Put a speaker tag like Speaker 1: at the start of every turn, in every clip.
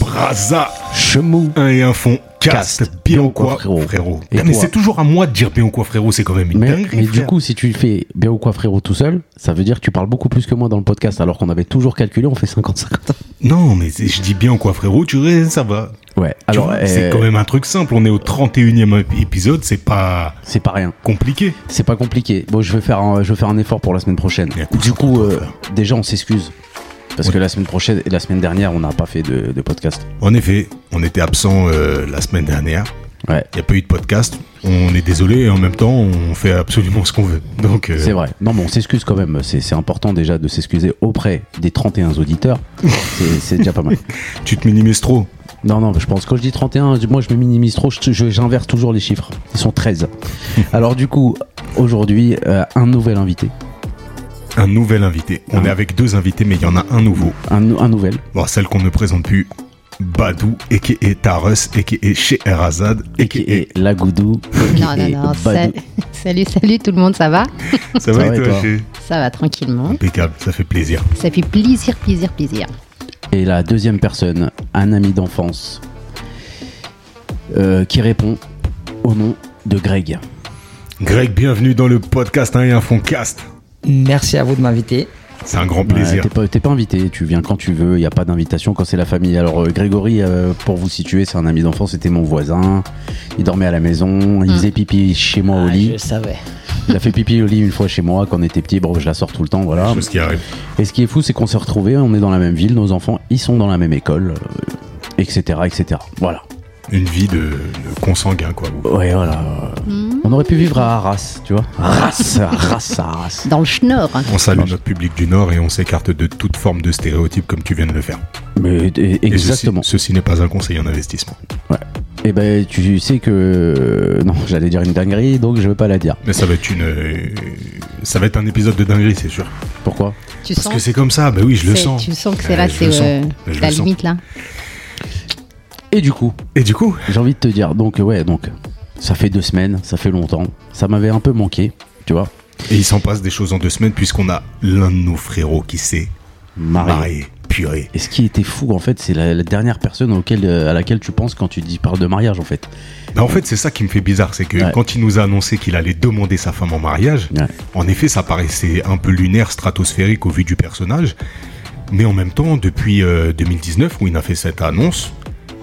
Speaker 1: Braza,
Speaker 2: Chemou.
Speaker 1: un et un fond, cast,
Speaker 2: Cast.
Speaker 1: bien
Speaker 2: Bien
Speaker 1: ou quoi,
Speaker 2: quoi, frérot.
Speaker 1: frérot.
Speaker 2: Et
Speaker 1: Putain, Mais
Speaker 2: toi
Speaker 1: c'est toujours à moi de dire bien ou quoi, frérot, c'est quand même une
Speaker 2: Mais,
Speaker 1: dinguerie.
Speaker 2: mais du
Speaker 1: frère.
Speaker 2: coup, si tu le fais bien ou quoi, frérot, tout seul, ça veut dire que tu parles beaucoup plus que moi dans le podcast, alors qu'on avait toujours calculé, on fait 50-50.
Speaker 1: Non, mais c'est- je dis bien ou quoi, frérot, tu restes, ça va.
Speaker 2: Ouais,
Speaker 1: Tu
Speaker 2: alors
Speaker 1: vois, c'est
Speaker 2: euh,
Speaker 1: quand même un truc simple. On est au 31e ép- épisode, c'est pas
Speaker 2: c'est pas rien.
Speaker 1: compliqué.
Speaker 2: C'est pas compliqué. Bon, je vais faire un, je vais faire un effort pour la semaine prochaine.
Speaker 1: Mais écoute,
Speaker 2: Du coup,
Speaker 1: concentre-toi,
Speaker 2: euh, déjà, on s'excuse. Parce que la semaine prochaine et la semaine dernière, on n'a pas fait de, de podcast.
Speaker 1: En effet, on était absent euh, la semaine dernière.
Speaker 2: Ouais,
Speaker 1: Il n'y a pas eu de podcast. On est désolé et en même temps, on fait absolument ce qu'on veut. Donc, euh,
Speaker 2: c'est vrai. Non, mais on s'excuse quand même. C'est c'est important déjà de s'excuser auprès des 31 auditeurs. C'est c'est déjà pas mal.
Speaker 1: tu te minimises trop.
Speaker 2: Non, non, je pense que quand je dis 31, moi je me minimise trop, je- je- j'inverse toujours les chiffres. Ils sont 13. Alors du coup, aujourd'hui, euh, un nouvel invité.
Speaker 1: Un nouvel invité. On
Speaker 2: Ah.
Speaker 1: est avec deux invités, mais il y en a un nouveau.
Speaker 2: Un, nou- un nouvel.
Speaker 1: Bon, celle qu'on ne présente plus. Badou, et Tarus, et Scheherazade, et
Speaker 2: Et la Goudou.
Speaker 3: Non, non,
Speaker 2: aka
Speaker 3: non.
Speaker 2: Badou.
Speaker 3: sa- Salut, salut tout le monde, ça va
Speaker 1: Ça
Speaker 2: va
Speaker 1: va
Speaker 2: et
Speaker 1: et toi
Speaker 2: toi
Speaker 1: Ché
Speaker 3: Ça va tranquillement.
Speaker 1: Impeccable, ça fait plaisir.
Speaker 3: Ça fait plaisir, plaisir, plaisir.
Speaker 2: Et la deuxième personne, un ami d'enfance, euh, qui répond au nom de Greg.
Speaker 1: Greg, bienvenue dans le podcast 1 et un fond cast.
Speaker 4: Merci à vous de m'inviter.
Speaker 1: C'est un grand
Speaker 2: Ouais,
Speaker 1: plaisir.
Speaker 2: t'es, pas, t'es pas invité, tu viens quand tu veux, il n'y a pas d'invitation quand c'est la famille. Alors euh, Grégory, euh, pour vous situer, c'est un ami d'enfance, c'était mon voisin. Il dormait à la maison,
Speaker 3: Hum.
Speaker 2: il faisait pipi chez moi au
Speaker 4: Ah,
Speaker 2: lit.
Speaker 4: je savais.
Speaker 2: Il a fait pipi au lit une fois chez moi quand on était petit. Bon, je la sors tout le temps, voilà.
Speaker 1: Chose qui arrive.
Speaker 2: Et ce qui est fou, c'est qu'on s'est retrouvés, on est dans la même ville, nos enfants, ils sont dans la même école, euh, etc., etc. Voilà.
Speaker 1: Une vie de, de consanguin, quoi. vous.
Speaker 2: Ouais, voilà. On aurait pu vivre à Arras, tu vois. Arras, Arras, Arras.
Speaker 3: Dans le schnorr. hein.
Speaker 1: On salue notre public du Nord et on s'écarte de toute forme de stéréotype comme tu viens de le faire.
Speaker 2: Mais et-
Speaker 1: Et ceci-
Speaker 2: exactement.
Speaker 1: Ceci, n'est pas un conseil en investissement.
Speaker 2: Et ben, tu sais que euh, non, j'allais dire une dinguerie, donc je veux pas la dire.
Speaker 1: Mais ça va être une, euh, ça va être un épisode de dinguerie, c'est sûr.
Speaker 2: Pourquoi
Speaker 3: Tu
Speaker 1: Parce
Speaker 3: sens
Speaker 1: que c'est comme ça. Bah oui, je le
Speaker 3: c'est-
Speaker 1: sens.
Speaker 3: Tu sens que
Speaker 1: Euh,
Speaker 3: c'est là,
Speaker 1: je le
Speaker 3: c'est
Speaker 1: sens.
Speaker 3: euh,
Speaker 1: Je le
Speaker 3: la
Speaker 1: sens.
Speaker 3: limite là.
Speaker 2: Et du coup,
Speaker 1: Et du coup,
Speaker 2: j'ai envie de te dire, donc ouais, donc ça fait deux semaines, ça fait longtemps, ça m'avait un peu manqué, tu vois.
Speaker 1: et il s'en passe des choses en deux semaines puisqu'on a l'un de nos frérots qui s'est
Speaker 2: Marié.
Speaker 1: marié, purée.
Speaker 2: Et ce qui était fou, en fait, c'est la, la dernière personne auquel, euh, à laquelle tu penses quand tu dis parles de mariage, en fait.
Speaker 1: Bah, en fait, c'est ça qui me fait bizarre, c'est que
Speaker 2: Ouais.
Speaker 1: quand il nous a annoncé qu'il allait demander sa femme en mariage,
Speaker 2: Ouais.
Speaker 1: En effet, ça paraissait un peu lunaire, stratosphérique au vu du personnage. Mais en même temps, depuis euh, 2019, où il a fait cette annonce,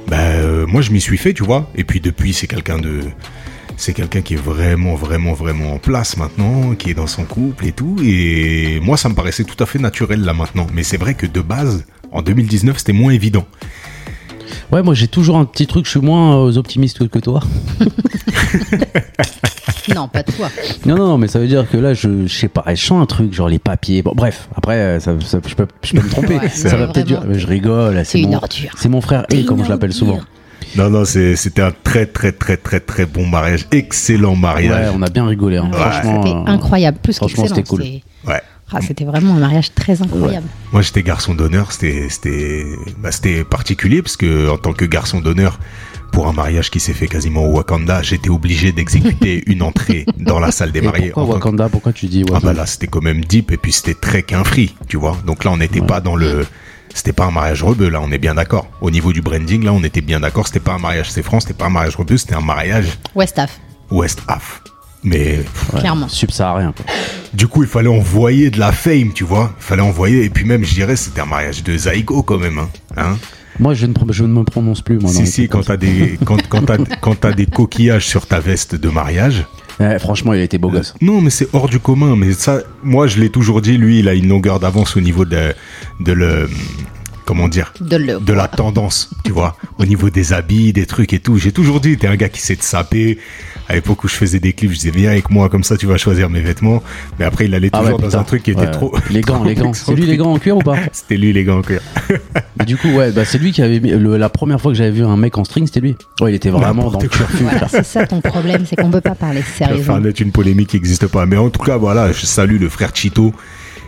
Speaker 1: bah, euh, moi je m'y suis fait, tu vois. Et puis depuis, c'est quelqu'un de. C'est quelqu'un qui est vraiment, vraiment, vraiment en place maintenant, qui est dans son couple et tout. Et moi, ça me paraissait tout à fait naturel là maintenant. Mais c'est vrai que de base, en 2019, c'était moins évident.
Speaker 2: Ouais, moi j'ai toujours un petit truc, je suis moins euh, optimiste que- que toi.
Speaker 3: Non, pas toi.
Speaker 2: Non, non, non, mais ça veut dire que là, je, je sais pas, je sens un truc, genre les papiers. Bon, bref, après, euh, ça, ça- je, peux, je peux me tromper.
Speaker 3: Ouais,
Speaker 2: ça
Speaker 3: non,
Speaker 2: va peut-être
Speaker 3: vraiment.
Speaker 2: durer. Mais Je rigole, c'est
Speaker 3: C'est une
Speaker 2: mon,
Speaker 3: ordure.
Speaker 2: c'est mon frère,
Speaker 3: T'es
Speaker 2: et comme
Speaker 3: une
Speaker 2: je l'appelle souvent.
Speaker 3: ordure.
Speaker 1: Non, non, c'est- c'était un très, très, très, très, très bon mariage. Excellent
Speaker 2: Ouais,
Speaker 1: mariage.
Speaker 2: on a bien rigolé, hein.
Speaker 3: Ouais.
Speaker 2: franchement.
Speaker 3: C'était
Speaker 2: euh,
Speaker 3: incroyable, plus
Speaker 2: franchement,
Speaker 3: qu'excellent.
Speaker 2: c'était cool.
Speaker 3: c'est-
Speaker 1: ouais.
Speaker 3: Ah, c'était vraiment un mariage très incroyable.
Speaker 1: Moi, j'étais garçon d'honneur. C'était, c'était, bah, c'était particulier parce que en tant que garçon d'honneur, pour un mariage qui s'est fait quasiment au Wakanda, j'étais obligé d'exécuter une entrée dans la salle des
Speaker 2: et
Speaker 1: mariés.
Speaker 2: pourquoi
Speaker 1: en tant que-
Speaker 2: Wakanda Pourquoi tu dis
Speaker 1: Ah
Speaker 2: Wakanda
Speaker 1: bah là, c'était quand même deep et puis c'était très qu'un free, tu vois. Donc là, on n'était pas dans le, c'était pas un mariage rebeu. Là, on est bien d'accord. Au niveau du branding, là, on était bien d'accord. C'était pas un mariage c'est France, c'était pas un mariage rebeu, c'était un mariage
Speaker 3: West Af,
Speaker 1: West Half. Mais
Speaker 2: Ouais,
Speaker 3: clairement.
Speaker 2: Subsaharien. quoi.
Speaker 1: du coup, il fallait envoyer de la fame, tu vois. Il fallait envoyer. Et puis même, je dirais, c'était un mariage de Zygo quand même, hein. hein
Speaker 2: Moi, je ne, pro- je ne me prononce plus, moi. dans
Speaker 1: Si,
Speaker 2: les
Speaker 1: si,
Speaker 2: trucs comme
Speaker 1: quand t'as des, quand, quand t'as, quand t'as des coquillages sur ta veste de mariage.
Speaker 2: ça. Ouais, franchement, il a été beau gosse.
Speaker 1: Non, mais c'est hors du commun. Mais ça, moi, je l'ai toujours dit, lui, il a une longueur d'avance au niveau de, de le, comment dire,
Speaker 3: De l'eau.
Speaker 1: de la tendance, tu vois, au niveau des habits, des trucs et tout. J'ai toujours dit, t'es un gars qui sait te saper. À l'époque où je faisais des clips, je disais, viens avec moi, comme ça, tu vas choisir mes vêtements. Mais après, il allait
Speaker 2: Ah
Speaker 1: toujours
Speaker 2: ouais,
Speaker 1: dans
Speaker 2: putain.
Speaker 1: un truc qui était
Speaker 2: Ouais.
Speaker 1: trop.
Speaker 2: Les gants,
Speaker 1: trop
Speaker 2: les gants. C'est lui les gants en cuir ou pas
Speaker 1: C'était lui, les gants, quoi.
Speaker 2: Mais Du coup, ouais, bah, c'est lui qui avait mis. le- la première fois que j'avais vu un mec en string, c'était lui. Ouais, il était vraiment dans
Speaker 1: N'importe
Speaker 2: le
Speaker 1: quoi.
Speaker 2: curfew. frère.
Speaker 3: C'est ça ton problème, c'est qu'on peut pas parler
Speaker 1: Ça va
Speaker 3: sérieusement.
Speaker 1: faire naître une polémique qui n'existe pas. Mais en tout cas, voilà, je salue le frère Chito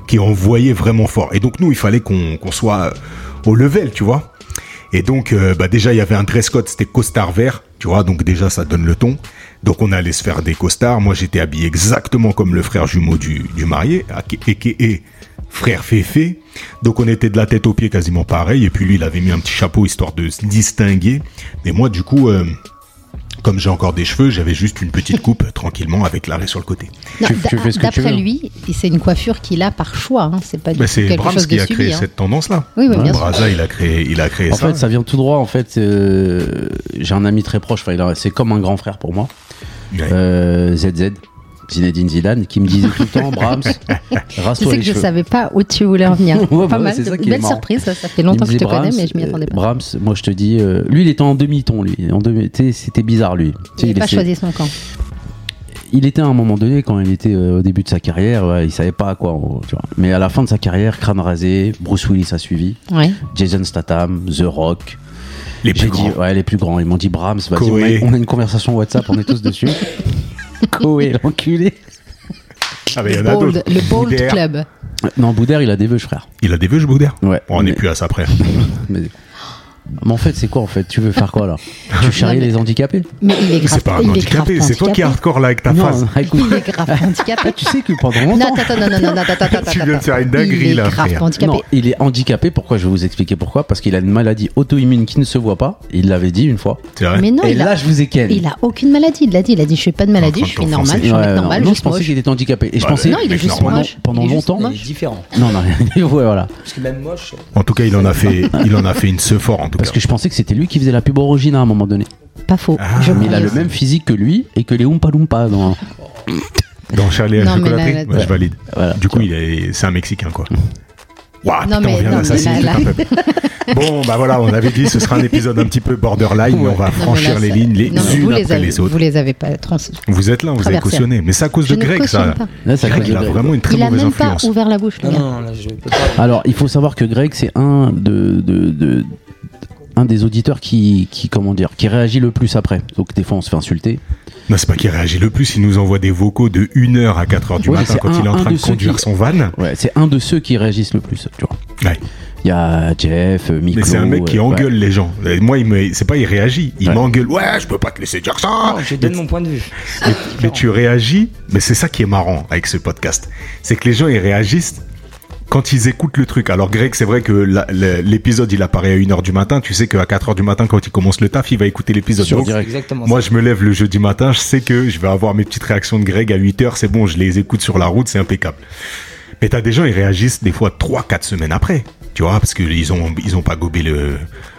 Speaker 1: qui envoyait vraiment fort. Et donc, nous, il fallait qu'on qu'on soit euh, au level, tu vois. Et donc, euh, bah, déjà, il y avait un dress code, c'était costard vert. Tu vois, donc déjà, ça donne le ton. Donc on allait se faire des costards. Moi, j'étais habillé exactement comme le frère jumeau du, du marié, et frère Féfé. Donc on était de la tête aux pieds quasiment pareil. Et puis lui, il avait mis un petit chapeau histoire de se distinguer. Mais moi, du coup... euh, comme j'ai encore des cheveux, j'avais juste une petite coupe tranquillement avec l'arrêt sur le côté.
Speaker 3: Non,
Speaker 2: Tu-
Speaker 3: d'a-
Speaker 2: tu fais ce que tu
Speaker 3: D'après
Speaker 2: veux.
Speaker 3: lui, et c'est une coiffure qu'il a par choix. hein, C'est pas du
Speaker 1: Bah,
Speaker 3: tout
Speaker 1: c'est
Speaker 3: quelque
Speaker 1: Brahms
Speaker 3: chose de
Speaker 1: qui a
Speaker 3: subi.
Speaker 1: créé
Speaker 3: hein.
Speaker 1: cette tendance-là.
Speaker 3: Oui, oui, bien sûr.
Speaker 1: Braza, il a créé, il a créé
Speaker 2: En
Speaker 1: ça.
Speaker 2: fait, ça vient tout droit. En fait, euh, j'ai un ami très proche. Enfin, il a- c'est comme un grand frère pour moi.
Speaker 1: Ouais.
Speaker 2: Euh, ZZ, Zinedine Zidane, qui me disait tout le temps, Brahms,
Speaker 3: Tu
Speaker 2: rase-toi
Speaker 3: sais que
Speaker 2: les
Speaker 3: je
Speaker 2: cheveux.
Speaker 3: savais pas où tu voulais en venir.
Speaker 2: Ouais, bah
Speaker 3: pas
Speaker 2: ouais,
Speaker 3: mal,
Speaker 2: c'est ça qui est
Speaker 3: belle
Speaker 2: marrant.
Speaker 3: surprise. Ça, ça fait
Speaker 2: Il me
Speaker 3: longtemps que je
Speaker 2: disait,
Speaker 3: te connais,
Speaker 2: Brahms,
Speaker 3: mais je m'y
Speaker 2: euh,
Speaker 3: attendais pas.
Speaker 2: Brahms, moi je te dis, euh, lui il était en demi-ton, lui. En demi- tu sais, C'était bizarre, lui. Tu sais,
Speaker 3: Il n'a pas
Speaker 2: essayait-
Speaker 3: choisi son camp.
Speaker 2: il était à un moment donné, quand il était euh, au début de sa carrière, ouais, il savait pas à quoi. en gros, tu vois. Mais à la fin de sa carrière, crâne rasé, Bruce Willis a suivi,
Speaker 3: Ouais.
Speaker 2: Jason Statham, The Rock.
Speaker 1: Les plus
Speaker 2: J'ai dit,
Speaker 1: grands.
Speaker 2: ouais, les plus grands. Ils m'ont dit, Brahms, vas-y, on,
Speaker 1: Coé.
Speaker 2: a- on a une conversation WhatsApp, on est tous dessus. Coé, l'enculé.
Speaker 1: Ah, mais il y
Speaker 3: Le
Speaker 1: en a
Speaker 3: Bold,
Speaker 1: d'autres.
Speaker 3: le Bold
Speaker 1: Boudère.
Speaker 3: Club.
Speaker 2: Non, Boudère, il a des vœux, frère.
Speaker 1: Il a des vœux, je Boudère
Speaker 2: Ouais.
Speaker 1: On n'est
Speaker 2: Mais-
Speaker 1: plus à ça près.
Speaker 2: Mais, mais en fait, c'est quoi en fait Tu veux faire quoi là Tu charries
Speaker 3: Non, mais-
Speaker 2: les handicapés
Speaker 3: Mais il est grave.
Speaker 1: C'est pas un
Speaker 3: il est
Speaker 1: handicapé,
Speaker 3: grave
Speaker 1: c'est toi qui es
Speaker 3: handicapé.
Speaker 1: hardcore là avec ta face.
Speaker 2: Non, écoute,
Speaker 3: Il est grave handicapé.
Speaker 2: eh, tu sais que pendant longtemps.
Speaker 3: Non, attends, non, non, non, non, attends, attends, attends.
Speaker 1: Tu viens de faire une dinguerie,
Speaker 3: Il est
Speaker 1: là,
Speaker 3: grave
Speaker 1: frère.
Speaker 3: handicapé.
Speaker 2: Non, il est handicapé. Pourquoi Je vais vous expliquer pourquoi. Parce qu'il a une maladie auto-immune qui ne se voit pas. Il l'avait dit une fois.
Speaker 1: C'est vrai
Speaker 3: Mais non,
Speaker 2: Et
Speaker 3: il
Speaker 2: là,
Speaker 3: a,
Speaker 2: je vous ai ken.
Speaker 3: il a aucune maladie. Il l'a dit. Il a dit, je suis pas de maladie, je suis
Speaker 1: Enfin,
Speaker 3: normal, je suis un
Speaker 2: Ouais,
Speaker 3: mec
Speaker 2: non,
Speaker 3: normal,
Speaker 2: non, je
Speaker 3: juste
Speaker 2: pensais
Speaker 3: moche.
Speaker 2: qu'il était handicapé. Et je
Speaker 1: Ouais,
Speaker 2: pensais
Speaker 1: non, il est
Speaker 2: mec
Speaker 1: juste
Speaker 2: normal.
Speaker 3: moche.
Speaker 2: pendant
Speaker 3: Il est juste
Speaker 2: longtemps.
Speaker 4: Il
Speaker 3: moche.
Speaker 4: est différent.
Speaker 2: Non, non, ouais, voilà.
Speaker 4: Parce que même moche.
Speaker 1: En tout cas, il en a fait, il en a fait une ce fort en tout
Speaker 2: Parce
Speaker 1: cas.
Speaker 2: que je pensais que c'était lui qui faisait la pub origine à un moment donné.
Speaker 3: Pas faux.
Speaker 1: Ah,
Speaker 3: je
Speaker 1: mais
Speaker 2: Mais il a
Speaker 3: croyais
Speaker 2: le
Speaker 3: aussi.
Speaker 2: même physique que lui et que les Oompa Loompa. Dans...
Speaker 1: Dans Charlie et la
Speaker 3: Non, mais là,
Speaker 1: chocolaterie,
Speaker 3: là,
Speaker 1: ouais, je valide.
Speaker 2: Voilà.
Speaker 1: Du coup, il est, c'est un Mexicain quoi. Waouh,
Speaker 3: Non,
Speaker 1: putain,
Speaker 3: mais-
Speaker 1: on vient
Speaker 3: non, mais
Speaker 1: d'assassiner
Speaker 3: là,
Speaker 1: tout un peuple. Bon, bah voilà, on avait dit ce sera un épisode un petit peu borderline, mais on va
Speaker 3: Non, mais là,
Speaker 1: franchir les
Speaker 3: ça-
Speaker 1: lignes les
Speaker 3: non, mais
Speaker 1: unes
Speaker 3: vous
Speaker 1: après
Speaker 3: les avez,
Speaker 1: les autres.
Speaker 3: Vous les avez pas trans.
Speaker 1: Vous êtes là, vous avez
Speaker 3: Traversé.
Speaker 1: cautionné. Mais c'est à cause
Speaker 3: Je
Speaker 1: de
Speaker 3: ne
Speaker 1: Greg,
Speaker 3: cautionne
Speaker 1: ça.
Speaker 3: pas.
Speaker 2: Là, ça
Speaker 1: Greg, il a vraiment une très
Speaker 3: Il a
Speaker 1: mauvaise
Speaker 3: même pas
Speaker 1: influence.
Speaker 3: ouvert la bouche. le
Speaker 4: Non,
Speaker 3: gars.
Speaker 4: non, là, je peux pas.
Speaker 2: Alors, il faut savoir que Greg, c'est un de, de- de- un des auditeurs qui, qui comment dire, qui réagit le plus après. Donc des fois, on se fait insulter.
Speaker 1: Non, c'est pas qu'il réagit le plus, il nous envoie des vocaux de 1h à 4h du
Speaker 2: Ouais,
Speaker 1: matin
Speaker 2: c'est
Speaker 1: quand
Speaker 2: un-
Speaker 1: il est en
Speaker 2: un
Speaker 1: train
Speaker 2: de
Speaker 1: de
Speaker 2: ceux
Speaker 1: conduire
Speaker 2: qui-
Speaker 1: son van.
Speaker 2: Ouais, c'est un de ceux qui réagissent le plus. Tu vois.
Speaker 1: Ouais.
Speaker 2: Il y a Jeff, euh, Miklo.
Speaker 1: Mais c'est un mec qui
Speaker 2: euh, ouais.
Speaker 1: engueule les gens. Et moi, il me... c'est pas il réagit, il
Speaker 2: Ouais.
Speaker 1: m'engueule. Ouais, je peux pas te laisser dire ça.
Speaker 4: Non, je donne mon point de vue.
Speaker 1: mais, mais tu réagis, mais c'est ça qui est marrant avec ce podcast, c'est que les gens ils réagissent quand ils écoutent le truc. Alors Greg, c'est vrai que la- le- l'épisode il apparaît à 1h du matin, tu sais qu'à 4h du matin quand il commence le taf, il va écouter l'épisode.
Speaker 2: Sur
Speaker 1: Donc,
Speaker 2: direct.
Speaker 4: Exactement.
Speaker 1: Moi, je me lève le jeudi matin, je sais que je vais avoir mes petites réactions de Greg à 8h, c'est bon, je les écoute sur la route, c'est impeccable. Mais t'as des gens, ils réagissent des fois 3-4 semaines après, tu vois, parce qu'ils ont, ils ont pas gobé le,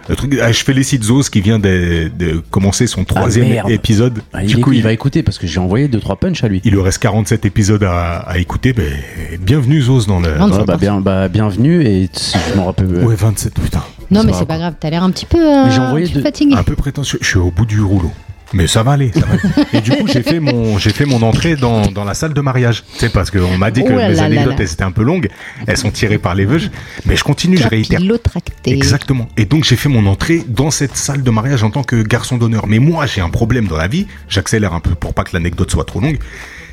Speaker 1: le truc. Ah, je fais les Zos qui vient de, de commencer son troisième
Speaker 2: Ah, merde.
Speaker 1: épisode.
Speaker 2: Ah,
Speaker 1: du
Speaker 2: il,
Speaker 1: coup,
Speaker 2: il
Speaker 1: il,
Speaker 2: va écouter parce que j'ai envoyé 2-3 punchs à lui.
Speaker 1: il lui reste 47 épisodes à, à écouter. Mais bienvenue Zos dans le...
Speaker 3: Non,
Speaker 2: Ouais,
Speaker 3: c'est
Speaker 2: bah,
Speaker 3: parti.
Speaker 2: bien, bah, bienvenue et t- je m'en rappelle. euh,
Speaker 1: Ouais, 27, putain.
Speaker 3: Non,
Speaker 1: Ça
Speaker 3: mais
Speaker 1: va,
Speaker 3: c'est pas
Speaker 1: quoi.
Speaker 3: grave. T'as l'air un petit peu euh,
Speaker 2: Mais j'ai envoyé
Speaker 3: un petit peu
Speaker 2: deux-
Speaker 3: fatigué.
Speaker 1: Un peu prétentieux. Je suis au bout du rouleau. Mais ça va aller, ça va aller. Et du coup, j'ai fait mon, j'ai fait mon entrée dans, dans la salle de mariage. Tu sais, parce qu'on m'a dit que
Speaker 3: Oh là
Speaker 1: mes
Speaker 3: là
Speaker 1: anecdotes,
Speaker 3: là là.
Speaker 1: elles étaient un peu longues. Elles sont tirées par les veuges. Mais je continue, je réitère.
Speaker 3: tracté.
Speaker 1: Exactement. Et donc, j'ai fait mon entrée dans cette salle de mariage en tant que garçon d'honneur. Mais moi, j'ai un problème dans la vie. J'accélère un peu pour pas que l'anecdote soit trop longue.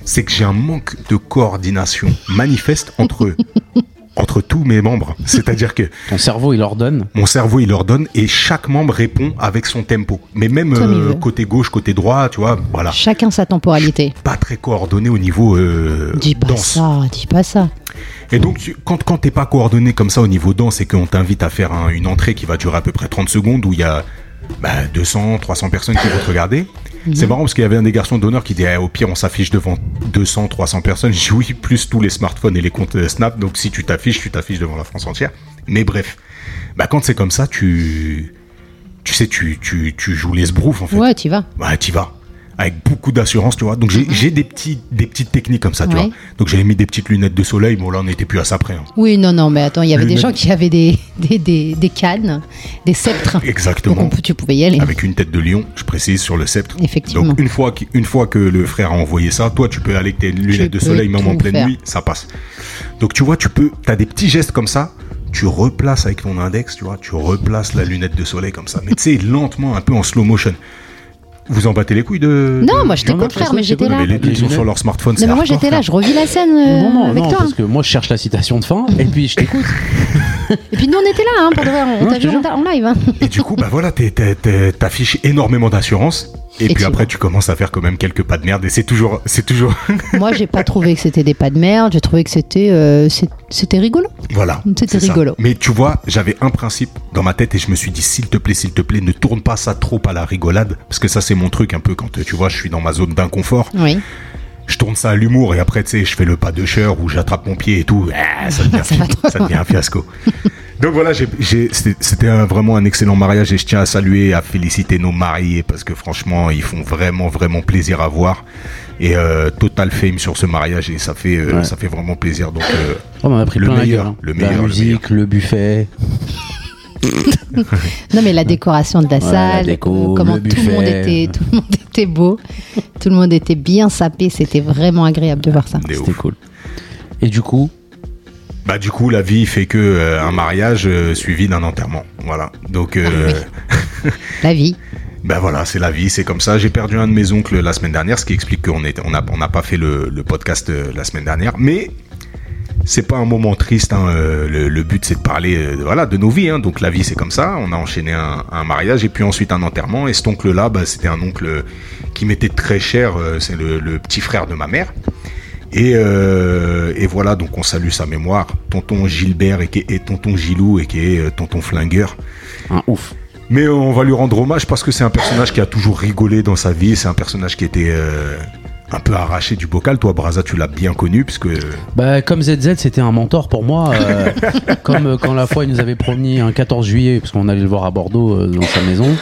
Speaker 1: C'est que j'ai un manque de coordination manifeste entre, entre tous mes membres. C'est-à-dire que
Speaker 2: Ton cerveau, il ordonne.
Speaker 1: mon cerveau, il ordonne et chaque membre répond avec son tempo. Mais même
Speaker 3: Comme il
Speaker 1: euh,
Speaker 3: veut.
Speaker 1: côté gauche, côté droit, tu vois, voilà.
Speaker 3: Chacun sa temporalité.
Speaker 1: Pas très coordonné au niveau euh,
Speaker 3: Dis pas
Speaker 1: danse.
Speaker 3: ça, dis pas ça.
Speaker 1: Et donc, tu- quand, quand t'es pas coordonné comme ça au niveau danse et qu'on t'invite à faire un- une entrée qui va durer à peu près 30 secondes où il y a bah, 200, 300 personnes qui vont te regarder, c'est marrant parce qu'il y avait un des garçons d'honneur qui disait Eh, au pire, on s'affiche devant 200, 300 personnes. Je dis oui, plus tous les smartphones et les comptes euh, Snap. Donc, si tu t'affiches, tu t'affiches devant la France entière. Mais bref, bah, quand c'est comme ça, tu. Tu sais, tu, tu, tu joues les sbroufs en fait.
Speaker 3: Ouais, tu vas.
Speaker 1: Bah, t'y vas. Avec beaucoup d'assurance, tu vois. Donc, j'ai j'ai des, petits, des petites techniques comme ça, tu
Speaker 3: Mhm. Ouais.
Speaker 1: vois. Donc, j'avais mis des petites lunettes de soleil. Bon, là, on n'était plus à ça près. hein.
Speaker 3: Oui, non, non, mais attends, il y avait des
Speaker 1: Lunettes.
Speaker 3: gens qui avaient des, des, des, des cannes, des sceptres.
Speaker 1: Exactement.
Speaker 3: Donc on peut- tu pouvais y aller.
Speaker 1: Avec une tête de lion, je précise, sur le sceptre.
Speaker 3: Effectivement.
Speaker 1: Donc, une fois, qu'- une fois que le frère a envoyé ça, toi, tu peux aller avec tes lunettes de
Speaker 3: peux
Speaker 1: soleil, même en
Speaker 3: tout
Speaker 1: pleine
Speaker 3: faire.
Speaker 1: nuit, ça passe. Donc, tu vois, tu peux, t'as des petits gestes comme ça, tu replaces avec ton index, tu vois, tu replaces la lunette de soleil comme ça. Mais tu sais, lentement, un peu en slow motion. Vous en battez les couilles de.
Speaker 3: Non,
Speaker 1: de-
Speaker 3: moi, je
Speaker 1: du-
Speaker 3: t'écoute,
Speaker 2: non, je
Speaker 3: frère,
Speaker 2: t'écoute,
Speaker 3: mais
Speaker 2: je
Speaker 3: j'étais
Speaker 2: t'écoute.
Speaker 3: là.
Speaker 1: Mais les deux ils sont sur leur smartphone,
Speaker 3: Non,
Speaker 1: c'est
Speaker 3: mais moi,
Speaker 1: hardcore,
Speaker 3: j'étais là,
Speaker 1: frère.
Speaker 3: je revis la scène euh,
Speaker 2: non, non,
Speaker 3: avec
Speaker 2: non,
Speaker 3: toi.
Speaker 2: parce que moi, je cherche la citation de fin et puis je t'écoute.
Speaker 3: Et puis nous, on était là, hein, pour de vrai, on
Speaker 2: Non,
Speaker 3: t'a
Speaker 2: je te
Speaker 3: vu en, en live. hein.
Speaker 1: Et du coup, bah voilà, t'es- t'es- t'es- t'affiches énormément d'assurance. Et puis
Speaker 3: Effectivement.
Speaker 1: après, tu commences à faire quand même quelques pas de merde. Et c'est toujours, c'est toujours,
Speaker 3: Moi, j'ai pas trouvé que c'était des pas de merde. J'ai trouvé que c'était euh, c'est- c'était rigolo.
Speaker 1: voilà.
Speaker 3: C'était
Speaker 1: c'est ça.
Speaker 3: rigolo.
Speaker 1: Mais tu vois, j'avais un principe dans ma tête et je me suis dit, s'il te plaît, s'il te plaît, ne tourne pas ça trop à la rigolade, parce que ça, c'est mon truc un peu quand euh, tu vois, je suis dans ma zone d'inconfort.
Speaker 3: Oui.
Speaker 1: je tourne ça à l'humour et après, tu sais, je fais le pas de chœur où j'attrape mon pied et tout. Ah, ça, devient,
Speaker 3: Ça va trop
Speaker 1: ça devient un fiasco. Donc voilà, j'ai- j'ai- c'était c'était un- vraiment un excellent mariage et je tiens à saluer, à féliciter nos mariés parce que franchement, ils font vraiment, vraiment plaisir à voir. Et euh, total fame sur ce mariage et ça fait, euh,
Speaker 2: Ouais.
Speaker 1: ça fait vraiment plaisir. Donc euh,
Speaker 2: Oh, on a pris
Speaker 1: Le
Speaker 2: plein la
Speaker 1: meilleur,
Speaker 2: gueule, hein.
Speaker 1: le meilleur,
Speaker 2: la
Speaker 1: le
Speaker 2: musique, le, buffet,
Speaker 3: Non, mais la décoration de la
Speaker 2: Ouais, la
Speaker 3: salle,
Speaker 2: déco,
Speaker 3: euh, comment
Speaker 2: le
Speaker 3: tout le monde
Speaker 2: buffet.
Speaker 3: était, tout le monde était beau, tout le monde était bien sapé. C'était vraiment agréable de voir ça.
Speaker 1: des
Speaker 2: c'était
Speaker 1: ouf.
Speaker 2: cool. Et du coup,
Speaker 1: bah du coup, la vie fait que euh, un mariage euh, suivi d'un enterrement. Voilà. Donc
Speaker 3: Ah
Speaker 1: euh,
Speaker 3: La vie.
Speaker 1: Ben voilà, c'est la vie, c'est comme ça. J'ai perdu un de mes oncles la semaine dernière, ce qui explique qu'on est- on n'a on n'a pas fait le, le podcast euh, la semaine dernière. Mais c'est pas un moment triste. hein, euh, le, le but, c'est de parler euh, de- voilà, de nos vies. hein. Donc la vie, c'est comme ça. On a enchaîné un, un mariage et puis ensuite un enterrement. Et cet oncle-là, bah, c'était un oncle qui m'était très cher. euh, c'est le, le petit frère de ma mère. Et, euh, et voilà, donc on salue sa mémoire. Tonton Gilbert et, qui est, et tonton Gilou et qui est euh, tonton Flingueur.
Speaker 2: un ouf.
Speaker 1: Mais on va lui rendre hommage parce que c'est un personnage qui a toujours rigolé dans sa vie. C'est un personnage qui était euh, un peu arraché du bocal. Toi, Braza, tu l'as bien connu puisque euh,
Speaker 2: Bah, comme ZZ, c'était un mentor pour moi. euh, comme euh, quand la fois, il nous avait promis un 14 juillet, parce qu'on allait le voir à Bordeaux euh, dans sa maison.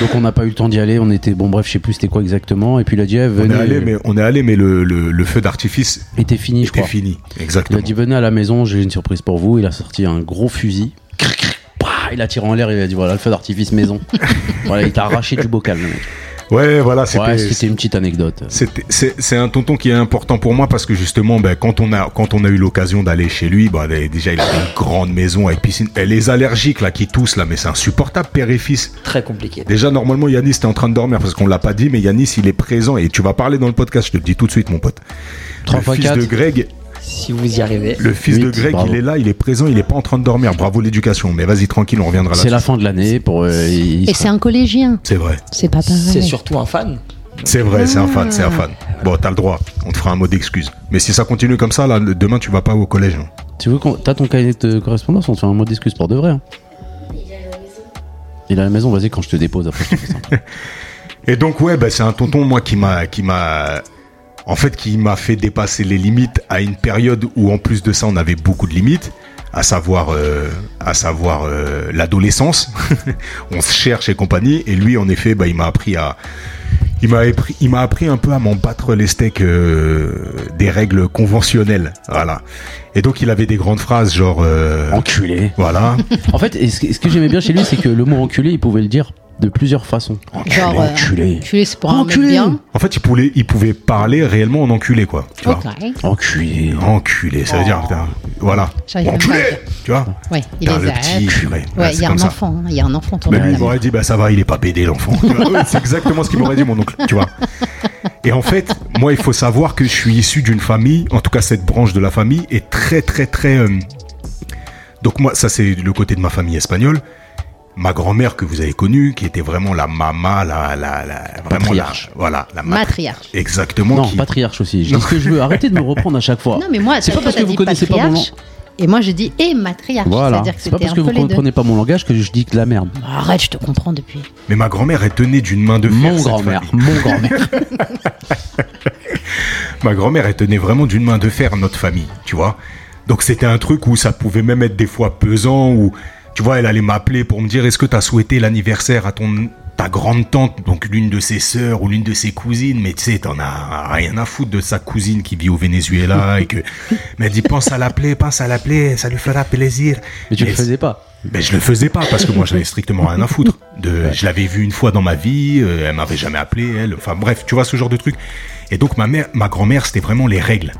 Speaker 2: Donc, on n'a pas eu le temps d'y aller. On était, bon, bref, je sais plus c'était quoi exactement. Et puis, il a dit,
Speaker 1: on
Speaker 2: eh,
Speaker 1: est
Speaker 2: venez.
Speaker 1: allé, mais, on est allé, mais le, le- le feu d'artifice
Speaker 2: était fini, je
Speaker 1: était
Speaker 2: crois.
Speaker 1: fini.
Speaker 2: Il
Speaker 1: Exactement.
Speaker 2: a dit, venez à la maison, j'ai une surprise pour vous. Il a sorti un gros fusil. Cric, cric, pah, Il a tiré en l'air, il a dit, voilà, le feu d'artifice maison. voilà, il t'a arraché du bocal, le mec.
Speaker 1: Ouais, voilà, c'était.
Speaker 2: Ouais, c'était une petite anecdote.
Speaker 1: c'était- c'est c'est un tonton qui est important pour moi parce que justement, ben, quand on a quand on a eu l'occasion d'aller chez lui, ben, déjà il avait une grande maison avec piscine. Et les allergiques là qui toussent là, mais c'est insupportable père et fils.
Speaker 4: Très compliqué.
Speaker 1: Déjà, normalement, Yanis était en train de dormir parce qu'on l'a pas dit, mais Yanis, il est présent et tu vas parler dans le podcast, je te le dis tout de suite, mon pote.
Speaker 2: Trois
Speaker 1: le
Speaker 2: fois
Speaker 1: fils
Speaker 2: quatre.
Speaker 1: de Greg,
Speaker 4: Si vous y arrivez.
Speaker 1: le fils de
Speaker 2: Huit,
Speaker 1: Greg,
Speaker 2: bravo.
Speaker 1: il est là, il est présent, il est pas en train de dormir. Bravo l'éducation, mais vas-y, tranquille, on reviendra
Speaker 2: C'est
Speaker 1: là.
Speaker 2: la fin de l'année pour. euh, il- il
Speaker 3: Et
Speaker 2: sera-
Speaker 3: c'est un collégien.
Speaker 1: C'est vrai,
Speaker 3: C'est pas pareil.
Speaker 4: C'est surtout un fan.
Speaker 1: c'est vrai, c'est un fan, c'est un fan. Bon, t'as le droit, on te fera un mot d'excuse. Mais si ça continue comme ça, là, le- demain, tu vas pas au collège. hein.
Speaker 2: Tu veux qu'on. T'as ton cahier de correspondance, on te fait un mot d'excuse pour de vrai. hein. Il est à la maison, vas-y, quand je te dépose, après je te fais ça.
Speaker 1: Et donc ouais, bah, c'est un tonton moi qui m'a qui m'a en fait qui m'a fait dépasser les limites à une période où en plus de ça on avait beaucoup de limites, à savoir euh, à savoir euh, l'adolescence, on se cherche et compagnie. Et lui en effet, bah, il m'a appris à il m'a appris, il m'a appris un peu à m'en battre les steaks euh, des règles conventionnelles, voilà. Et donc il avait des grandes phrases genre euh,
Speaker 2: Enculé.
Speaker 1: voilà,
Speaker 2: En fait, et ce que, ce que j'aimais bien chez lui, c'est que le mot enculé, il pouvait le dire de plusieurs façons.
Speaker 3: Genre, euh,
Speaker 2: Enculé.
Speaker 3: enculé, c'est pour un mec
Speaker 2: Enculé.
Speaker 3: bien.
Speaker 1: En fait, il pouvait il pouvait parler réellement en enculé quoi. Tu vois.
Speaker 3: Ok.
Speaker 2: Enculé.
Speaker 1: Enculé, ça veut dire, putain, voilà.
Speaker 3: Oh. J'arrive même
Speaker 1: Enculé,
Speaker 3: pas à le dire.
Speaker 1: tu vois.
Speaker 3: Ouais, il
Speaker 1: Putain,
Speaker 3: les
Speaker 1: le
Speaker 3: a.
Speaker 1: petit, purée.
Speaker 3: Ouais,
Speaker 1: Ouais,
Speaker 3: il
Speaker 1: c'est
Speaker 3: y a
Speaker 1: comme
Speaker 3: un
Speaker 1: ça.
Speaker 3: enfant. hein, Il y a un enfant autour de
Speaker 1: Mais lui,
Speaker 3: la
Speaker 1: il m'aurait dit, bah ça va, il est pas pédé l'enfant. Tu vois, ouais, c'est exactement ce qu'il m'aurait dit, mon oncle, tu vois. Et en fait, moi, il faut savoir que je suis issu d'une famille, en tout cas cette branche de la famille est très, très, très. euh, Donc moi, ça c'est le côté de ma famille espagnole. Ma grand-mère que vous avez connue, qui était vraiment la mama, la, la, la vraiment la,
Speaker 2: Patriarche.
Speaker 1: voilà, la ma-
Speaker 3: Matriarche.
Speaker 1: Exactement.
Speaker 2: Non,
Speaker 1: qui-
Speaker 2: patriarche aussi. Je
Speaker 1: Non.
Speaker 2: dis ce que je veux. Arrêtez de me reprendre à chaque fois.
Speaker 3: Non, mais moi,
Speaker 2: c'est pas
Speaker 3: toi,
Speaker 2: parce
Speaker 3: t'as
Speaker 2: que vous
Speaker 3: dit
Speaker 2: connaissez pas mon.
Speaker 3: patriarche, Et moi, je dis et matriarche.
Speaker 2: Voilà.
Speaker 3: C'est-à-dire que
Speaker 2: C'est pas
Speaker 3: c'était
Speaker 2: parce
Speaker 3: un
Speaker 2: que vous
Speaker 3: peu les deux.
Speaker 2: comprenez pas mon langage que je dis que la merde.
Speaker 3: Arrête, je te comprends depuis.
Speaker 1: Mais ma grand-mère, elle tenait d'une main de fer.
Speaker 2: Mon
Speaker 1: cette
Speaker 2: grand-mère.
Speaker 1: famille.
Speaker 2: Mon grand-mère.
Speaker 1: Ma grand-mère, elle tenait vraiment d'une main de fer notre famille, tu vois. Donc c'était un truc où ça pouvait même être des fois pesant, où, tu vois, elle allait m'appeler pour me dire est-ce que t'as souhaité l'anniversaire à ton ta grande tante, donc l'une de ses sœurs ou l'une de ses cousines, mais tu sais, t'en as rien à foutre de sa cousine qui vit au Venezuela et que. Mais elle dit pense à l'appeler, pense à l'appeler, ça lui fera plaisir.
Speaker 2: Mais tu le
Speaker 1: Mais-
Speaker 2: faisais pas.
Speaker 1: ben, je le faisais pas parce que moi j'avais strictement rien à foutre. De, je l'avais vu une fois dans ma vie, euh, elle m'avait jamais appelé, elle. Enfin bref, tu vois ce genre de truc. Et donc ma mère, ma grand-mère, c'était vraiment les règles.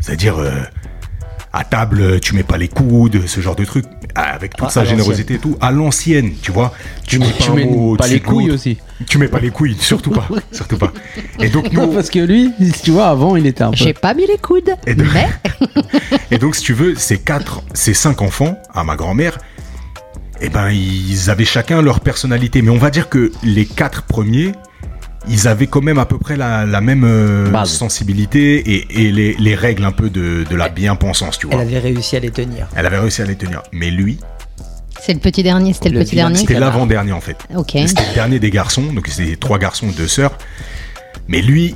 Speaker 1: C'est-à-dire euh, à table, euh, tu mets pas les coudes, ce genre de truc, avec toute
Speaker 4: Ah,
Speaker 1: sa
Speaker 4: à
Speaker 1: générosité et tout, à l'ancienne, tu vois. Tu mets
Speaker 2: Tu
Speaker 1: un
Speaker 2: mets
Speaker 1: mot
Speaker 2: pas
Speaker 1: au-dessus
Speaker 2: les
Speaker 1: de
Speaker 2: couilles
Speaker 1: l'autre.
Speaker 2: aussi.
Speaker 1: Tu mets pas les couilles, surtout pas, surtout pas. Et donc
Speaker 2: Non,
Speaker 1: nous,
Speaker 2: parce que lui, tu vois, avant, il était un peu.
Speaker 3: J'ai pas mis les coudes.
Speaker 1: Et de-
Speaker 3: Mais
Speaker 1: Et donc, si tu veux, ces quatre, ces cinq enfants à ma grand-mère, eh ben, ils avaient chacun leur personnalité. Mais on va dire que les quatre premiers, ils avaient quand même à peu près la, la même euh,
Speaker 2: Base.
Speaker 1: sensibilité et, et les, les règles un peu de, de la bien-pensance, tu vois.
Speaker 4: Elle avait réussi à les tenir.
Speaker 1: Elle avait réussi à les tenir. Mais lui,
Speaker 3: C'est le petit dernier, c'était le,
Speaker 4: Le
Speaker 3: petit
Speaker 4: vilain
Speaker 3: dernier.
Speaker 1: c'était
Speaker 4: Nicolas.
Speaker 1: l'avant-dernier en fait.
Speaker 3: Ok.
Speaker 1: Et C'était le dernier des garçons, donc c'était trois garçons et deux sœurs. Mais lui,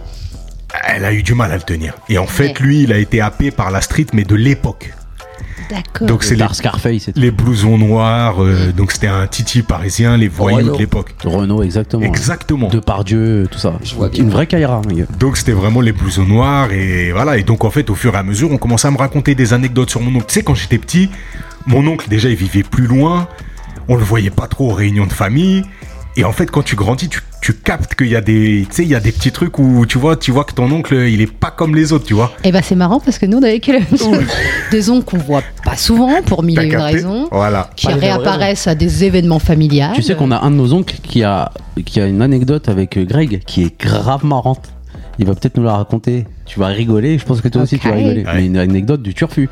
Speaker 1: elle a eu du mal à le tenir. Et en fait,
Speaker 3: Ouais.
Speaker 1: lui, il a été happé par la street, mais de l'époque.
Speaker 3: D'accord.
Speaker 1: Donc c'est les,
Speaker 2: Dar Scarface, et tout.
Speaker 1: les blousons noirs, euh, donc c'était un titi parisien, les voyous
Speaker 3: Oh,
Speaker 4: Renaud.
Speaker 1: de l'époque.
Speaker 2: Renault, exactement.
Speaker 1: Exactement.
Speaker 2: De Pardieu, tout ça.
Speaker 4: Je vois bien.
Speaker 2: Une vraie Kaira, les gars.
Speaker 1: Donc c'était vraiment les blousons noirs et voilà. Et donc en fait, au fur et à mesure, on commençait à me raconter des anecdotes sur mon oncle. Tu sais, quand j'étais petit, mon oncle déjà il vivait plus loin. On le voyait pas trop aux réunions de famille. Et en fait, quand tu grandis, tu, tu captes qu'il y a des, tu sais, il y a des petits trucs où tu vois, tu vois que ton oncle il est pas comme les autres, tu vois.
Speaker 3: Et ben c'est marrant parce que nous on avait que le- des oncles qu'on voit pas souvent pour mille
Speaker 1: T'as
Speaker 3: et une
Speaker 1: capté
Speaker 3: raisons,
Speaker 1: Voilà.
Speaker 3: qui
Speaker 4: Pas les vraies
Speaker 3: réapparaissent à des événements familiaux.
Speaker 2: Oh. Tu sais qu'on a un de nos oncles qui a, qui a une anecdote avec euh, Greg qui est grave marrante. Il va peut-être nous la raconter. Tu vas rigoler, je pense que toi aussi
Speaker 3: Ok.
Speaker 2: tu vas rigoler.
Speaker 1: Ouais.
Speaker 2: Mais une anecdote du turfu.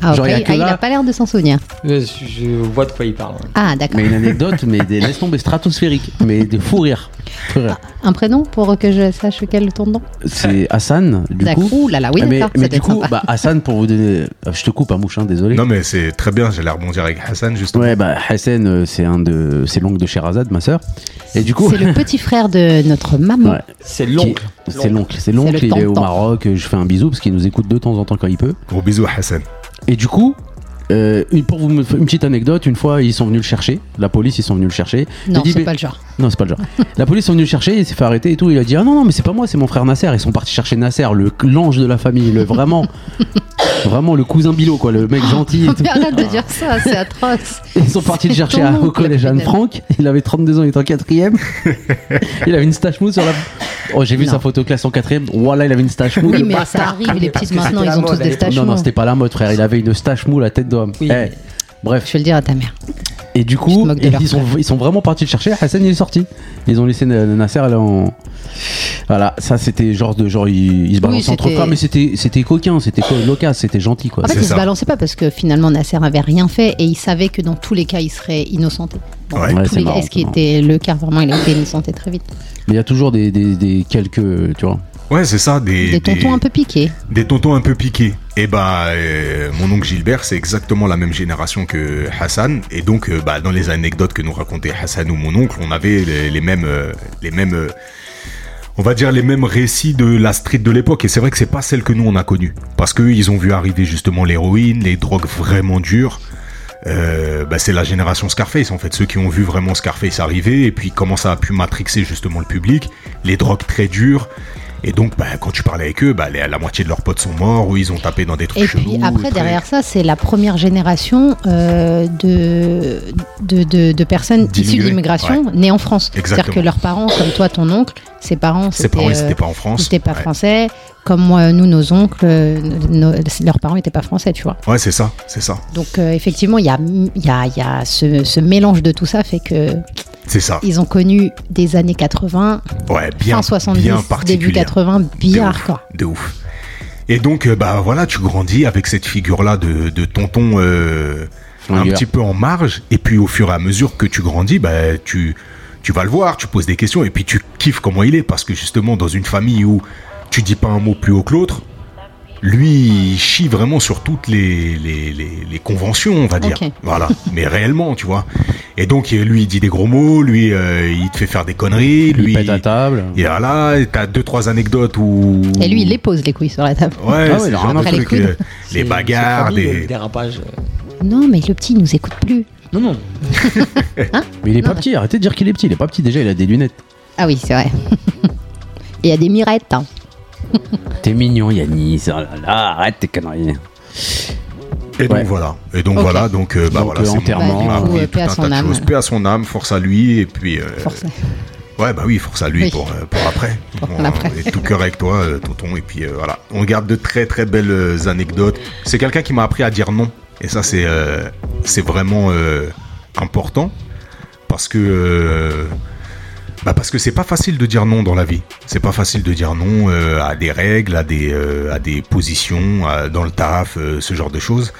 Speaker 3: Ah, ok.
Speaker 2: genre, il y a
Speaker 3: Ah,
Speaker 2: que
Speaker 3: il
Speaker 2: là-
Speaker 3: a pas l'air de s'en souvenir.
Speaker 4: Je, je vois de quoi il parle. hein.
Speaker 3: Ah d'accord.
Speaker 2: Mais une anecdote, mais des laisse tomber stratosphérique. Mais de fou rire. Fou rire.
Speaker 3: Un prénom pour que je sache quel ton nom.
Speaker 2: C'est Hassan, du
Speaker 3: D'accord.
Speaker 2: coup. Ah,
Speaker 3: Ouh là là, oui,
Speaker 2: mais,
Speaker 3: d'accord,
Speaker 2: mais
Speaker 3: ça doit
Speaker 2: du
Speaker 3: être
Speaker 2: coup,
Speaker 3: sympa.
Speaker 2: bah, Hassan, pour vous donner. Ah, Je te coupe, hein, mouche, hein, désolé.
Speaker 1: Non mais c'est très bien. J'allais rebondir avec Hassan justement.
Speaker 2: Ouais, bah, Hassan, euh, c'est un de. C'est l'oncle de Sherazade, ma sœur. Et du coup.
Speaker 3: C'est le petit frère de notre maman.
Speaker 2: Ouais.
Speaker 4: C'est l'oncle.
Speaker 2: Qui- C'est l'oncle, c'est l'oncle,
Speaker 3: C'est le
Speaker 2: il est au
Speaker 3: tonton.
Speaker 2: Maroc, euh, je fais un bisou parce qu'il nous écoute de temps en temps quand il peut.
Speaker 1: Gros bisous Hassan.
Speaker 2: Et du coup, euh, une- pour vous me- une petite anecdote, une fois ils sont venus le chercher, la police ils sont venus le chercher.
Speaker 3: Non,
Speaker 2: Il dit,
Speaker 3: c'est
Speaker 2: mais-
Speaker 3: pas le genre.
Speaker 2: Non, c'est pas le genre. la police sont venus le chercher, il s'est fait arrêter et tout. Il a dit Ah non, non, mais c'est pas moi, c'est mon frère Nasser. Ils sont partis chercher Nasser, le l'ange de la famille, le vraiment, vraiment le cousin Bilo, quoi, le mec gentil et tout.
Speaker 3: Mais Arrête de dire ça, c'est atroce.
Speaker 2: Ils sont partis le
Speaker 3: C'est
Speaker 2: chercher
Speaker 3: ton
Speaker 2: à- au
Speaker 3: oncle,
Speaker 2: collège
Speaker 3: Fidel.
Speaker 2: Anne-Franck. Il avait 32 ans, il était en quatrième. il avait une stache mou sur la. Oh, j'ai vu
Speaker 3: Non.
Speaker 2: sa photo classe en quatrième. Voilà, il avait une stache mou.
Speaker 3: Oui,
Speaker 2: le
Speaker 3: mais
Speaker 2: bâtard.
Speaker 3: ça arrive, les petits
Speaker 4: Parce que
Speaker 3: maintenant, ils ont
Speaker 4: c'était la
Speaker 3: tous
Speaker 4: mode à
Speaker 3: des
Speaker 4: l'époque.
Speaker 3: staches.
Speaker 2: Non, non, c'était pas la mode, frère. Il avait une stache mou, la tête d'homme.
Speaker 4: Oui,
Speaker 2: Eh,
Speaker 4: mais-
Speaker 2: Bref.
Speaker 3: Je vais le dire à ta mère.
Speaker 2: Bah, Et du
Speaker 3: Tu te
Speaker 2: coup,
Speaker 3: moques de
Speaker 2: ils
Speaker 3: leur
Speaker 2: sont, ils sont vraiment partis le chercher. Hassan, il est sorti. Ils ont laissé Na- Nasser là en. Voilà, ça c'était genre de genre ils, ils se balançaient entre
Speaker 3: c'était-
Speaker 2: frères, mais c'était c'était coquin, c'était co- loquace, c'était gentil quoi.
Speaker 3: En fait,
Speaker 1: C'est
Speaker 3: il se
Speaker 1: ça.
Speaker 3: balançait pas parce que finalement Nasser avait rien fait et il savait que dans tous les cas, il serait innocenté. Bon,
Speaker 1: Ouais.
Speaker 3: dans
Speaker 2: Ouais,
Speaker 3: tous
Speaker 2: c'est
Speaker 3: les
Speaker 2: marrant,
Speaker 3: cas, ce qui
Speaker 2: c'est marrant.
Speaker 3: était le cas, vraiment, il a été innocenté très vite.
Speaker 2: Mais il y a toujours des, des, des quelques tu vois.
Speaker 1: Ouais c'est ça des
Speaker 3: Des tontons un peu piqués.
Speaker 1: Des tontons un peu piqués. Et bah, euh, mon oncle Gilbert, c'est exactement la même génération que Hassan. Et donc, euh, bah, dans les anecdotes que nous racontait Hassan ou mon oncle, on avait les, les mêmes, euh, les mêmes, euh, on va dire les mêmes récits de la street de l'époque. Et c'est vrai que c'est pas celle que nous on a connue, parce que eux, ils ont vu arriver justement l'héroïne, les drogues vraiment dures. Euh, bah, c'est la génération Scarface en fait, ceux qui ont vu vraiment Scarface arriver et puis comment ça a pu matrixer justement le public, les drogues très dures. Et donc, bah, quand tu parlais avec eux, bah, les- la moitié de leurs potes sont morts ou ils ont tapé dans des trucs
Speaker 3: Et
Speaker 1: chelous.
Speaker 3: puis après,
Speaker 1: très-
Speaker 3: derrière ça, c'est la première génération euh, de, de, de- de personnes issues
Speaker 1: D'immigrés,
Speaker 3: d'immigration nées en France.
Speaker 1: Exactement.
Speaker 3: C'est-à-dire que leurs parents, comme toi, ton oncle, ses parents,
Speaker 1: Ses parents, ils
Speaker 3: euh,
Speaker 1: n'étaient pas en France.
Speaker 3: ils étaient pas
Speaker 1: Ouais.
Speaker 3: français. Comme moi, nous, nos oncles, euh, nos- leurs parents n'étaient pas français, tu vois.
Speaker 1: Ouais, c'est ça, c'est ça,
Speaker 3: Donc euh, effectivement, il y a, il y a- il y a ce, ce mélange de tout ça fait que
Speaker 1: c'est ça.
Speaker 3: ils ont connu des années 80,
Speaker 1: Ouais, bien,
Speaker 3: fin 70,
Speaker 1: bien
Speaker 3: début
Speaker 1: particulier.
Speaker 3: 80,
Speaker 1: De
Speaker 3: bien
Speaker 1: ouf,
Speaker 3: hardcore.
Speaker 1: De ouf. Et donc, euh, bah voilà, tu grandis avec cette figure-là de, de tonton euh, un
Speaker 2: Flingueur.
Speaker 1: petit peu en marge. Et puis, au fur et à mesure que tu grandis, bah tu, tu vas le voir, tu poses des questions et puis tu kiffes comment il est. Parce que justement, dans une famille où tu dis pas un mot plus haut que l'autre, lui, il chie vraiment sur toutes les, les, les, les conventions, on va dire.
Speaker 3: Ok.
Speaker 1: Voilà, mais réellement, tu vois. Et donc, lui, il dit des gros mots, lui, euh, il te fait faire des conneries,
Speaker 2: Ils
Speaker 1: lui.
Speaker 2: pètent à table.
Speaker 1: Et voilà, t'as deux trois anecdotes où.
Speaker 3: Et lui, il les pose les couilles sur la table.
Speaker 1: Ouais,
Speaker 2: Ah ouais,
Speaker 1: c'est
Speaker 2: il a
Speaker 1: genre
Speaker 2: rien
Speaker 1: de
Speaker 3: à
Speaker 1: truc,
Speaker 3: foutre.
Speaker 1: euh, les bagarres,
Speaker 4: des
Speaker 1: des.
Speaker 4: dérapages. euh.
Speaker 1: Oh.
Speaker 3: Non, mais le petit, il nous écoute plus.
Speaker 4: Non, non.
Speaker 2: Mais il est
Speaker 3: Non,
Speaker 2: pas
Speaker 3: mais-
Speaker 2: petit, arrêtez de dire qu'il est petit, il est pas petit déjà, il a des lunettes.
Speaker 3: Ah oui, c'est vrai. Il y a des mirettes. hein.
Speaker 2: T'es mignon Yanis, oh là là, arrête tes conneries.
Speaker 1: Et donc
Speaker 2: Ouais.
Speaker 1: voilà. Et donc
Speaker 3: Ok.
Speaker 1: voilà, donc, euh, bah
Speaker 2: Donc,
Speaker 1: voilà,
Speaker 2: euh,
Speaker 1: c'est mon
Speaker 2: enterrement,
Speaker 1: oncle, il
Speaker 2: Bah, du
Speaker 1: a
Speaker 2: coup,
Speaker 1: appris
Speaker 3: euh,
Speaker 1: tout
Speaker 3: paix à
Speaker 1: un
Speaker 3: son
Speaker 1: tas de
Speaker 3: âme.
Speaker 1: choses. Paix à son âme, force à lui, et puis. euh,
Speaker 3: Force.
Speaker 1: Ouais, bah oui, force à lui
Speaker 3: Oui.
Speaker 1: pour, euh, pour après.
Speaker 3: Pour
Speaker 1: On-
Speaker 3: l'après.
Speaker 1: Et tout cœur avec toi, euh, tonton, et puis euh, voilà. On garde de très très belles euh, anecdotes. C'est quelqu'un qui m'a appris à dire non. Et ça, c'est euh, c'est vraiment euh, important. Parce que. euh, Bah parce que c'est pas facile de dire non dans la vie. C'est pas facile de dire non euh, à des règles, à des, euh, à des positions, à- dans le taf, euh, ce genre de choses.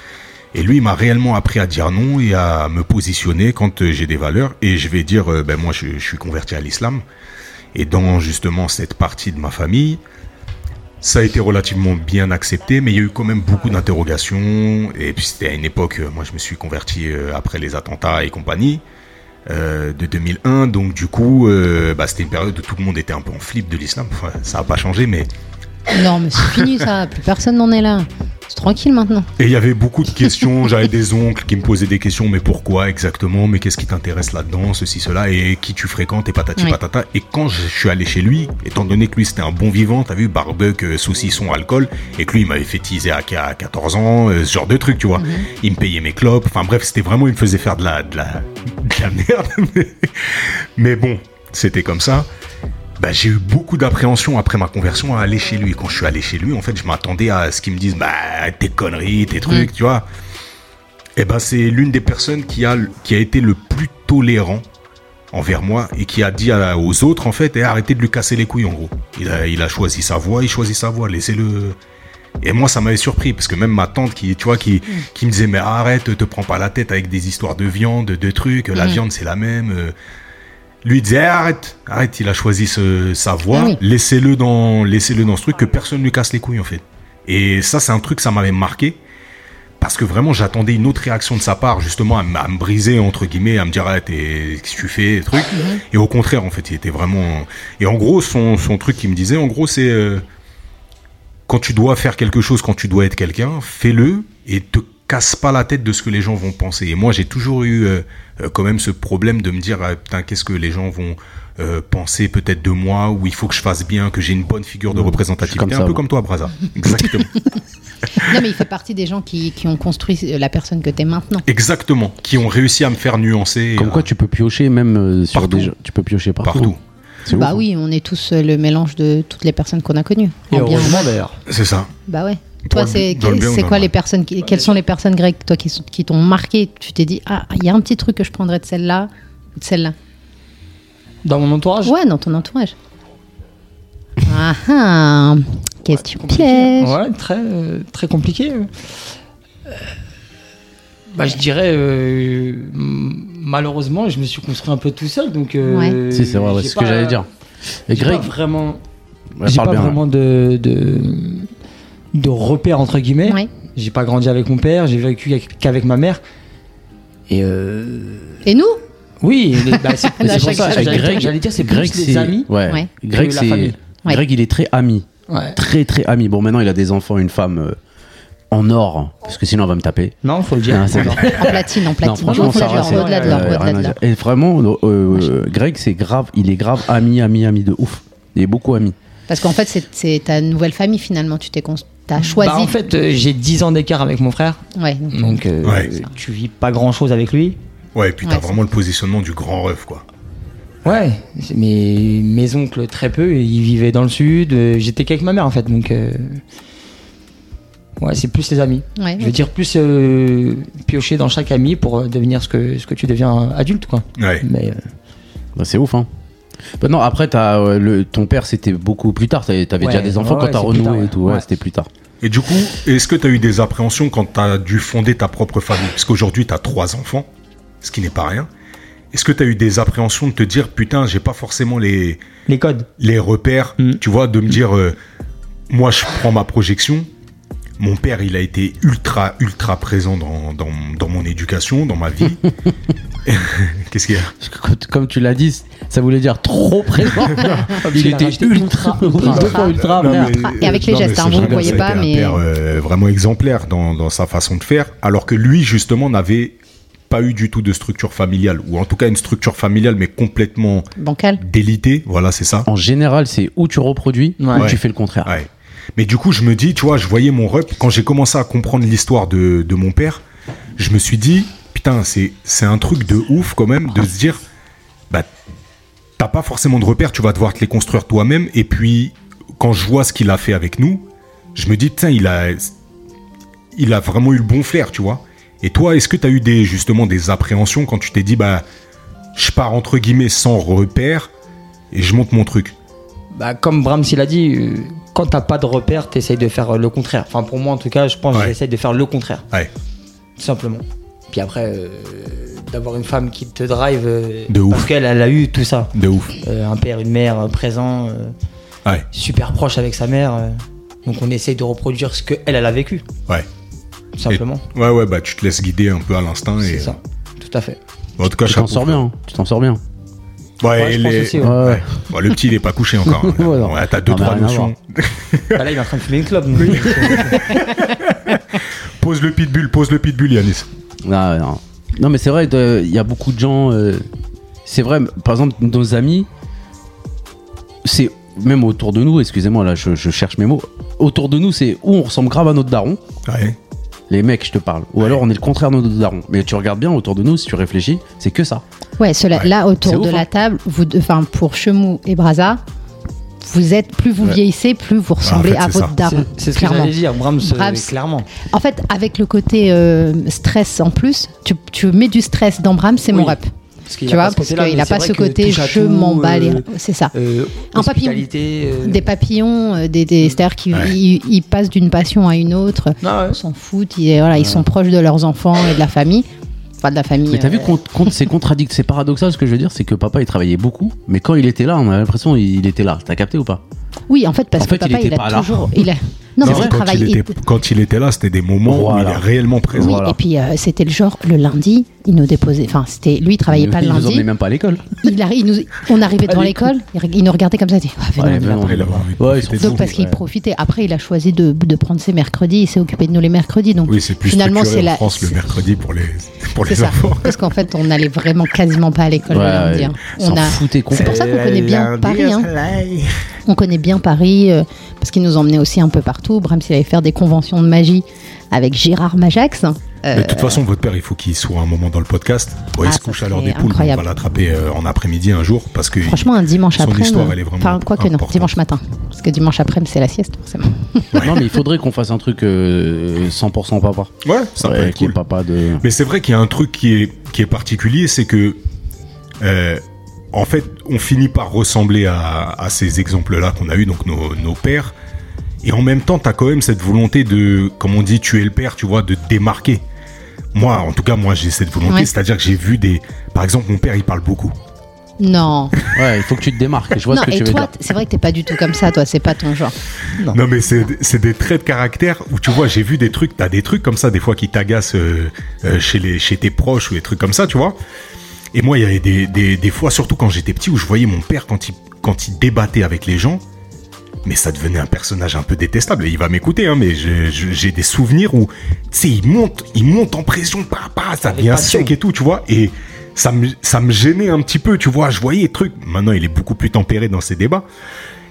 Speaker 1: Et lui, il m'a réellement appris à dire non et à me positionner quand euh, j'ai des valeurs. Et je vais dire, euh, ben moi, je, je suis converti à l'islam. Et dans justement cette partie de ma famille, ça a été relativement bien accepté, mais il y a eu quand même beaucoup d'interrogations. Et puis c'était à une époque, euh, moi, je me suis converti euh, après les attentats et compagnie euh, de 2001. Donc du coup, euh, bah, c'était une période où tout le monde était un peu en flip de l'islam. Enfin, ça n'a pas changé, mais
Speaker 3: Non, mais c'est fini ça, plus personne n'en est là. C'est tranquille maintenant.
Speaker 1: Et il y avait beaucoup de questions, j'avais des oncles qui me posaient des questions, mais pourquoi exactement, mais qu'est-ce qui t'intéresse là-dedans, ceci, cela, et qui tu fréquentes, et patati
Speaker 3: Oui.
Speaker 1: patata. Et quand je suis allé chez lui, étant donné que lui c'était un bon vivant, t'as vu, barbecue, euh, saucisson, alcool, et que lui il m'avait fait teaser à qu- à 14 ans, euh, ce genre de truc, tu vois. Il me payait mes clopes, enfin bref, c'était vraiment, il me faisait faire de la, de la, de la merde. mais- mais bon, c'était comme ça. Bah, j'ai eu beaucoup d'appréhension après ma conversion à aller chez lui. Quand je suis allé chez lui, en fait, je m'attendais à ce qu'ils me disent bah, tes conneries, tes trucs, tu vois. Et ben, c'est l'une des personnes qui a, qui a été le plus tolérant envers moi et qui a dit à- aux autres, en fait, Eh, arrêtez de lui casser les couilles, en gros. Il a, il a choisi sa voie, il choisit sa voie, laissez-le. Et moi, ça m'avait surpris parce que même ma tante qui, tu vois, qui, qui me disait, mais arrête, te prends pas la tête avec des histoires de viande, de trucs, la viande c'est la même. euh. Lui disait, Eh, arrête, arrête, il a choisi ce- sa voie,
Speaker 3: Ah oui.
Speaker 1: laissez-le dans, laissez-le dans ce truc que personne lui casse les couilles, en fait. Et ça, c'est un truc, ça m'avait marqué. Parce que vraiment, j'attendais une autre réaction de sa part, justement, à, m- à me briser, entre guillemets, à me dire, ah, t'es, qu'est-ce que tu fais, truc. Et au contraire, en fait, il était vraiment. Et en gros, son, son truc qu'il me disait, en gros, c'est. euh, quand tu dois faire quelque chose, quand tu dois être quelqu'un, fais-le et te casse pas la tête de ce que les gens vont penser. Et moi, j'ai toujours eu euh, euh, quand même ce problème de me dire, ah, putain, qu'est-ce que les gens vont euh, penser peut-être de moi, ou il faut que je fasse bien, que j'ai une bonne figure de
Speaker 2: Ouais,
Speaker 1: représentativité,
Speaker 2: je suis Mmh. comme
Speaker 1: un
Speaker 2: ça,
Speaker 1: peu
Speaker 2: moi.
Speaker 1: comme toi, Braza. Exactement.
Speaker 3: Non, mais il fait partie des gens qui, qui ont construit la personne que t'es maintenant.
Speaker 1: Exactement. Qui ont réussi à me faire nuancer.
Speaker 2: Comme
Speaker 1: euh,
Speaker 2: quoi, tu peux piocher même euh, sur
Speaker 1: Partout.
Speaker 2: des gens. Tu peux piocher partout.
Speaker 1: partout.
Speaker 2: C'est
Speaker 3: Bah
Speaker 2: ouf.
Speaker 3: oui,
Speaker 1: hein.
Speaker 3: on est tous euh, le mélange de toutes les personnes qu'on a connues.
Speaker 4: Et
Speaker 3: En bien,
Speaker 4: heureusement d'ailleurs.
Speaker 1: C'est ça.
Speaker 3: Bah ouais. Toi,
Speaker 1: le-
Speaker 3: c'est
Speaker 1: dans le bien ou
Speaker 3: c'est
Speaker 1: dans
Speaker 3: quoi
Speaker 1: le
Speaker 3: les
Speaker 1: mal
Speaker 3: personnes qui- Quelles sont les personnes grecques toi qui sont- qui t'ont marqué Tu t'es dit ah il y a un petit truc que je prendrais de celle-là ou de celle-là.
Speaker 4: Dans mon entourage
Speaker 3: Ouais, dans ton entourage. Ah ah Question piège.
Speaker 4: hein. Ouais, très, euh, très compliqué. Euh, bah, je dirais, euh, m- malheureusement, je me suis construit un peu tout seul. Donc, euh,
Speaker 3: Ouais.
Speaker 2: Si, c'est vrai, ouais,
Speaker 4: j'ai
Speaker 2: c'est ce
Speaker 4: pas-
Speaker 2: que j'allais dire. Et
Speaker 4: J'ai pas
Speaker 2: Greg,
Speaker 4: vraiment,
Speaker 2: ouais,
Speaker 4: j'ai
Speaker 2: parle
Speaker 4: pas
Speaker 2: bien.
Speaker 4: vraiment de, de, de repères, entre guillemets.
Speaker 3: Ouais.
Speaker 4: J'ai pas grandi avec mon père, j'ai vécu avec- qu'avec ma mère. Et euh,
Speaker 3: Et nous
Speaker 4: oui, mais, bah, c'est
Speaker 3: Là,
Speaker 4: c'est pour
Speaker 3: chaque-
Speaker 4: ça.
Speaker 2: Ouais,
Speaker 4: J'allais dire,
Speaker 2: Greg,
Speaker 4: j'allais dire, c'est
Speaker 2: Greg,
Speaker 4: plus les
Speaker 2: c'est-
Speaker 4: amis.
Speaker 2: Ouais.
Speaker 3: Ouais.
Speaker 2: Greg,
Speaker 4: que la
Speaker 2: c'est-
Speaker 4: famille.
Speaker 3: Ouais.
Speaker 2: Greg, il est très ami.
Speaker 4: Ouais.
Speaker 2: Très, très ami. Bon, maintenant, il a des enfants, une femme euh, en or. Parce que sinon, elle va me taper.
Speaker 4: Non, faut le dire.
Speaker 2: Non, Ah, c'est
Speaker 4: Non.
Speaker 3: En platine, en platine.
Speaker 2: Non, franchement,
Speaker 3: Au-delà de
Speaker 2: Sarah,
Speaker 3: l'or,
Speaker 2: c'est
Speaker 3: au-delà de l'or,
Speaker 2: euh,
Speaker 3: au-delà
Speaker 2: rien
Speaker 3: de
Speaker 2: à
Speaker 3: l'or.
Speaker 2: dire. Et vraiment, euh, euh, Greg, c'est grave. Il est grave ami, ami, ami de ouf. Il est beaucoup ami.
Speaker 3: Parce qu'en fait, c'est- c'est ta nouvelle famille finalement. Tu t'es cons- t'as choisi.
Speaker 4: Bah, en fait, euh, j'ai 10 ans d'écart avec mon frère.
Speaker 3: Ouais, donc-
Speaker 4: Donc, euh,
Speaker 1: Ouais.
Speaker 4: tu vis pas grand chose avec lui.
Speaker 1: Ouais, et puis t'as
Speaker 3: Ouais,
Speaker 1: vraiment le positionnement du grand ref, quoi.
Speaker 4: Ouais, c'est- mais mes oncles, très peu. Ils vivaient dans le sud. euh, J'étais qu'avec ma mère, en fait. Donc, euh, ouais, c'est plus les amis.
Speaker 3: ouais,
Speaker 4: Je veux dire, plus euh, piocher dans chaque ami pour euh, devenir ce que, ce que tu deviens adulte, quoi.
Speaker 1: Ouais.
Speaker 4: Mais, euh,
Speaker 2: Bah, c'est ouf, hein. Bah, non, après, t'as, euh, le, ton père, c'était beaucoup plus tard. T'avais t'avais
Speaker 4: Ouais,
Speaker 2: déjà des enfants
Speaker 4: ouais,
Speaker 2: quand
Speaker 4: ouais,
Speaker 2: t'as
Speaker 4: c'est plus
Speaker 2: renoué
Speaker 4: tard, ouais.
Speaker 2: et tout. Ouais,
Speaker 4: Ouais.
Speaker 2: c'était plus tard.
Speaker 1: Et du coup, est-ce que t'as eu des appréhensions quand t'as dû fonder ta propre famille Parce qu'aujourd'hui, t'as trois enfants, ce qui n'est pas rien. Est-ce que t'as eu des appréhensions de te dire, putain, j'ai pas forcément les,
Speaker 4: les codes.
Speaker 1: les repères,
Speaker 4: Mm.
Speaker 1: tu vois, de me dire, euh, moi, je prends ma projection. Mon père, il a été ultra, ultra présent dans, dans, dans mon éducation, dans ma vie. Qu'est-ce qu'il y a
Speaker 2: Parce que quand- Comme tu l'as dit, ça voulait dire trop présent.
Speaker 4: tu
Speaker 2: il
Speaker 4: l'as
Speaker 2: était
Speaker 4: rajouté,
Speaker 2: ultra,
Speaker 4: ultra, ultra.
Speaker 2: deux fois ultra,
Speaker 1: Non,
Speaker 2: frère.
Speaker 1: mais- euh,
Speaker 3: ultra. Et avec les
Speaker 1: non, mais
Speaker 3: gestes, hein,
Speaker 1: c'est
Speaker 3: vous le
Speaker 1: vraiment-
Speaker 3: voyez
Speaker 1: ça a
Speaker 3: pas,
Speaker 1: été
Speaker 3: mais-
Speaker 1: un père, euh, vraiment exemplaire dans, dans sa façon de faire, alors que lui, justement, n'avait pas eu du tout de structure familiale, ou en tout cas une structure familiale, mais complètement
Speaker 3: bancal.
Speaker 1: délitée. Voilà, c'est ça.
Speaker 2: En général, c'est où tu reproduis
Speaker 4: Ouais.
Speaker 2: ou tu fais le contraire.
Speaker 1: Ouais. Mais du coup, je me dis, tu vois, je voyais mon rep. Quand j'ai commencé à comprendre l'histoire de, de mon père, je me suis dit, putain, c'est, c'est un truc de ouf quand même de se dire, bah, t'as pas forcément de repères, tu vas devoir te les construire toi-même. Et puis, quand je vois ce qu'il a fait avec nous, je me dis, putain, il a, il a vraiment eu le bon flair, tu vois. Et toi, est-ce que t'as eu des, justement des appréhensions quand tu t'es dit, bah, je pars entre guillemets sans repère et je monte mon truc
Speaker 4: Bah, comme Brahms il a dit, euh, quand t'as pas de repère, t'essayes de faire euh, le contraire. Enfin, pour moi en tout cas, je pense
Speaker 1: Ouais.
Speaker 4: que j'essaye de faire le contraire.
Speaker 1: Ouais.
Speaker 4: tout simplement. Puis après, euh, d'avoir une femme qui te drive, euh,
Speaker 1: De ouf.
Speaker 4: parce qu'elle elle a eu tout ça.
Speaker 1: De ouf.
Speaker 4: Euh, un père, une mère euh, présent, euh,
Speaker 1: Ouais.
Speaker 4: super proche avec sa mère. euh. donc on essaye de reproduire ce qu'elle, elle a vécu,
Speaker 1: Ouais.
Speaker 4: tout simplement.
Speaker 1: Ouais, ouais, bah tu te laisses guider un peu à l'instinct et. euh,
Speaker 4: C'est ça, tout à fait.
Speaker 1: En tout cas,
Speaker 2: Tu t'en
Speaker 1: chapeau.
Speaker 2: sors bien, hein, tu t'en sors bien.
Speaker 1: Ouais,
Speaker 4: Ouais, je
Speaker 1: et
Speaker 4: pense
Speaker 1: les-
Speaker 4: aussi, ouais.
Speaker 2: Ouais, ouais.
Speaker 1: Bon, le petit, il est pas couché encore. hein.
Speaker 2: Ouais, non. Ah,
Speaker 1: Ouais, t'as deux,
Speaker 2: Non, mais
Speaker 1: trois
Speaker 2: rien à
Speaker 1: notions.
Speaker 4: Bah là, il est en train de fumer une clope. donc.
Speaker 1: Pose le pitbull, pose le pitbull, Yanis.
Speaker 2: Non, Ah, non. Non, mais c'est vrai, de- il y a beaucoup de gens. euh, c'est vrai, par exemple, nos amis, c'est même autour de nous, excusez-moi, là, je, je cherche mes mots. Autour de nous, c'est où on ressemble grave à notre daron,
Speaker 1: Ouais.
Speaker 2: les mecs, je te parle. Ou alors on est le contraire de notre daron. Mais tu regardes bien autour de nous, si tu réfléchis, c'est que ça.
Speaker 3: Ouais, cela,
Speaker 1: Ouais.
Speaker 3: là,
Speaker 2: C'est
Speaker 3: autour de
Speaker 2: ouf, hein.
Speaker 3: la table, vous, deux- enfin, pour Chemou et Braza, vous êtes, plus vous
Speaker 2: Ouais.
Speaker 3: vieillissez, plus vous ressemblez
Speaker 1: fait,
Speaker 3: à
Speaker 1: c'est
Speaker 3: votre
Speaker 1: ça.
Speaker 3: daron.
Speaker 4: Bah, C'est- C'est ce que
Speaker 3: clairement.
Speaker 4: j'allais dire, Brahms, euh,
Speaker 3: Brahms.
Speaker 4: clairement.
Speaker 3: En fait, avec le côté euh, stress en plus, tu, tu mets du stress dans Bram, c'est mon
Speaker 4: Oui.
Speaker 3: rep.
Speaker 4: Parce qu'il
Speaker 3: Tu
Speaker 4: a
Speaker 3: vois,
Speaker 4: pas ce
Speaker 3: parce
Speaker 4: côté-là,
Speaker 3: qu'il
Speaker 4: mais
Speaker 3: n'a
Speaker 4: c'est
Speaker 3: pas
Speaker 4: vrai
Speaker 3: ce
Speaker 4: que
Speaker 3: côté
Speaker 4: touche à
Speaker 3: je
Speaker 4: tout,
Speaker 3: m'en bats les.
Speaker 4: euh,
Speaker 3: C'est ça.
Speaker 4: euh,
Speaker 3: Un papillon.
Speaker 4: hospitalité, euh,
Speaker 3: Des papillons, euh, des, des, c'est-à-dire qu'ils
Speaker 1: Ouais.
Speaker 3: ils- ils passent d'une passion à une autre.
Speaker 4: Ah ouais.
Speaker 3: Ils s'en foutent, ils, euh, voilà, ils sont proches de leurs enfants et de la famille. Enfin, de la famille.
Speaker 2: Mais t'as vu,
Speaker 3: euh,
Speaker 2: qu'on- qu'on- c'est contradictoire, c'est paradoxal ce que je veux dire, c'est que papa il travaillait beaucoup, mais quand il était là, on a l'impression il était là. T'as capté ou pas
Speaker 3: Oui, en fait, parce
Speaker 2: En fait,
Speaker 3: que
Speaker 2: il
Speaker 3: papa, il,
Speaker 2: était pas
Speaker 3: a
Speaker 2: là.
Speaker 3: toujours. Il a... Non, mais
Speaker 2: vrai.
Speaker 3: il
Speaker 1: quand,
Speaker 3: travaille.
Speaker 1: il était, quand il était là, c'était des moments où il est
Speaker 2: Voilà.
Speaker 1: réellement
Speaker 3: Oui,
Speaker 1: présent.
Speaker 2: Voilà.
Speaker 3: et puis euh, c'était le genre, le lundi, il nous déposait. Enfin, c'était lui, il travaillait pas le
Speaker 2: Il nous
Speaker 3: lundi.
Speaker 2: emmenait même pas à l'école.
Speaker 3: Il arri- il nous- On arrivait devant
Speaker 2: les couilles.
Speaker 3: l'école, il reg- il nous regardait comme ça, il disait, Ah, venez,
Speaker 2: Ouais,
Speaker 3: on y va.
Speaker 2: venez,
Speaker 1: Il avait envie de
Speaker 2: Ouais, ils
Speaker 1: profiter
Speaker 2: sont
Speaker 1: de
Speaker 3: Donc
Speaker 1: tout.
Speaker 3: parce qu'il
Speaker 2: ouais.
Speaker 3: profitait. Après, il a choisi de, de prendre ses mercredis. Il s'est occupé de nous les mercredis. Donc
Speaker 1: Oui, c'est plus
Speaker 3: finalement, c'est
Speaker 1: structuré en
Speaker 3: la
Speaker 1: France le
Speaker 3: c'est-
Speaker 1: mercredi pour les, pour
Speaker 3: C'est
Speaker 1: les
Speaker 3: ça.
Speaker 1: enfants.
Speaker 3: Parce qu'en fait, on n'allait vraiment quasiment pas à l'école le
Speaker 2: Ouais,
Speaker 3: lundi. hein.
Speaker 2: ils
Speaker 3: On
Speaker 2: s'en
Speaker 3: a.
Speaker 2: foutait
Speaker 3: C'est
Speaker 2: complètement.
Speaker 3: pour ça qu'on connaît bien Paris. hein. On connaît bien Paris euh, parce qu'il nous emmenait aussi un peu partout. Brahms, il allait faire des conventions de magie avec Gérard Majax. hein. Euh,
Speaker 1: Mais de toute façon, votre père, il faut qu'il soit un moment dans le podcast. Bon,
Speaker 3: Ah,
Speaker 1: il se
Speaker 3: ça
Speaker 1: couche à l'heure
Speaker 3: serait
Speaker 1: des poules, mais on
Speaker 3: incroyable.
Speaker 1: va l'attraper euh, en après-midi un jour parce que.
Speaker 3: Franchement, un dimanche
Speaker 1: Son
Speaker 3: après
Speaker 1: histoire, elle est vraiment
Speaker 3: Enfin, quoi que non,
Speaker 1: importante.
Speaker 3: dimanche matin. Parce que dimanche après c'est la sieste, forcément.
Speaker 2: Non, mais il faudrait qu'on fasse un truc euh, 100% papa.
Speaker 1: Ouais, ça peut
Speaker 2: Ouais,
Speaker 1: être
Speaker 2: qui est
Speaker 1: cool.
Speaker 2: papa de.
Speaker 1: Mais c'est vrai qu'il y a un truc qui est, qui est particulier, c'est que, euh, en fait, on finit par ressembler à, à ces exemples-là qu'on a eu, donc nos, nos pères. Et en même temps, t'as quand même cette volonté de, comme on dit, tu es le père, tu vois, de te démarquer. Moi, en tout cas, moi, j'ai cette volonté.
Speaker 3: Ouais.
Speaker 1: C'est-à-dire que j'ai vu des. Par exemple, mon père, il parle beaucoup.
Speaker 3: Non.
Speaker 2: Ouais, il faut que tu te démarques. Je vois
Speaker 3: non,
Speaker 2: ce que
Speaker 3: et
Speaker 2: tu veux
Speaker 3: toi,
Speaker 2: dire.
Speaker 3: t- c'est vrai que t'es pas du tout comme ça, toi. C'est pas ton genre.
Speaker 1: Non, mais c'est c'est des traits de caractère où tu vois, j'ai vu des trucs, t'as des trucs comme ça, des fois qui t'agacent euh, euh, chez, les- chez tes proches ou des trucs comme ça, tu vois. Et moi, il y avait des, des, des fois, surtout quand j'étais petit, où je voyais mon père quand il, quand il débattait avec les gens, mais ça devenait un personnage un peu détestable. Et il va m'écouter, hein, mais je- je- j'ai des souvenirs où, tu sais, il monte, il monte en pression, bah, bah, ça devient
Speaker 4: passion.
Speaker 1: sec et tout, tu vois. Et ça me, ça me gênait un petit peu, tu vois. Je voyais des trucs. Maintenant, il est beaucoup plus tempéré dans ses débats.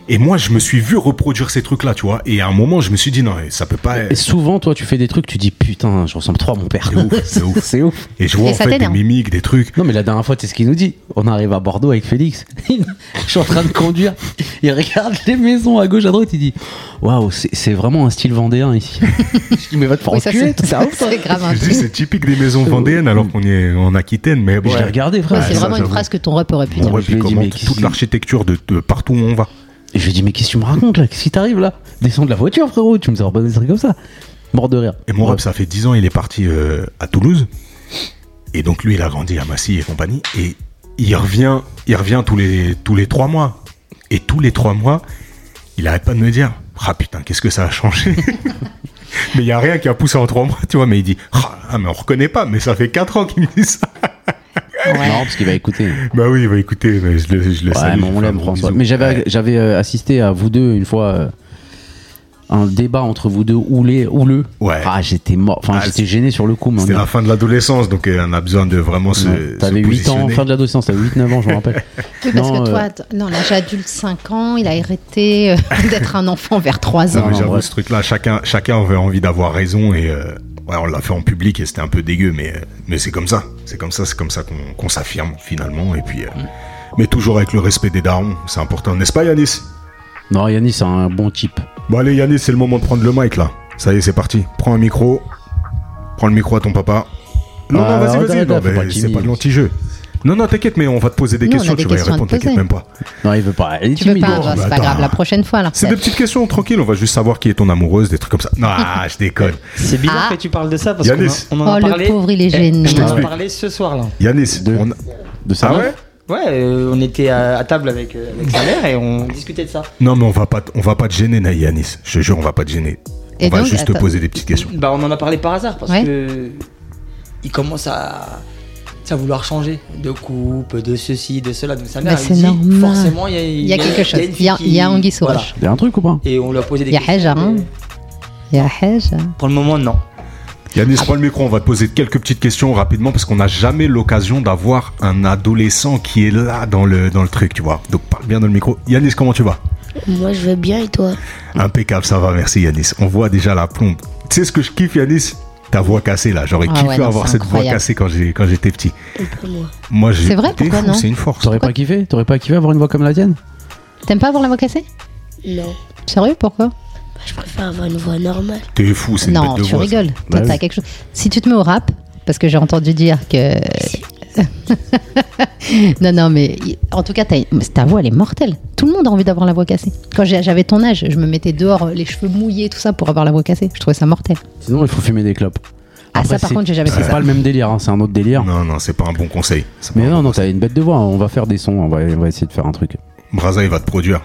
Speaker 1: Et moi, je me suis vu reproduire ces trucs-là, tu vois. Et à un moment, je me suis dit, non, ça peut pas.
Speaker 2: Et souvent, toi, tu fais des trucs, tu dis putain, je ressemble trop à mon père.
Speaker 1: C'est ouf, c'est ouf.
Speaker 2: C'est ouf.
Speaker 1: Et je vois
Speaker 3: Et
Speaker 1: en
Speaker 3: ça hein.
Speaker 1: fait des
Speaker 3: t'énerve.
Speaker 1: mimiques, des trucs.
Speaker 2: Non, mais la dernière fois, c'est ce qu'il nous dit. On arrive à Bordeaux avec Félix. je suis en train de conduire. Il regarde les maisons à gauche, à droite. Il dit Waouh, c'est c'est vraiment un style vendéen ici. je dis Mais va te faire
Speaker 3: Oui, ça
Speaker 2: enculer, toi,
Speaker 3: c'est
Speaker 2: t'es un ouf, toi.
Speaker 3: c'est grave. un
Speaker 1: Je
Speaker 3: truc.
Speaker 1: dis, c'est typique des maisons vendéennes alors qu'on est en Aquitaine, mais bon.
Speaker 2: Je l'ai regardé,
Speaker 3: Ouais,
Speaker 2: frère.
Speaker 1: Ouais,
Speaker 3: c'est
Speaker 1: ça,
Speaker 3: vraiment une
Speaker 1: j'avoue.
Speaker 3: phrase que ton rep aurait pu
Speaker 1: On
Speaker 3: dire.
Speaker 1: voit
Speaker 2: je lui ai
Speaker 1: puis
Speaker 2: dit,
Speaker 1: comment
Speaker 2: mais
Speaker 1: toute
Speaker 2: qui-
Speaker 1: l'architecture de, de partout où on va.
Speaker 2: Et je lui ai dit Mais qu'est-ce que tu me racontes là Qu'est-ce qui t'arrive là Descends de la voiture, frérot. Tu me sors pas des trucs comme ça. Mort de rire.
Speaker 1: Et mon
Speaker 2: Ouais.
Speaker 1: rap, ça fait 10 ans, il est parti euh, à Toulouse. Et donc lui, il a grandi à Massy et compagnie. Et il revient, il revient tous les tous les trois mois. Et tous les trois mois, il arrête pas de me dire, ah putain, qu'est-ce que ça a changé. mais il y a rien qui a poussé en trois mois, tu vois. Mais il dit, ah mais on reconnaît pas. Mais ça fait quatre ans qu'il me dit ça.
Speaker 2: Non, parce qu'il va écouter.
Speaker 1: bah oui, bah écoutez, mais je le, je le
Speaker 2: Ouais,
Speaker 1: salue,
Speaker 2: mais
Speaker 1: je fais
Speaker 2: on
Speaker 1: un
Speaker 2: l'aime,
Speaker 1: gros
Speaker 2: François.
Speaker 1: bisou.
Speaker 2: Mais j'avais
Speaker 1: Ouais.
Speaker 2: j'avais euh, assisté à vous deux une fois euh, un débat entre vous deux houlé houleux.
Speaker 1: Ouais.
Speaker 2: Ah, j'étais mort. Enfin,
Speaker 1: Ah,
Speaker 2: j'étais gêné sur le coup. mais on
Speaker 1: C'était
Speaker 2: a-
Speaker 1: la fin de l'adolescence, donc euh, on a besoin de vraiment se.
Speaker 2: Ouais.
Speaker 1: se
Speaker 2: T'avais 8 ans,
Speaker 1: positionner.
Speaker 2: fin de l'adolescence, t'avais 8-9 ans, je me rappelle.
Speaker 3: Oui, parce
Speaker 2: Non,
Speaker 3: que
Speaker 2: euh,
Speaker 3: toi, t- non, l'âge adulte, 5 ans, il a hérité euh, d'être un enfant vers 3
Speaker 1: Non,
Speaker 3: ans.
Speaker 1: mais
Speaker 2: non,
Speaker 1: j'avoue
Speaker 2: bref.
Speaker 1: ce truc-là, chacun, chacun avait envie d'avoir raison et euh, ouais, on l'a fait en public et c'était un peu dégueu, mais, euh, mais c'est comme ça. C'est comme ça, c'est comme ça qu'on qu'on s'affirme finalement. Et puis, euh, mais toujours avec le respect des darons, c'est important, n'est-ce pas Yanis
Speaker 2: Non, Yannis, c'est un bon type.
Speaker 1: Bon allez Yanis, c'est le moment de prendre le mic là. Ça y est, c'est parti. Prends un micro, prends le micro à ton papa. Non,
Speaker 2: Ah,
Speaker 1: non, vas-y,
Speaker 2: arrête,
Speaker 1: vas-y,
Speaker 2: arrête,
Speaker 1: non,
Speaker 2: faut
Speaker 1: mais
Speaker 2: pas
Speaker 1: c'est
Speaker 2: qu'il
Speaker 1: pas
Speaker 2: mime.
Speaker 1: de l'anti-jeu. Non, non, t'inquiète, mais on va te poser des
Speaker 3: Nous, on a
Speaker 1: questions,
Speaker 3: des
Speaker 1: tu vas y
Speaker 3: questions à te
Speaker 1: répondre, t'inquiète
Speaker 3: poser.
Speaker 1: même pas.
Speaker 2: Non, il veut pas. Il est
Speaker 3: Tu veux
Speaker 2: timide. hein.
Speaker 3: pas,
Speaker 1: Oh,
Speaker 3: bah,
Speaker 1: bah,
Speaker 3: c'est pas
Speaker 1: attends.
Speaker 3: grave, la prochaine fois alors.
Speaker 1: C'est des petites questions tranquilles, on va juste savoir qui est ton amoureuse, des trucs comme ça. Non, je déconne.
Speaker 4: C'est bizarre
Speaker 3: Ah.
Speaker 4: que tu parles de ça parce qu'on
Speaker 1: Yannis.
Speaker 4: en- on en
Speaker 3: Oh,
Speaker 4: a
Speaker 3: le
Speaker 4: parlé.
Speaker 3: pauvre, il est
Speaker 4: Eh,
Speaker 3: gêné.
Speaker 1: je
Speaker 4: On en a
Speaker 1: t'explique.
Speaker 4: parlé ce soir là.
Speaker 1: Yanis,
Speaker 2: De-
Speaker 1: on a-
Speaker 2: De
Speaker 1: Ah
Speaker 2: ça
Speaker 1: ouais
Speaker 4: Ouais, euh, on était à, à table avec, euh, avec sa mère et on discutait de ça.
Speaker 1: Non, mais on va pas, t- on va pas te gêner, Na- Yanis. Je te jure, on va pas te gêner.
Speaker 3: Et
Speaker 1: on va
Speaker 3: donc,
Speaker 1: juste te
Speaker 3: attends.
Speaker 1: poser des petites questions.
Speaker 4: Bah, on en a parlé par hasard parce
Speaker 3: Ouais.
Speaker 4: que il commence à, à vouloir changer de coupe, de ceci, de cela. Donc sa mère,
Speaker 3: Bah,
Speaker 4: elle
Speaker 3: c'est
Speaker 4: dit,
Speaker 3: normal.
Speaker 4: forcément, il y a,
Speaker 3: Il y a quelque chose.
Speaker 4: une
Speaker 3: Il y a,
Speaker 4: fille
Speaker 3: il y a
Speaker 4: qui-
Speaker 3: Anguille sous
Speaker 4: Voilà.
Speaker 3: roche.
Speaker 2: Il y a un truc ou pas
Speaker 4: Et on lui a posé des
Speaker 3: Il y a
Speaker 4: questions.
Speaker 3: Hajar, hein.
Speaker 4: mais
Speaker 3: Il y a Hej.
Speaker 4: Pour le moment, non.
Speaker 1: Yanis, prends le micro, on va te poser quelques petites questions rapidement parce qu'on n'a jamais l'occasion d'avoir un adolescent qui est là dans le, dans le truc, tu vois. Donc parle bien dans le micro. Yanis, comment tu vas
Speaker 5: Moi, je vais bien et toi
Speaker 1: Impeccable, ça va, merci Yanis. On voit déjà la plombe. Tu sais ce que je kiffe, Yanis Ta voix cassée là. J'aurais
Speaker 3: Ah
Speaker 1: kiffé
Speaker 3: ouais, non,
Speaker 1: avoir
Speaker 3: c'est
Speaker 1: cette voix
Speaker 3: incroyable.
Speaker 1: cassée quand j'ai- quand j'étais petit.
Speaker 5: Pour moi.
Speaker 1: Moi, j'ai.
Speaker 3: C'est vrai,
Speaker 1: T'es
Speaker 3: pourquoi
Speaker 1: fou,
Speaker 3: non
Speaker 1: C'est une force.
Speaker 2: T'aurais pas kiffé T'aurais pas kiffé avoir une voix comme la tienne
Speaker 3: T'aimes pas avoir la voix cassée
Speaker 5: Non.
Speaker 3: Sérieux, pourquoi
Speaker 5: Bah, je préfère avoir une voix normale.
Speaker 1: T'es fou, c'est une
Speaker 3: Non,
Speaker 1: bête de
Speaker 3: tu
Speaker 1: voix, ça.
Speaker 3: rigoles.
Speaker 2: Bah
Speaker 3: Toi, t'as
Speaker 2: oui.
Speaker 3: quelque chose. Si tu te mets au rap, parce que j'ai entendu dire que. non, non, mais il- en tout cas, t'as- mais ta voix, elle est mortelle. Tout le monde a envie d'avoir la voix cassée. Quand j'ai- j'avais ton âge, je me mettais dehors, les cheveux mouillés, tout ça, pour avoir la voix cassée. Je trouvais ça mortel.
Speaker 2: Sinon, il faut fumer des clopes.
Speaker 3: Ah,
Speaker 2: Après,
Speaker 3: ça, par
Speaker 2: c'est-
Speaker 3: contre, j'ai jamais fait
Speaker 2: C'est
Speaker 3: ça.
Speaker 2: pas le même délire, hein, c'est un autre délire.
Speaker 1: Non, non, c'est pas un bon conseil. C'est pas
Speaker 2: Mais
Speaker 1: un
Speaker 2: non,
Speaker 1: bon
Speaker 2: non, t'as une bête de voix. On va faire des sons, on va, on va essayer de faire un truc.
Speaker 1: Braza, il va te produire.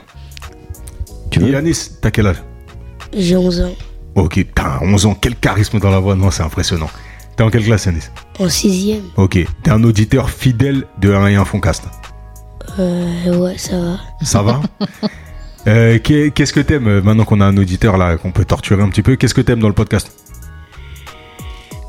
Speaker 2: Tu veux
Speaker 1: Yanis, t'as quel âge
Speaker 5: J'ai 11 ans.
Speaker 1: Ok, putain, 11 ans, quel charisme dans la voix, non, c'est impressionnant. T'es en quelle classe, Yanis
Speaker 5: En 6ème.
Speaker 1: Ok, t'es un auditeur fidèle de 1 et 1 Foncast.
Speaker 5: Euh, ouais, ça va.
Speaker 1: Ça va Euh, qu'est- Qu'est-ce que t'aimes, euh, maintenant qu'on a un auditeur là, qu'on peut torturer un petit peu, qu'est-ce que t'aimes dans le podcast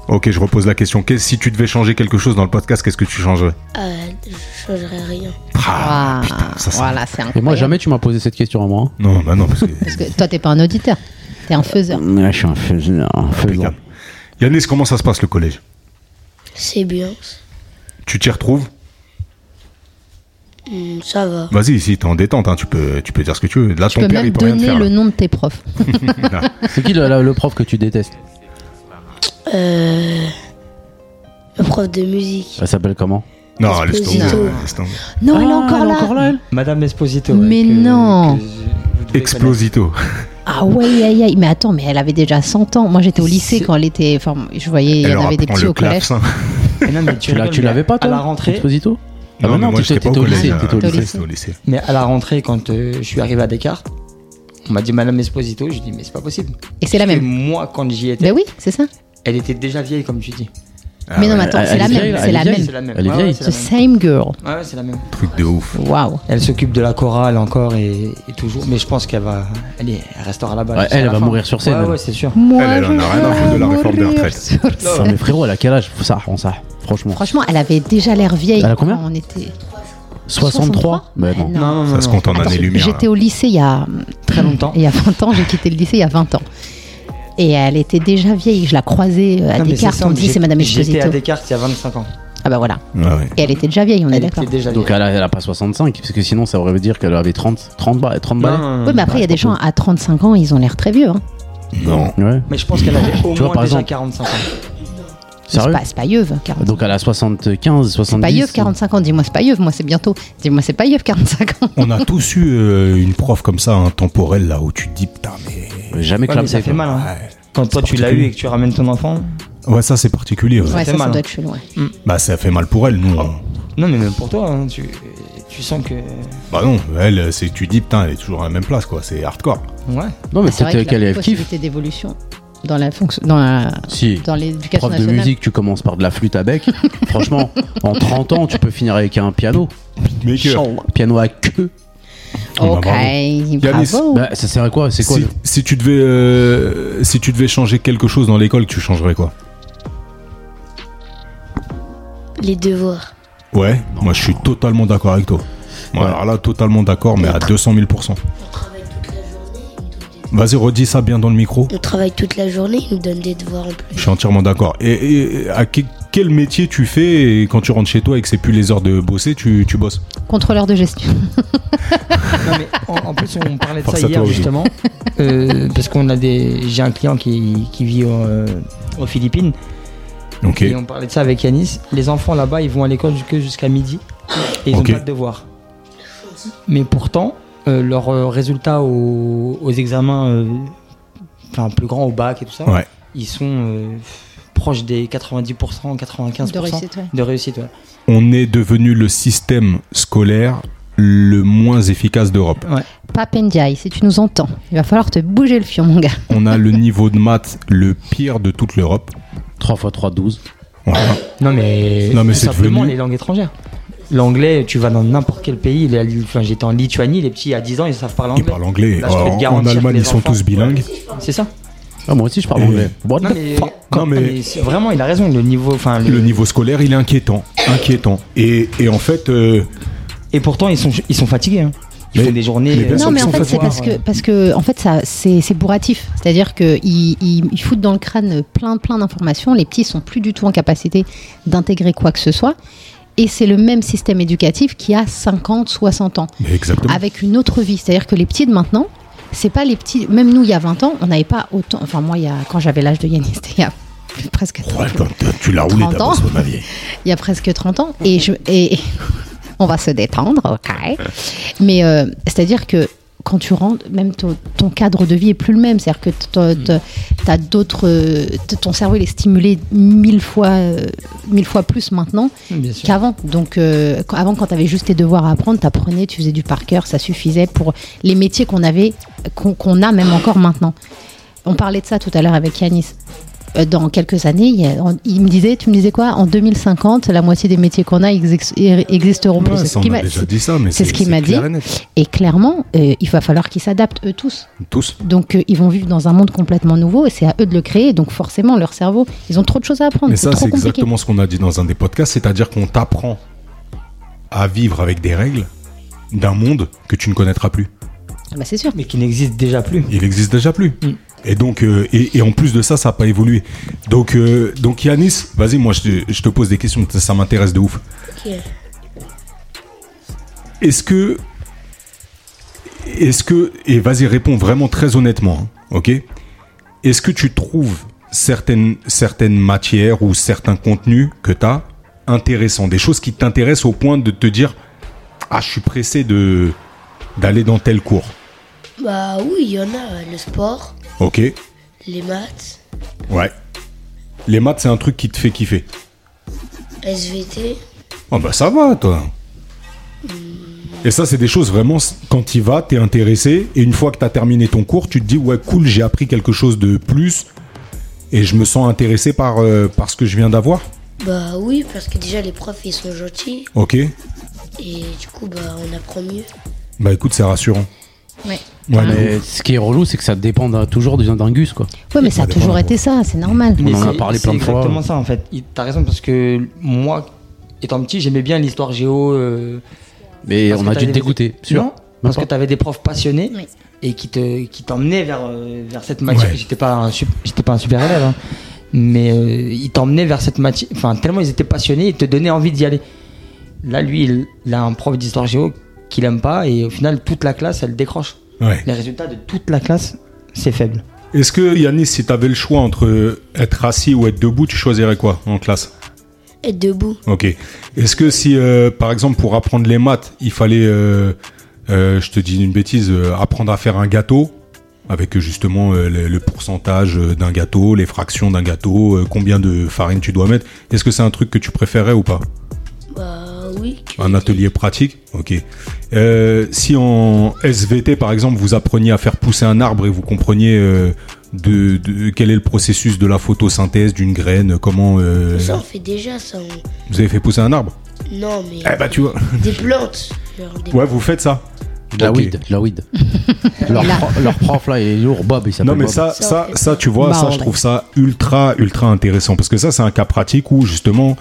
Speaker 1: Ok, je repose la question. Qu'est-ce- si tu devais changer quelque chose dans le podcast, qu'est-ce que tu changerais
Speaker 5: Euh, je changerai rien.
Speaker 1: Ah,
Speaker 3: Ah,
Speaker 1: putain, ça, ça-
Speaker 3: voilà, c'est incroyable.
Speaker 2: Et moi, jamais tu m'as posé cette question à moi. hein.
Speaker 1: Non, bah non, parce que.
Speaker 3: Parce que toi, t'es pas un auditeur, t'es un faiseur.
Speaker 2: Ouais, je suis un faisant. un faisant.
Speaker 1: Impeccable. Yanis, comment ça se passe le collège
Speaker 5: C'est bien.
Speaker 1: Tu t'y retrouves
Speaker 5: Hmm, ça va.
Speaker 1: Vas-y, si t'es en détente, hein, tu, peux, tu peux dire ce que tu veux. Là,
Speaker 3: Tu
Speaker 1: ton
Speaker 3: peux
Speaker 1: père,
Speaker 3: même
Speaker 1: il peut rien te
Speaker 3: donner
Speaker 1: faire.
Speaker 3: le nom de tes profs.
Speaker 1: là.
Speaker 2: C'est qui le, la- le prof que tu détestes
Speaker 5: Euh, le prof de musique.
Speaker 2: Elle s'appelle comment
Speaker 1: Non, non, laisse tomber,
Speaker 5: Esposito.
Speaker 1: euh, laisse tomber.
Speaker 3: Non, elle est
Speaker 2: Ah,
Speaker 3: encore là.
Speaker 2: elle
Speaker 4: Madame Esposito.
Speaker 3: Mais
Speaker 4: que-
Speaker 3: non.
Speaker 4: que je- vous devez
Speaker 1: Explosito.
Speaker 3: Ah ouais, aïe, aïe, aïe. Mais attends, mais elle avait déjà 100 ans. Moi, j'étais au lycée
Speaker 4: C'est-
Speaker 3: quand elle était. Enfin, je voyais, il y
Speaker 1: Elle
Speaker 3: en
Speaker 1: leur
Speaker 3: avait des
Speaker 1: apprend
Speaker 3: petits
Speaker 1: le
Speaker 3: au collège.
Speaker 1: clavecin.
Speaker 4: connaître. Mais non, mais
Speaker 2: Tu, l'as-
Speaker 4: rigoles,
Speaker 2: tu
Speaker 4: mais
Speaker 2: l'avais pas toi
Speaker 4: À la rentrée,
Speaker 2: Exposito Ah bah
Speaker 1: mais
Speaker 2: non,
Speaker 1: moi,
Speaker 2: t'étais
Speaker 1: j'étais
Speaker 2: t'étais au lycée.
Speaker 1: hein.
Speaker 2: t'étais au
Speaker 3: T'étais au
Speaker 2: lycée.
Speaker 1: J'étais au lycée.
Speaker 4: mais à la rentrée, quand euh, je suis arrivé à Dakar, on m'a dit Madame Esposito. Je dis mais c'est pas possible.
Speaker 3: Et c'est la
Speaker 4: Parce que
Speaker 3: même.
Speaker 4: Moi, quand j'y étais,
Speaker 3: Ben oui, c'est ça.
Speaker 4: elle était déjà vieille, comme tu dis.
Speaker 1: Ah
Speaker 3: mais non, mais
Speaker 2: ouais.
Speaker 3: attends,
Speaker 2: Ah, Elle-
Speaker 3: c'est
Speaker 2: elle
Speaker 3: la
Speaker 2: est vieille,
Speaker 3: même. C'est
Speaker 2: elle
Speaker 3: la
Speaker 2: est
Speaker 3: même.
Speaker 2: vieille.
Speaker 4: C'est la même.
Speaker 2: Elle est
Speaker 4: Ouais,
Speaker 2: vieille.
Speaker 4: ouais,
Speaker 3: The
Speaker 4: c'est la même.
Speaker 3: same girl.
Speaker 4: Ouais, ouais, c'est la même.
Speaker 1: Truc de ouf.
Speaker 3: Waouh.
Speaker 4: Elle s'occupe de la chorale encore et, et toujours, mais je pense qu'elle va, elle, est- elle restera là-bas.
Speaker 2: Ouais,
Speaker 4: jusqu'à
Speaker 2: elle,
Speaker 4: la
Speaker 2: elle va
Speaker 4: fin.
Speaker 2: mourir sur scène,
Speaker 4: Ouais,
Speaker 2: elle.
Speaker 4: ouais, c'est sûr.
Speaker 3: Moi,
Speaker 1: Elle, elle en a
Speaker 3: je
Speaker 1: rien à foutre de la
Speaker 3: veux
Speaker 1: réforme des
Speaker 3: mourir
Speaker 1: retraites.
Speaker 3: sur
Speaker 2: Putain,
Speaker 3: scène.
Speaker 2: mais frérot, elle a quel âge Faut Ça rend ça, franchement.
Speaker 3: Franchement, elle avait déjà l'air vieille.
Speaker 2: Elle a combien
Speaker 3: quand on était
Speaker 2: 63 Bah non.
Speaker 3: Non.
Speaker 4: Non, non, non.
Speaker 1: Ça se compte en
Speaker 3: Attends,
Speaker 1: années-lumière.
Speaker 3: J'étais au lycée il y a
Speaker 4: Très longtemps.
Speaker 3: Il y a 20 ans, j'ai quitté le lycée il y a 20 ans. Et elle était déjà vieille, je la croisais euh, à
Speaker 4: Non, Ah, mais
Speaker 3: Descartes,
Speaker 4: ça,
Speaker 3: on me dit
Speaker 4: j'ai-
Speaker 3: c'est Madame hein.
Speaker 4: J'étais à
Speaker 3: Esposito.
Speaker 4: Descartes il y a 25 ans.
Speaker 3: Ah bah voilà.
Speaker 1: hein. Ouais, ouais.
Speaker 3: Et elle était déjà vieille, on est
Speaker 4: Elle
Speaker 3: d'accord.
Speaker 4: était déjà
Speaker 2: Donc
Speaker 4: vieille.
Speaker 2: elle a, elle a pas 65, parce que sinon ça aurait veut dire qu'elle avait 30, 30, ba- 30
Speaker 4: Non,
Speaker 2: balais.
Speaker 4: non, non.
Speaker 3: Oui, mais après, il y a des gens à 35 ans, ils ont l'air très vieux. Hein.
Speaker 1: Non.
Speaker 2: Ouais,
Speaker 4: Mais je pense qu'elle avait au
Speaker 2: euh, Tu vois,
Speaker 4: moins
Speaker 2: par
Speaker 4: déjà
Speaker 2: exemple-
Speaker 4: 45 ans.
Speaker 3: C'est
Speaker 2: sérieux
Speaker 3: pas, c'est pas yeuve, 40.
Speaker 2: Donc elle a 75, 70.
Speaker 3: C'est pas yeuve, 45 ans. Dis-moi, c'est pas yeuve, moi, c'est bientôt. Dis-moi, c'est pas yeuve, 45 ans.
Speaker 1: On a tous eu euh, une prof comme ça, un temporel là, où tu te dis putain, mais.
Speaker 2: Jamais
Speaker 4: Ouais, mais ça
Speaker 2: clamsé.
Speaker 4: fait mal. hein.
Speaker 1: Ouais,
Speaker 4: Quand toi tu l'as eu et que tu ramènes ton enfant.
Speaker 1: Ouais, ça c'est particulier. ouais.
Speaker 3: Ouais, ça, ça
Speaker 4: mal,
Speaker 3: doit
Speaker 4: hein.
Speaker 3: être chelou. ouais.
Speaker 1: Bah, ça fait mal pour elle, nous. hein. on-
Speaker 4: Non, mais même pour toi, hein, tu, tu sens que.
Speaker 1: Bah, non, elle, c'est tu dis putain, elle est toujours à la même place, quoi. C'est hardcore.
Speaker 4: Ouais.
Speaker 2: Non mais
Speaker 3: Bah, C'est vrai
Speaker 2: peut-être
Speaker 3: que
Speaker 2: qu'elle
Speaker 3: la
Speaker 2: est kiff.
Speaker 3: possibilité d'évolution dans la fonction, dans la,
Speaker 2: Si.
Speaker 3: dans l'éducation
Speaker 2: Prof de
Speaker 3: nationale.
Speaker 2: musique, tu commences par de la flûte à bec. Franchement, en 30 ans, tu peux finir avec un piano.
Speaker 1: Mais que.
Speaker 2: Piano à queue.
Speaker 1: Oh, bah,
Speaker 3: Ok,
Speaker 1: bravo.
Speaker 3: bravo.
Speaker 2: Bah, ça sert à quoi C'est quoi
Speaker 1: Si,
Speaker 2: le-
Speaker 1: si tu devais, euh, si tu devais changer quelque chose dans l'école, tu changerais quoi
Speaker 5: Les devoirs.
Speaker 1: Ouais, moi je suis totalement d'accord avec toi. Moi,
Speaker 2: Ouais.
Speaker 1: Alors là, totalement d'accord, mais à 200 000
Speaker 5: On travaille toute la journée. Ils nous donnent des...
Speaker 1: Vas-y, redis ça bien dans le micro.
Speaker 5: On travaille toute la journée. Ils nous donnent des devoirs en plus.
Speaker 1: Je suis entièrement d'accord. Et, et- et à que- quel métier tu fais et quand tu rentres chez toi et que c'est plus les heures de bosser, tu, tu bosses
Speaker 3: Contrôleur de gestion.
Speaker 4: Non, mais en, en plus, on parlait de
Speaker 1: Force
Speaker 4: ça
Speaker 1: à
Speaker 4: hier
Speaker 1: toi, Ojo.
Speaker 4: justement. Euh, parce qu'on a des. J'ai un client qui, qui vit au- euh, aux Philippines.
Speaker 1: Ok.
Speaker 4: Et on parlait de ça avec Yanis. Les enfants là-bas, ils vont à l'école jusque- jusqu'à midi et ils n'ont
Speaker 1: Ok.
Speaker 4: pas de devoirs. Mais pourtant, euh, leurs euh, résultats aux, aux examens, euh, enfin plus grands au bac et tout ça,
Speaker 1: Ouais.
Speaker 4: ils sont euh, proches des 90%, 95%
Speaker 3: De réussite, ouais.
Speaker 4: de réussite, ouais.
Speaker 1: On est devenu le système scolaire le moins efficace d'Europe.
Speaker 3: Papendiaï, si tu nous entends, il va falloir te bouger le fion, mon gars.
Speaker 1: On a le niveau de maths le pire de toute l'Europe.
Speaker 2: 3 x 3, 12.
Speaker 1: Voilà.
Speaker 4: Non mais,
Speaker 1: Non, mais
Speaker 4: tout
Speaker 1: c'est
Speaker 4: simplement
Speaker 1: devenu-
Speaker 4: les langues étrangères. L'anglais, tu vas dans n'importe quel pays. les- enfin, J'étais en Lituanie, les petits à 10 ans, ils savent parler
Speaker 1: Ils
Speaker 4: anglais.
Speaker 1: parlent anglais.
Speaker 4: Là, je peux te
Speaker 1: Alors, en
Speaker 4: garantir
Speaker 1: Allemagne,
Speaker 4: que les
Speaker 1: ils sont
Speaker 4: enfants-
Speaker 1: tous bilingues.
Speaker 4: C'est ça.
Speaker 2: Ah, moi aussi, je parle
Speaker 1: Et-
Speaker 2: anglais. What
Speaker 4: Non
Speaker 2: the
Speaker 4: mais,
Speaker 2: fuck
Speaker 1: Non, mais-
Speaker 4: c'est- vraiment, il a raison. Le niveau, enfin, le-
Speaker 1: Le niveau scolaire, il est inquiétant. Inquiétant. Et, et en fait, euh,
Speaker 4: Et pourtant, ils sont, ils sont fatigués. hein. Ils
Speaker 1: Mais-
Speaker 4: font des journées.
Speaker 1: mais bien
Speaker 4: euh,
Speaker 1: sûr
Speaker 3: Non, mais
Speaker 1: qu'ils
Speaker 3: en
Speaker 1: sont
Speaker 3: fait, c'est
Speaker 4: devoirs,
Speaker 3: parce que,
Speaker 4: euh,
Speaker 3: parce que en fait, ça, c'est, c'est bourratif. C'est-à-dire qu'ils ils, ils foutent dans le crâne plein, plein d'informations. Les petits sont plus du tout en capacité d'intégrer quoi que ce soit. Et c'est le même système éducatif qui a 50, 60 ans,
Speaker 1: mais exactement.
Speaker 3: avec une autre vie. C'est-à-dire que les petits de maintenant, c'est pas les petits. Même nous, il y a 20 ans, on n'avait pas autant. Enfin, moi, il y a, quand j'avais l'âge de Yannis, c'était il y a presque
Speaker 1: Ouais, t'as- t'as- tu l'as roulé
Speaker 3: 30
Speaker 1: ta
Speaker 3: Ah. ans.
Speaker 1: bosse, ma vieille.
Speaker 3: il y a presque 30 ans. Et, je, et on va se détendre, ok. Mais euh, c'est-à-dire que quand tu rentres, même ton, ton cadre de vie est plus le même. C'est-à-dire que
Speaker 4: Mm.
Speaker 3: t'as- t'as- t'as d'autres, euh, t- ton cerveau il est stimulé mille fois, euh, mille fois plus maintenant
Speaker 4: Mm, Bien sûr.
Speaker 3: qu'avant. Donc euh, quand- avant, quand tu avais juste tes devoirs à apprendre, tu apprenais, tu faisais du par cœur, ça suffisait pour les métiers qu'on avait, qu'on qu'on a même encore maintenant. On parlait de ça tout à l'heure avec Yanis. Euh, Dans quelques années, il, y a- on- il me disait, tu me disais quoi En 2050, la moitié des métiers qu'on a ex- existeront plus.
Speaker 1: Ouais,
Speaker 3: C'est ce
Speaker 1: ça,
Speaker 3: qui
Speaker 1: on a
Speaker 3: m'a-
Speaker 1: déjà
Speaker 3: c'est-
Speaker 1: dit ça, mais
Speaker 3: c'est ce qu'il m'a
Speaker 1: clair
Speaker 3: dit.
Speaker 1: et net.
Speaker 3: et clairement, euh, il va falloir qu'ils s'adaptent eux tous.
Speaker 1: Tous.
Speaker 3: Donc euh, ils vont vivre dans un monde complètement nouveau et c'est à eux de le créer. Donc forcément, leur cerveau, ils ont trop de choses à apprendre.
Speaker 1: Mais ça,
Speaker 3: trop
Speaker 1: c'est
Speaker 3: compliqué.
Speaker 1: exactement ce qu'on a dit dans un des podcasts, c'est-à-dire qu'on t'apprend à vivre avec des règles d'un monde que tu ne connaîtras plus.
Speaker 3: Ah bah, c'est sûr.
Speaker 4: Mais qui n'existe déjà plus.
Speaker 1: Il existe déjà plus.
Speaker 4: Mm.
Speaker 1: Et donc, euh, et, et en plus de ça, ça n'a pas évolué. Donc, euh, donc Yanis, vas-y, moi, je te, je te pose des questions, ça, ça m'intéresse de ouf.
Speaker 5: Ok.
Speaker 1: Est-ce que, est-ce que, et vas-y, réponds vraiment très honnêtement, hein, ok Est-ce que tu trouves certaines, certaines matières ou certains contenus que tu as intéressants, des choses qui t'intéressent au point de te dire, ah, je suis pressé de d'aller dans tel cours,
Speaker 5: Bah oui, il y en a. Le sport,
Speaker 1: ok
Speaker 5: les maths,
Speaker 1: Ouais. Les maths, c'est un truc qui te fait kiffer.
Speaker 5: SVT.
Speaker 1: Ah bah ça va, toi. Et ça, c'est des choses vraiment, c- quand tu vas, t'es intéressé, et une fois que t'as terminé ton cours, tu te dis, ouais, cool, j'ai appris quelque chose de plus, et je me sens intéressé par, euh, par ce que je viens d'avoir.
Speaker 5: Bah oui, parce que déjà les profs ils sont gentils
Speaker 1: Ok
Speaker 5: et du coup bah on apprend mieux.
Speaker 1: Bah écoute, c'est rassurant.
Speaker 3: Ouais.
Speaker 1: Ouais, de ouf.
Speaker 2: Mais ce qui est relou, c'est que ça dépend d'un- toujours d'un d'un gus, quoi.
Speaker 3: Ouais, mais ça a
Speaker 1: dépend
Speaker 3: toujours
Speaker 1: de-
Speaker 3: été ça, c'est normal.
Speaker 2: On
Speaker 4: Mais
Speaker 2: en a
Speaker 4: c'est-
Speaker 2: parlé plein de
Speaker 4: C'est
Speaker 2: fois.
Speaker 4: exactement ça en fait. Il- T'as raison parce que moi, étant petit, j'aimais bien l'histoire géo. euh,
Speaker 2: Mais
Speaker 4: parce
Speaker 2: on
Speaker 4: que
Speaker 2: a
Speaker 4: t'as
Speaker 2: dû te
Speaker 4: des-
Speaker 2: dégoûter, sûr.
Speaker 4: Non, parce
Speaker 2: pas.
Speaker 4: que t'avais des profs passionnés
Speaker 3: Oui.
Speaker 4: et qui te, qui t'emmenaient vers euh, vers cette matière.
Speaker 1: Ouais.
Speaker 4: J'étais pas un sup- j'étais pas un super élève, hein, mais euh, ils t'emmenaient vers cette matière. Enfin, tellement ils étaient passionnés, ils te donnaient envie d'y aller. Là, lui, il, il a un prof d'histoire géo qu'il aime pas et au final, toute la classe, elle décroche.
Speaker 1: Ouais.
Speaker 4: Les résultats de toute la classe, c'est faible.
Speaker 1: Est-ce que, Yanis, si t'avais le choix entre euh, être assis ou être debout, tu choisirais quoi en classe
Speaker 5: Être debout.
Speaker 1: Ok. Est-ce que si, euh, par exemple, pour apprendre les maths, il fallait, euh, euh, je te dis une bêtise, euh, apprendre à faire un gâteau avec euh, justement euh, le, le pourcentage euh, d'un gâteau, les fractions d'un gâteau, euh, combien de farine tu dois mettre, est-ce que c'est un truc que tu préférais ou pas
Speaker 5: Bah oui. que-
Speaker 1: Un atelier pratique Ok. Euh, si en SVT, par exemple, vous appreniez à faire pousser un arbre et vous compreniez... euh, de, de- quel est le processus de la photosynthèse d'une graine Comment euh,
Speaker 5: Ça on fait déjà ça. on-
Speaker 1: vous avez fait pousser un arbre
Speaker 5: Non mais
Speaker 1: Eh bah tu vois.
Speaker 5: des plantes. genre des-
Speaker 1: Ouais, vous faites ça.
Speaker 2: La
Speaker 1: Ok.
Speaker 2: weed, la weed. leur,
Speaker 3: Là.
Speaker 2: pro- leur prof là, il est lourd, Bob, il s'appelle
Speaker 1: Non mais
Speaker 2: Bob.
Speaker 1: ça,
Speaker 5: Ça,
Speaker 1: ça,
Speaker 5: on fait
Speaker 1: ça, tu vois,
Speaker 3: Bah,
Speaker 1: ça,
Speaker 3: on
Speaker 1: je
Speaker 3: va.
Speaker 1: trouve ça ultra, ultra intéressant parce que ça, c'est un cas pratique où justement,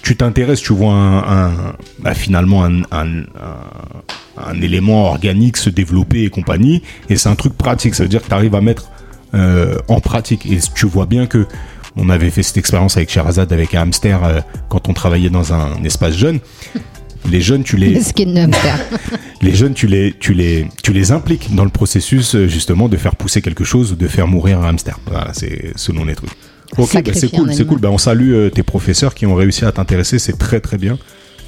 Speaker 1: tu t'intéresses, tu vois un, un- bah, finalement un, un- un- un élément organique se développer et compagnie, et c'est un truc pratique. Ça veut dire que tu arrives à mettre euh, en pratique et tu vois bien que on avait fait cette expérience avec Sherazade avec un hamster euh, quand on travaillait dans un espace jeune. Les jeunes, tu les
Speaker 3: Ce qu'il ne faire.
Speaker 1: les jeunes, tu les, tu les, tu les impliques dans le processus euh, justement de faire pousser quelque chose ou de faire mourir un hamster. Voilà, c'est selon les trucs. Ok, bah,
Speaker 3: Sacrifier
Speaker 1: c'est
Speaker 3: un
Speaker 1: cool, c'est
Speaker 3: animal.
Speaker 1: cool. Bah, on salue euh, tes professeurs qui ont réussi à t'intéresser, c'est très très bien.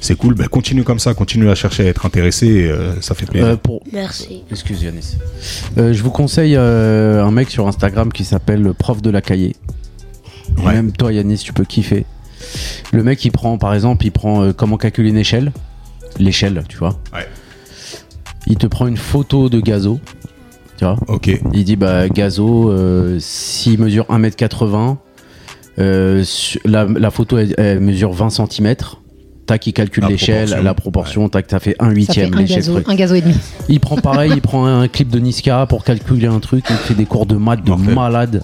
Speaker 1: C'est cool, bah, continue comme ça, continue à chercher à être intéressé, et, euh, ça fait plaisir.
Speaker 2: Euh, pour,
Speaker 5: Merci.
Speaker 2: Excuse Yanis. Euh, je vous conseille euh, un mec sur Instagram qui s'appelle le prof de la cahier.
Speaker 1: Ouais.
Speaker 2: Même toi Yanis, tu peux kiffer. Le mec il prend par exemple, il prend euh, comment calculer une échelle. L'échelle, tu vois.
Speaker 1: Ouais.
Speaker 2: Il te prend une photo de gazo. Tu vois.
Speaker 1: ok,
Speaker 2: Il dit bah gazo, euh, s'il mesure 1m80, euh, su- la, la photo elle, elle mesure 20 cm. Tac, il calcule
Speaker 1: La
Speaker 2: l'échelle,
Speaker 1: proportion.
Speaker 2: la proportion, tac, ça fait 1
Speaker 3: Ça fait
Speaker 2: huitième
Speaker 3: un
Speaker 2: l'échelle.
Speaker 3: gazo,
Speaker 2: truc.
Speaker 3: un gazo et demi.
Speaker 2: Il prend pareil, il prend un clip de Niska pour calculer un truc, il fait des cours de maths de
Speaker 1: Mortel.
Speaker 2: malade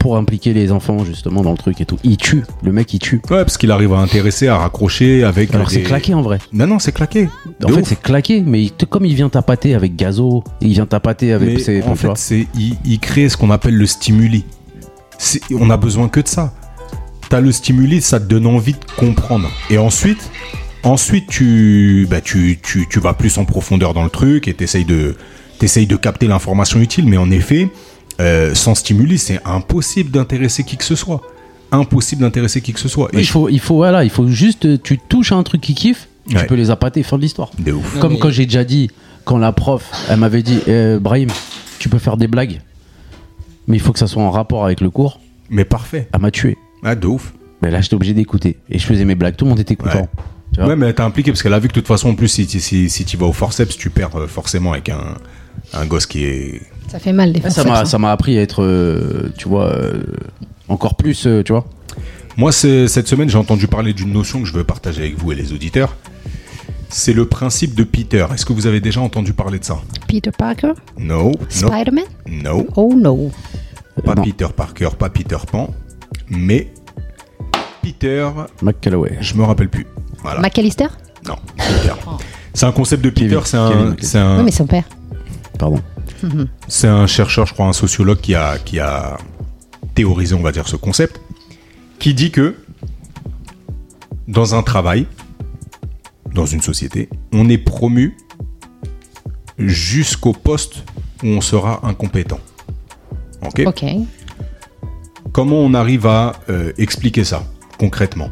Speaker 2: pour impliquer les enfants justement dans le truc et tout. Il tue, le mec il tue.
Speaker 1: Ouais, parce qu'il arrive à intéresser, à raccrocher avec.
Speaker 2: Alors
Speaker 1: des-
Speaker 2: c'est claqué en vrai.
Speaker 1: Non, non, c'est claqué.
Speaker 2: En
Speaker 1: De
Speaker 2: fait
Speaker 1: ouf.
Speaker 2: c'est claqué, mais il te- comme il vient tapater avec Gazo, il vient tapater avec
Speaker 1: Mais
Speaker 2: ses...
Speaker 1: en
Speaker 2: tu vois.
Speaker 1: fait, c'est il, il crée ce qu'on appelle le stimuli. C'est- On a besoin que de ça. T'as le stimuli, ça te donne envie de comprendre. Et ensuite, ensuite tu, bah, tu, tu, tu vas plus en profondeur dans le truc et t'essayes de, t'essayes de capter l'information utile. Mais en effet, euh, sans stimuli, c'est impossible d'intéresser qui que ce soit. Impossible d'intéresser qui que ce soit. Et
Speaker 2: il, faut, il, faut, voilà, il faut juste, euh, tu touches à un truc qui kiffe,
Speaker 1: Ouais.
Speaker 2: tu peux les appâter, fin de l'histoire.
Speaker 1: je- de ouf.
Speaker 2: Comme
Speaker 4: mais-
Speaker 2: quand j'ai déjà dit, quand la prof, elle m'avait dit, Eh, Brahim, tu peux faire des blagues, mais il faut que ça soit en rapport avec le cours,
Speaker 1: Mais parfait.
Speaker 2: elle m'a tué.
Speaker 1: Ah, de ouf.
Speaker 2: Mais là, j'étais obligé d'écouter. Et je faisais mes blagues. Tout le monde était content. Tu vois
Speaker 1: Ouais, mais t'as impliqué parce qu'elle a vu que de toute façon, en plus, si, si, si, si tu vas au forceps, tu perds euh, forcément avec un, un gosse qui est.
Speaker 3: Ça fait mal les
Speaker 2: Et Ah, ça
Speaker 3: forceps,
Speaker 2: m'a-
Speaker 3: hein.
Speaker 2: ça m'a appris à être, euh, tu vois, euh, encore plus, euh, tu vois.
Speaker 1: Moi, c'est- cette semaine, j'ai entendu parler d'une notion que je veux partager avec vous et les auditeurs. C'est le principe de Peter. Est-ce que vous avez déjà entendu parler de ça
Speaker 3: Peter Parker,
Speaker 1: No, no,
Speaker 3: Spider-Man
Speaker 1: no.
Speaker 3: Oh no.
Speaker 1: Pas
Speaker 2: non.
Speaker 1: Peter Parker, pas Peter Pan, mais Peter.
Speaker 2: McCalloway.
Speaker 1: Je me rappelle plus. Voilà. Hein.
Speaker 3: McAllister
Speaker 1: Non, Peter. C'est un concept de
Speaker 2: Kevin-
Speaker 1: Peter. C'est un,
Speaker 2: Kevin.
Speaker 1: c'est un-
Speaker 3: Oui, mais son père.
Speaker 2: Pardon.
Speaker 1: C'est un chercheur, je crois, un sociologue qui a, qui a théorisé, on va dire, ce concept, qui dit que dans un travail, dans une société, on est promu jusqu'au poste où on sera incompétent. Ok
Speaker 3: Ok.
Speaker 1: Comment on arrive à euh, expliquer ça concrètement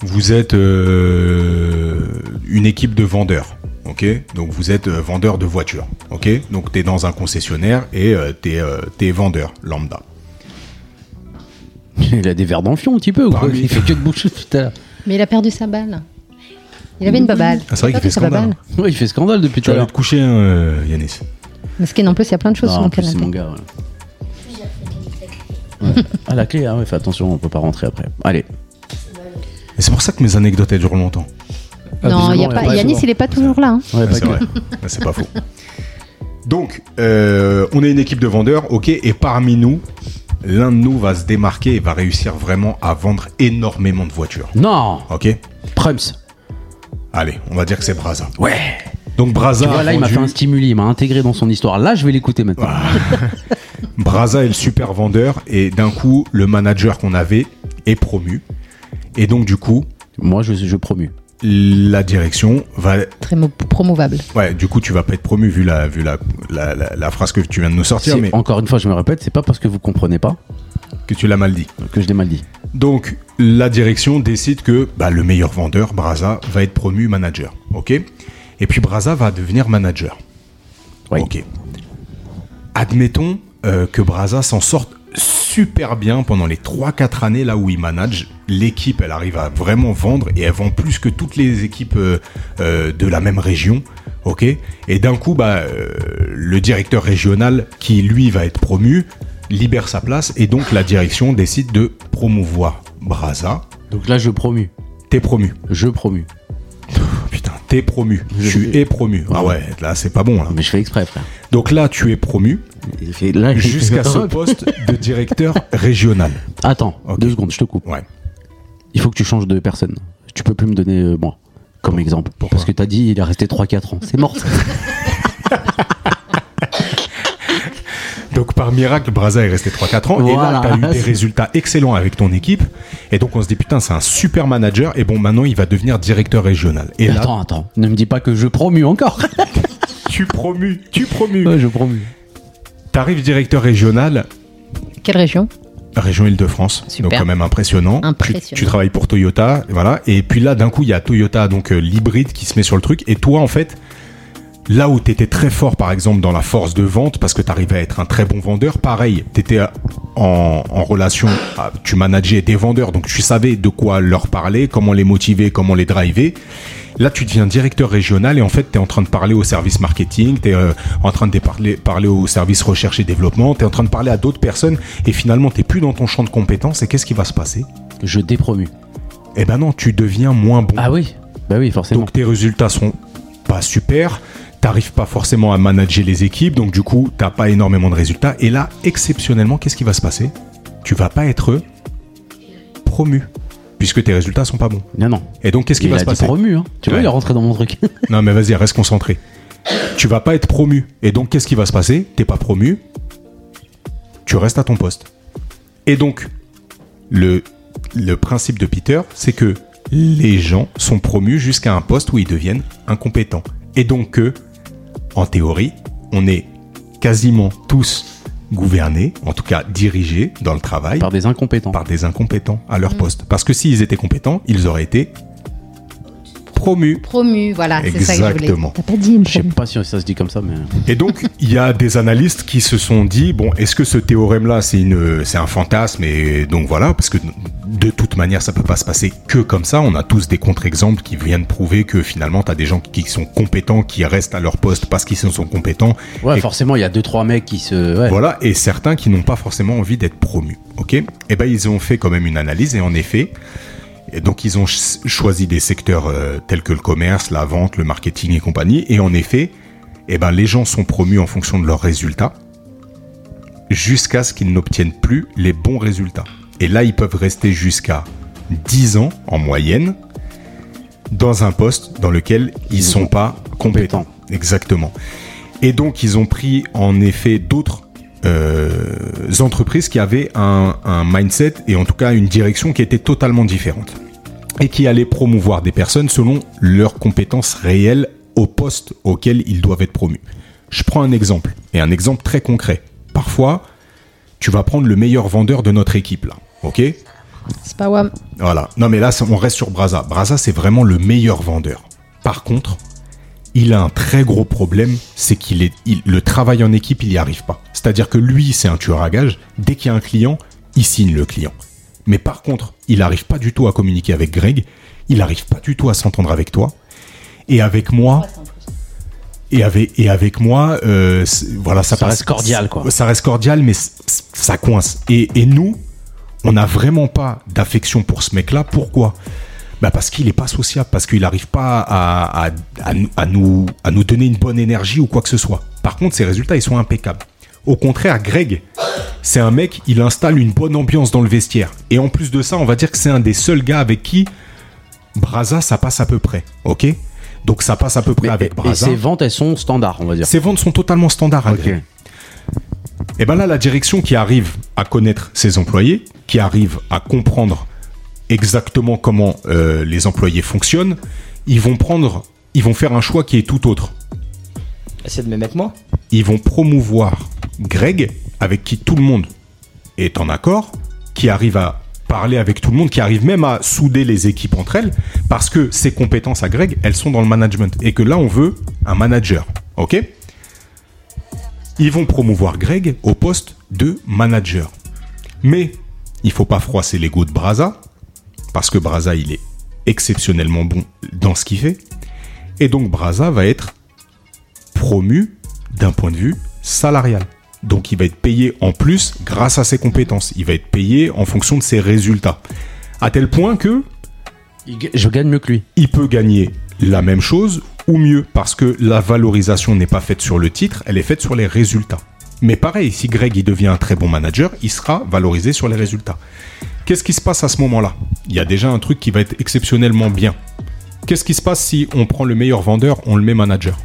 Speaker 1: Vous êtes euh, une équipe de vendeurs, ok Donc vous êtes euh, vendeur de voitures, ok Donc tu es dans un concessionnaire et euh, tu es, vendeur lambda.
Speaker 2: Il a des verres d'enfion un petit peu ou quoi
Speaker 1: Parmi-
Speaker 2: Il fait que de boucher tout à l'heure.
Speaker 3: Mais il a perdu sa balle. Il avait une baballe.
Speaker 1: Ah, c'est vrai
Speaker 3: Il a
Speaker 1: qu'il fait
Speaker 3: perdu sa
Speaker 1: scandale.
Speaker 3: baballe.
Speaker 2: Ouais, il fait scandale depuis
Speaker 1: Tu
Speaker 2: tout à
Speaker 1: vas aller
Speaker 2: l'heure.
Speaker 1: te coucher, hein, euh, Yanis.
Speaker 3: Mais ce qui est en plus, il y a plein de choses
Speaker 2: Non,
Speaker 3: sur
Speaker 2: en
Speaker 3: mon
Speaker 2: plus, c'est
Speaker 3: canapé.
Speaker 2: mon gars. ouais. Ouais. Ah, la clé, ah ouais, fais attention, on peut pas rentrer après. Allez.
Speaker 1: Et c'est pour ça que mes anecdotes, elles durent longtemps.
Speaker 3: Non, il y a
Speaker 2: Absolument,
Speaker 3: pas,
Speaker 2: il Ah, y a
Speaker 3: Yanis,
Speaker 2: souvent.
Speaker 3: il est pas toujours là. hein.
Speaker 2: Ouais,
Speaker 1: Ah,
Speaker 2: pas
Speaker 1: c'est
Speaker 2: que-
Speaker 1: vrai. Ah, c'est pas faux. Donc, euh, on est une équipe de vendeurs, ok, et parmi nous, l'un de nous va se démarquer et va réussir vraiment à vendre énormément de voitures.
Speaker 2: Non
Speaker 1: Ok
Speaker 2: Prums.
Speaker 1: Allez, on va dire que c'est Braza.
Speaker 2: Ouais.
Speaker 1: Donc Braza,
Speaker 2: Tu vois,
Speaker 1: a
Speaker 2: là, il m'a
Speaker 1: vendu-
Speaker 2: fait un stimuli, il m'a intégré dans son histoire. Là, je vais l'écouter maintenant.
Speaker 1: Ah. Braza est le super vendeur et d'un coup, le manager qu'on avait est promu. Et donc du coup,
Speaker 2: Moi, je, je promue.
Speaker 1: la direction va...
Speaker 3: Très mo- promovable.
Speaker 1: Ouais, du coup, tu vas pas être promu vu la, vu la, la, la- la phrase que tu viens de nous sortir,
Speaker 2: C'est-
Speaker 1: mais
Speaker 2: Encore une fois, je me répète, c'est pas parce que vous comprenez pas
Speaker 1: que tu l'as mal dit.
Speaker 2: que je l'ai mal dit.
Speaker 1: Donc, la direction décide que bah, le meilleur vendeur, Braza, va être promu manager. OK Et puis Braza va devenir manager.
Speaker 2: Oui.
Speaker 1: Ok. Admettons euh, que Braza s'en sorte super bien pendant les 3-4 années là où il manage. L'équipe, elle arrive à vraiment vendre et elle vend plus que toutes les équipes euh, euh, de la même région. Ok Et d'un coup, bah, euh, le directeur régional, qui lui va être promu, libère sa place et donc la direction décide de promouvoir Braza.
Speaker 2: Donc là, je promue.
Speaker 1: T'es promu.
Speaker 2: Je promue.
Speaker 1: Oh, putain, t'es promu. Tu es promu. Ah ouais, là, c'est pas bon. Là.
Speaker 2: Mais je fais exprès, frère.
Speaker 1: Donc là, tu es promu
Speaker 2: Il fait- là, il fait-
Speaker 1: jusqu'à ce poste de directeur régional.
Speaker 2: Attends,
Speaker 1: Ok.
Speaker 2: deux secondes, je te coupe.
Speaker 1: Ouais.
Speaker 2: Il faut que tu changes de personne. Tu peux plus me donner euh, moi comme exemple.
Speaker 1: Pourquoi
Speaker 2: Parce que t'as dit, il est resté 3-4 ans. C'est mort.
Speaker 1: Donc par miracle, Braza est resté 3-4 ans.
Speaker 2: Voilà.
Speaker 1: Et là, t'as eu des résultats excellents avec ton équipe. Et donc on se dit, putain, c'est un super manager. Et bon, maintenant, il va devenir directeur régional. Et là,
Speaker 2: attends, attends. Ne me dis pas que je promue encore.
Speaker 1: tu promus, tu promus.
Speaker 2: ouais, je promue.
Speaker 1: T'arrives directeur régional.
Speaker 3: Quelle région
Speaker 1: Région Île-de-France,
Speaker 3: Super.
Speaker 1: donc quand même impressionnant. Tu-
Speaker 3: Impressionnant.
Speaker 1: Tu, travailles pour Toyota, et voilà. Et puis là, d'un coup, il y a Toyota, donc euh, l'hybride, qui se met sur le truc. Et toi, en fait, là où t'étais très fort, par exemple, dans la force de vente, parce que t'arrivais à être un très bon vendeur, pareil, t'étais euh, en, en relation, à- tu manageais des vendeurs, donc tu savais de quoi leur parler, comment les motiver, comment les driver. Là, tu deviens directeur régional et en fait, tu es en train de parler au service marketing, tu es en train de parler, parler au service recherche et développement, tu es en train de parler à d'autres personnes et finalement, tu plus dans ton champ de compétences et qu'est-ce qui va se passer
Speaker 2: Je dépromu.
Speaker 1: Eh ben non, tu deviens moins bon.
Speaker 2: Ah oui Bah oui, forcément.
Speaker 1: Donc tes résultats sont pas super, t'arrives pas forcément à manager les équipes, donc du coup t'as pas énormément de résultats. Et là, exceptionnellement, qu'est-ce qui va se passer Tu vas pas être promu, puisque tes résultats sont pas bons.
Speaker 2: non, non.
Speaker 1: Et donc qu'est-ce qui
Speaker 2: il
Speaker 1: va
Speaker 2: a
Speaker 1: se
Speaker 2: dit
Speaker 1: passer
Speaker 2: promu, hein. Tu vois,
Speaker 1: Ouais.
Speaker 2: il est rentré dans mon truc.
Speaker 1: Non mais vas-y, reste concentré. Tu vas pas être promu. Et donc qu'est-ce qui va se passer T'es pas promu, tu restes à ton poste. Et donc, le, le principe de Peter, c'est que les gens sont promus jusqu'à un poste où ils deviennent incompétents. Et donc que, en théorie, on est quasiment tous gouvernés, en tout cas dirigés dans le travail
Speaker 2: par des incompétents.
Speaker 1: par des incompétents à leur poste. Parce que s'ils étaient compétents, ils auraient été promus.
Speaker 3: Promu, voilà, c'est ça que je voulais.
Speaker 1: Exactement.
Speaker 3: T'as pas dit une
Speaker 2: Je sais
Speaker 3: promu.
Speaker 2: pas si ça se dit comme ça, mais.
Speaker 1: Et donc, il y a des analystes qui se sont dit bon, est-ce que ce théorème-là, c'est une, c'est un fantasme Et donc voilà, parce que de toute manière, ça peut pas se passer que comme ça. On a tous des contre-exemples qui viennent prouver que finalement, tu as des gens qui sont compétents, qui restent à leur poste parce qu'ils sont compétents.
Speaker 2: Ouais,
Speaker 1: Et-
Speaker 2: forcément, il y a deux trois mecs qui se. Ouais.
Speaker 1: Voilà, et certains qui n'ont pas forcément envie d'être promus. Ok Eh ben, ils ont fait quand même une analyse et en effet. Et donc ils ont ch- choisi des secteurs euh, tels que le commerce, la vente, le marketing et compagnie. Et en effet, eh ben, les gens sont promus en fonction de leurs résultats jusqu'à ce qu'ils n'obtiennent plus les bons résultats. Et là, ils peuvent rester jusqu'à 10 ans en moyenne dans un poste dans lequel ils ne sont pas compétents. Exactement. Et donc ils ont pris en effet d'autres euh, entreprises qui avaient un, un mindset et en tout cas une direction qui était totalement différente et qui allaient promouvoir des personnes selon leurs compétences réelles au poste auquel ils doivent être promus. Je prends un exemple et un exemple très concret. Parfois, tu vas prendre le meilleur vendeur de notre équipe là, ok
Speaker 3: C'est pas WAM.
Speaker 1: voilà. Non, mais là, ça- on reste sur Braza. Braza, c'est vraiment le meilleur vendeur. Par contre, il a un très gros problème, c'est qu'il est, il- le travail en équipe, il n'y arrive pas. C'est-à-dire que lui, c'est un tueur à gage. Dès qu'il y a un client, il signe le client. Mais par contre, il n'arrive pas du tout à communiquer avec Greg. Il n'arrive pas du tout à s'entendre avec toi. Et avec moi. Et avec, et avec moi, euh, c'est- voilà, ça,
Speaker 2: Ça
Speaker 1: paraît-
Speaker 2: reste cordial, quoi.
Speaker 1: Ça reste cordial, mais c- c- ça coince. Et, et nous, on n'a vraiment pas d'affection pour ce mec-là. Pourquoi bah parce qu'il n'est pas sociable, parce qu'il n'arrive pas à, à- à nous- à nous, à nous donner une bonne énergie ou quoi que ce soit. Par contre, ses résultats, ils sont impeccables. Au contraire, Greg, c'est un mec, il installe une bonne ambiance dans le vestiaire. Et en plus de ça, on va dire que c'est un des seuls gars avec qui Braza, ça passe à peu près. Ok Donc ça passe à peu près
Speaker 2: Mais-
Speaker 1: avec
Speaker 2: et
Speaker 1: Braza.
Speaker 2: ces ventes, elles sont standards, on va dire.
Speaker 1: Ces ventes sont totalement standards. à
Speaker 2: Ok.
Speaker 1: Greg. Et ben là, la direction qui arrive à connaître ses employés, qui arrive à comprendre exactement comment euh, les employés fonctionnent, ils vont prendre, ils vont faire un choix qui est tout autre.
Speaker 4: Essaie de me mettre moi.
Speaker 1: Ils vont promouvoir Greg, avec qui tout le monde est en accord, qui arrive à parler avec tout le monde, qui arrive même à souder les équipes entre elles, parce que ses compétences à Greg, elles sont dans le management, et que là, on veut un manager. Ok Ils vont promouvoir Greg au poste de manager. Mais il faut pas froisser l'ego de Braza, parce que Braza, il est exceptionnellement bon dans ce qu'il fait. Et donc Braza va être promu d'un point de vue salarial. Donc il va être payé en plus grâce à ses compétences. Il va être payé en fonction de ses résultats. À tel point que
Speaker 2: Il ga- Je gagne mieux que lui.
Speaker 1: il peut gagner la même chose ou mieux parce que la valorisation n'est pas faite sur le titre, elle est faite sur les résultats. Mais pareil, si Greg il devient un très bon manager, il sera valorisé sur les résultats. Qu'est-ce qui se passe à ce moment-là Il y a déjà un truc qui va être exceptionnellement bien. Qu'est-ce qui se passe si on prend le meilleur vendeur, on le met manager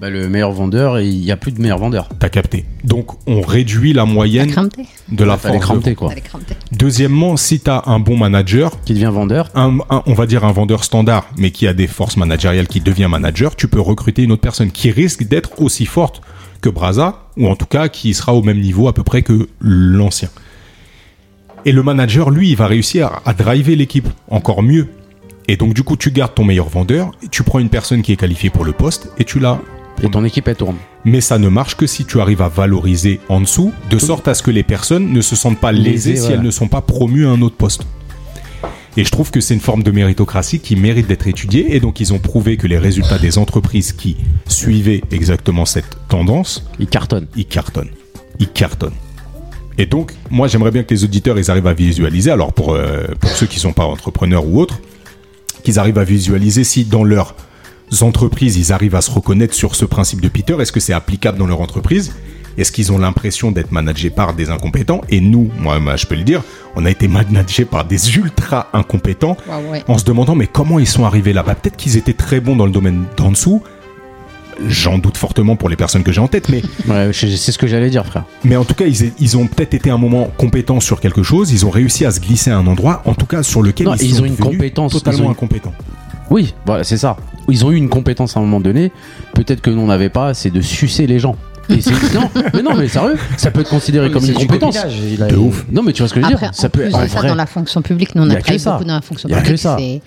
Speaker 2: Bah, le meilleur vendeur, il n'y a plus de meilleur vendeur.
Speaker 1: T'as capté. Donc on réduit la
Speaker 3: T'as
Speaker 1: moyenne
Speaker 3: cramté
Speaker 1: de la
Speaker 2: Fallait
Speaker 1: force. de-
Speaker 2: cramter, quoi.
Speaker 3: T'as cramté.
Speaker 1: Deuxièmement, si t'as un bon manager,
Speaker 2: Qui devient vendeur.
Speaker 1: un, un- on va dire un vendeur standard, mais qui a des forces managériales, qui devient manager, tu peux recruter une autre personne qui risque d'être aussi forte que Braza, ou en tout cas qui sera au même niveau à peu près que l'ancien. Et le manager, lui, il va réussir à- à driver l'équipe encore mieux. Et donc, du coup, tu gardes ton meilleur vendeur, tu prends une personne qui est qualifiée pour le poste et tu la
Speaker 2: Et ton équipe, elle tourne.
Speaker 1: mais ça ne marche que si tu arrives à valoriser en dessous, de sorte à ce que les personnes ne se sentent pas lésées
Speaker 2: Lésées,
Speaker 1: si
Speaker 2: voilà.
Speaker 1: elles ne sont pas promues à un autre poste. Et je trouve que c'est une forme de méritocratie qui mérite d'être étudiée. Et donc, ils ont prouvé que les résultats des entreprises qui suivaient exactement cette tendance,
Speaker 2: Ils cartonnent.
Speaker 1: ils cartonnent. Ils cartonnent. Et donc, moi, j'aimerais bien que les auditeurs, ils arrivent à visualiser. Alors, pour, euh, pour ceux qui ne sont pas entrepreneurs ou autres, qu'ils arrivent à visualiser si dans leurs entreprises, ils arrivent à se reconnaître sur ce principe de Peter. Est-ce que c'est applicable dans leur entreprise Est-ce qu'ils ont l'impression d'être managés par des incompétents Et nous, moi, moi, je peux le dire, on a été managés par des ultra incompétents
Speaker 3: Waouh, ouais.
Speaker 1: en se demandant mais comment ils sont arrivés là-bas. Peut-être qu'ils étaient très bons dans le domaine d'en dessous. J'en doute fortement pour les personnes que j'ai en tête, mais
Speaker 2: Ouais, je- c'est ce que j'allais dire, frère.
Speaker 1: mais en tout cas, ils, ils ont peut-être été un moment compétents sur quelque chose. Ils ont réussi à se glisser à un endroit, en tout cas sur lequel
Speaker 2: Non,
Speaker 1: ils,
Speaker 2: ils
Speaker 1: sont
Speaker 2: ont une
Speaker 1: devenus
Speaker 2: compétence, ils
Speaker 1: totalement
Speaker 2: ont une-
Speaker 1: incompétents.
Speaker 2: Oui, voilà, c'est ça. Ils ont eu une compétence à un moment donné. Peut-être que nous, on n'avait pas, c'est de sucer les gens. Et c'est- non, mais non, mais sérieux, ça peut être considéré comme une compétence.
Speaker 1: De ouf.
Speaker 2: Non, mais tu vois ce que je veux
Speaker 3: Après,
Speaker 2: dire Ça
Speaker 3: en
Speaker 2: peut
Speaker 3: plus
Speaker 2: en
Speaker 3: de ça,
Speaker 2: vrai.
Speaker 3: dans la fonction publique, nous on
Speaker 2: Y a
Speaker 3: a
Speaker 2: que
Speaker 3: travaillé
Speaker 2: ça.
Speaker 3: beaucoup dans la fonction
Speaker 2: Y a que
Speaker 3: public.
Speaker 2: ça.
Speaker 3: c'est-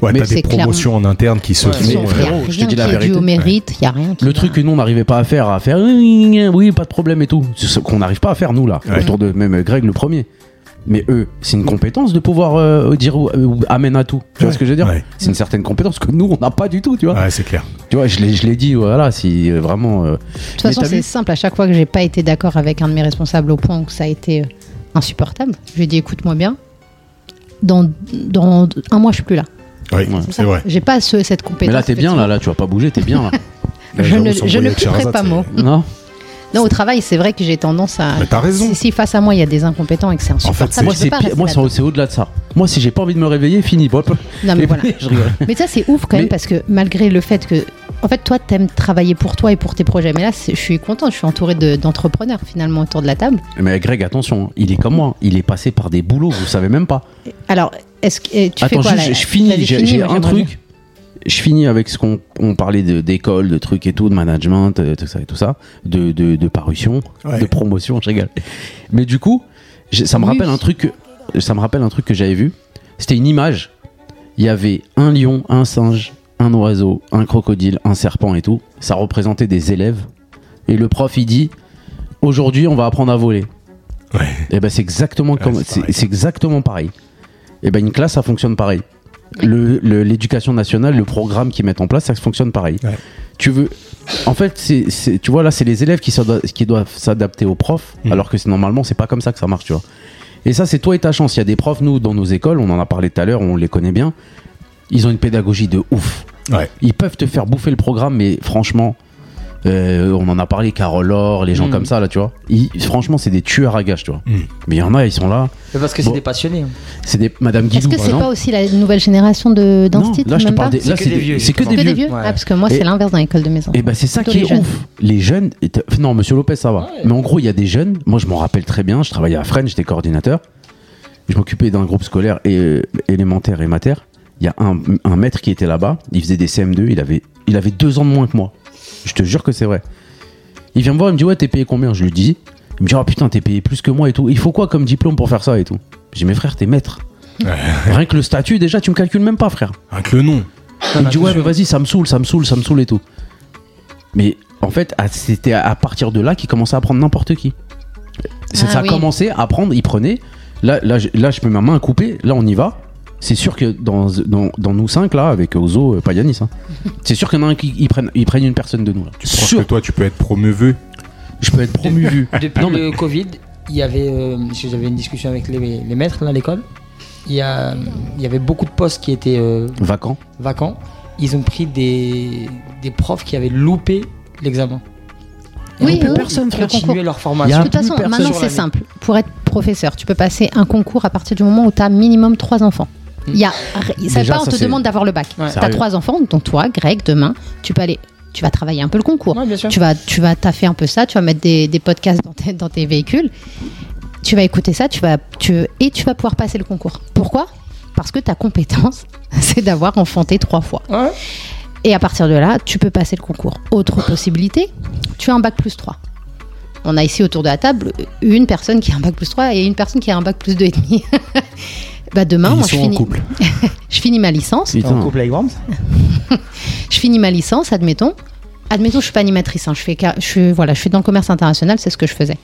Speaker 1: Ouais,
Speaker 3: Mais
Speaker 1: t'as des
Speaker 3: c'est clairement-
Speaker 1: promotions en interne qui se
Speaker 4: Ouais,
Speaker 3: ils
Speaker 1: font.
Speaker 3: sont-
Speaker 2: mais
Speaker 1: euh,
Speaker 2: frérot,
Speaker 3: y a
Speaker 2: je te dis
Speaker 3: rien
Speaker 2: la
Speaker 3: qui est dû
Speaker 2: vérité.
Speaker 3: au mérite, il n'y a rien qui
Speaker 2: Le
Speaker 3: est-
Speaker 2: truc que nous on n'arrivait pas à faire, à faire euh, oui, pas de problème et tout. C'est ce qu'on n'arrive pas à faire nous là,
Speaker 1: Ouais.
Speaker 2: autour de même euh, Greg le premier. Mais eux, c'est une compétence de pouvoir euh, dire ou- ou amène à tout. Tu vois
Speaker 1: Ouais.
Speaker 2: ce que je veux dire
Speaker 1: Ouais.
Speaker 2: C'est une certaine compétence que nous on n'a pas du tout, tu vois.
Speaker 1: Ouais, c'est clair.
Speaker 2: Tu vois, je l'ai, je l'ai dit, voilà, si euh, vraiment. euh,
Speaker 3: De toute façon,
Speaker 2: Mais t'as
Speaker 3: c'est
Speaker 2: vu
Speaker 3: simple. À chaque fois que j'ai pas été d'accord avec un de mes responsables au point où ça a été euh, insupportable, je lui ai dit écoute-moi bien. Dans, dans un mois, je suis plus là.
Speaker 1: Oui,
Speaker 2: Ouais.
Speaker 1: c'est
Speaker 3: Ça,
Speaker 1: vrai.
Speaker 3: J'ai pas ce- cette compétence.
Speaker 2: Mais là t'es bien là,
Speaker 3: effectivement.
Speaker 2: là tu vas pas bouger, t'es bien là.
Speaker 3: Je
Speaker 1: J'avoue,
Speaker 3: ne,
Speaker 1: son
Speaker 3: je ne
Speaker 1: voyage
Speaker 3: couperai
Speaker 1: Sherazade,
Speaker 3: pas
Speaker 1: c'est-
Speaker 3: mot.
Speaker 2: non
Speaker 3: Non, au travail, c'est vrai que j'ai tendance à.
Speaker 1: Mais t'as raison.
Speaker 3: Si, si face à moi, il y a des incompétents et que c'est
Speaker 1: c'est-
Speaker 3: insupportable,
Speaker 2: Moi
Speaker 3: je peux
Speaker 2: c'est
Speaker 3: pas
Speaker 2: pire-
Speaker 3: rester
Speaker 2: moi
Speaker 3: là-dedans.
Speaker 2: c'est, c'est au-delà de ça. Moi si j'ai pas envie de me réveiller, fini. Bon, hop.
Speaker 3: Non, mais
Speaker 2: Et
Speaker 3: voilà.
Speaker 2: je rigole.
Speaker 3: Mais ça, c'est ouf quand
Speaker 2: Mais-
Speaker 3: même parce que malgré le fait que. En fait, toi, t'aimes travailler pour toi et pour tes projets. Mais là, c'est- je suis contente, je suis entourée de- d'entrepreneurs finalement autour de la table.
Speaker 2: Mais Greg attention, hein, il est comme moi, il est passé par des boulots, vous savez même pas.
Speaker 3: Alors, est-ce que. eh, Tu
Speaker 2: Attends,
Speaker 3: fais quoi
Speaker 2: juste,
Speaker 3: là
Speaker 2: je, je finis,
Speaker 3: T'avais
Speaker 2: j'ai
Speaker 3: fini,
Speaker 2: j'ai
Speaker 3: moi,
Speaker 2: un
Speaker 3: j'aimerais
Speaker 2: truc. Je finis avec ce qu'on on parlait de- d'école, de trucs et tout, de management, euh, tout ça et tout ça, de, de, de parution,
Speaker 1: Ouais.
Speaker 2: de promotion, je rigole. Mais du coup, j'ai- ça me rappelle un truc, que- ça me rappelle un truc que j'avais vu. C'était une image. Il y avait un lion, un singe, un oiseau, un crocodile, un serpent et tout. Ça représentait des élèves. Et le prof, il dit aujourd'hui, on va apprendre à voler.
Speaker 1: Ouais.
Speaker 2: Et ben c'est exactement comme
Speaker 1: c'est
Speaker 2: c'est
Speaker 1: pareil.
Speaker 2: c'est exactement pareil. Et ben une classe ça fonctionne pareil. Le- le- L'éducation nationale, le programme qu'ils mettent en place, ça fonctionne pareil.
Speaker 1: Ouais.
Speaker 2: Tu veux, en fait, c'est c'est- tu vois là, c'est les élèves qui, s'ado- qui doivent s'adapter aux profs,
Speaker 1: Mhm.
Speaker 2: alors que c'est- normalement c'est pas comme ça que ça marche, tu vois. Et ça, c'est toi et ta chance. Il y a des profs, nous, dans nos écoles, on en a parlé tout à l'heure, on les connaît bien. Ils ont une pédagogie de ouf.
Speaker 1: Ouais.
Speaker 2: Ils peuvent te faire bouffer le programme, mais franchement, euh, on en a parlé, Carole Or, les gens
Speaker 4: Mm.
Speaker 2: comme ça, là, tu vois. Ils- franchement, c'est des tueurs à gages, tu vois.
Speaker 1: Mm.
Speaker 2: Mais il y en a, ils sont là.
Speaker 4: Mais parce que
Speaker 2: Bon.
Speaker 4: c'est des passionnés. hein.
Speaker 2: C'est des Madame
Speaker 3: bien. Est-ce
Speaker 2: Guidou,
Speaker 3: que
Speaker 2: par
Speaker 3: c'est
Speaker 2: exemple.
Speaker 3: pas aussi la nouvelle génération de
Speaker 2: Non,
Speaker 3: d'instituts
Speaker 2: là, je te
Speaker 3: même
Speaker 2: parle
Speaker 3: pas
Speaker 2: des, là, c'est des vieux. C'est que des
Speaker 3: Que
Speaker 2: vieux.
Speaker 3: des vieux
Speaker 4: Ouais.
Speaker 3: Ah, parce que moi,
Speaker 2: Et-
Speaker 3: c'est l'inverse dans l'école de mes enfants.
Speaker 2: Et bah c'est ça
Speaker 3: Plutôt
Speaker 2: qui
Speaker 3: les
Speaker 2: est
Speaker 3: jeunes.
Speaker 2: ouf. Les jeunes, et t'as- non Monsieur Lopez ça va. Mais en gros il y a des jeunes. Moi je m'en rappelle très bien. Je travaillais à Fresnes, j'étais coordinateur. Je m'occupais d'un groupe scolaire et, euh, élémentaire et mater. Il y a un, un maître qui était là-bas. Il faisait des CM2. Il avait il avait deux ans de moins que moi. Je te jure que c'est vrai. Il vient me voir, il me dit ouais t'es payé combien Je lui dis. Il me dit oh putain t'es payé plus que moi et tout. Il faut quoi comme diplôme pour faire ça et tout Je dis mais frère t'es maître. Rien que le statut déjà tu me calcules même pas frère.
Speaker 1: Rien que le nom.
Speaker 2: Il me
Speaker 4: bah,
Speaker 2: dit ouais
Speaker 4: bien
Speaker 2: mais vas-y ça me saoule, ça me saoule, ça me saoule et tout. Mais en fait à- c'était à à partir de là qu'il commençait à prendre n'importe qui. C'est-
Speaker 3: Ah
Speaker 2: ça
Speaker 3: oui.
Speaker 2: a commencé à prendre, il prenait. Là, là, je, là je mets ma main à couper, là on y va. C'est sûr que dans, dans, dans nous cinq là avec Ozo, euh, pas Yanis, hein, c'est sûr qu'il y en a un qui ils prennent, ils prennent une personne de nous. Là.
Speaker 1: Tu penses que toi, tu peux être promeuveux
Speaker 2: je peux être promu vu.
Speaker 4: Depuis
Speaker 2: Non, mais-
Speaker 4: le Covid, il y avait, euh, parce que j'avais une discussion avec les, les maîtres là, à l'école, il y, a- il y avait beaucoup de postes qui étaient euh,
Speaker 2: Vacant.
Speaker 4: vacants. Ils ont pris des, des profs qui avaient loupé l'examen. Ils
Speaker 3: Oui,
Speaker 4: ont pu
Speaker 3: oui,
Speaker 4: personne
Speaker 3: le
Speaker 4: faire
Speaker 3: concours.
Speaker 4: continuer leur
Speaker 2: Il y a
Speaker 4: formation.
Speaker 3: De toute façon,
Speaker 2: plus personne
Speaker 3: maintenant
Speaker 4: sur
Speaker 3: c'est
Speaker 4: l'année.
Speaker 3: simple. Pour être professeur, tu peux passer un concours à partir du moment où tu as minimum trois enfants. Il y a, ça,
Speaker 2: Hmm. Déjà,
Speaker 3: pas, on
Speaker 2: ça,
Speaker 3: te
Speaker 2: c'est-
Speaker 3: demande d'avoir le bac.
Speaker 4: Ouais.
Speaker 3: Tu as trois enfants, dont toi, Greg, demain, tu peux aller, tu vas travailler un peu le concours.
Speaker 4: Ouais, bien sûr.
Speaker 3: Tu vas, tu vas taffer un peu ça, tu vas mettre des, des podcasts dans tes, dans tes véhicules, tu vas écouter ça, tu vas, tu, et tu vas pouvoir passer le concours. Pourquoi Parce que ta compétence, c'est d'avoir enfanté trois fois.
Speaker 4: Ouais.
Speaker 3: Et à partir de là, tu peux passer le concours. Autre possibilité, tu as un bac plus 3. On a ici autour de la table une personne qui a un bac plus 3 et une personne qui a un bac plus 2 et demi. bah demain,
Speaker 6: Ils
Speaker 3: moi, je,
Speaker 6: sont en
Speaker 3: finis,
Speaker 6: couple.
Speaker 3: je finis ma licence.
Speaker 4: T'es en
Speaker 2: Putain.
Speaker 4: couple avec Worms
Speaker 3: Je finis ma licence, admettons. Admettons, je suis pas animatrice. hein, Je, fais, ca- je, suis- voilà, je suis dans le commerce international, c'est ce que je faisais.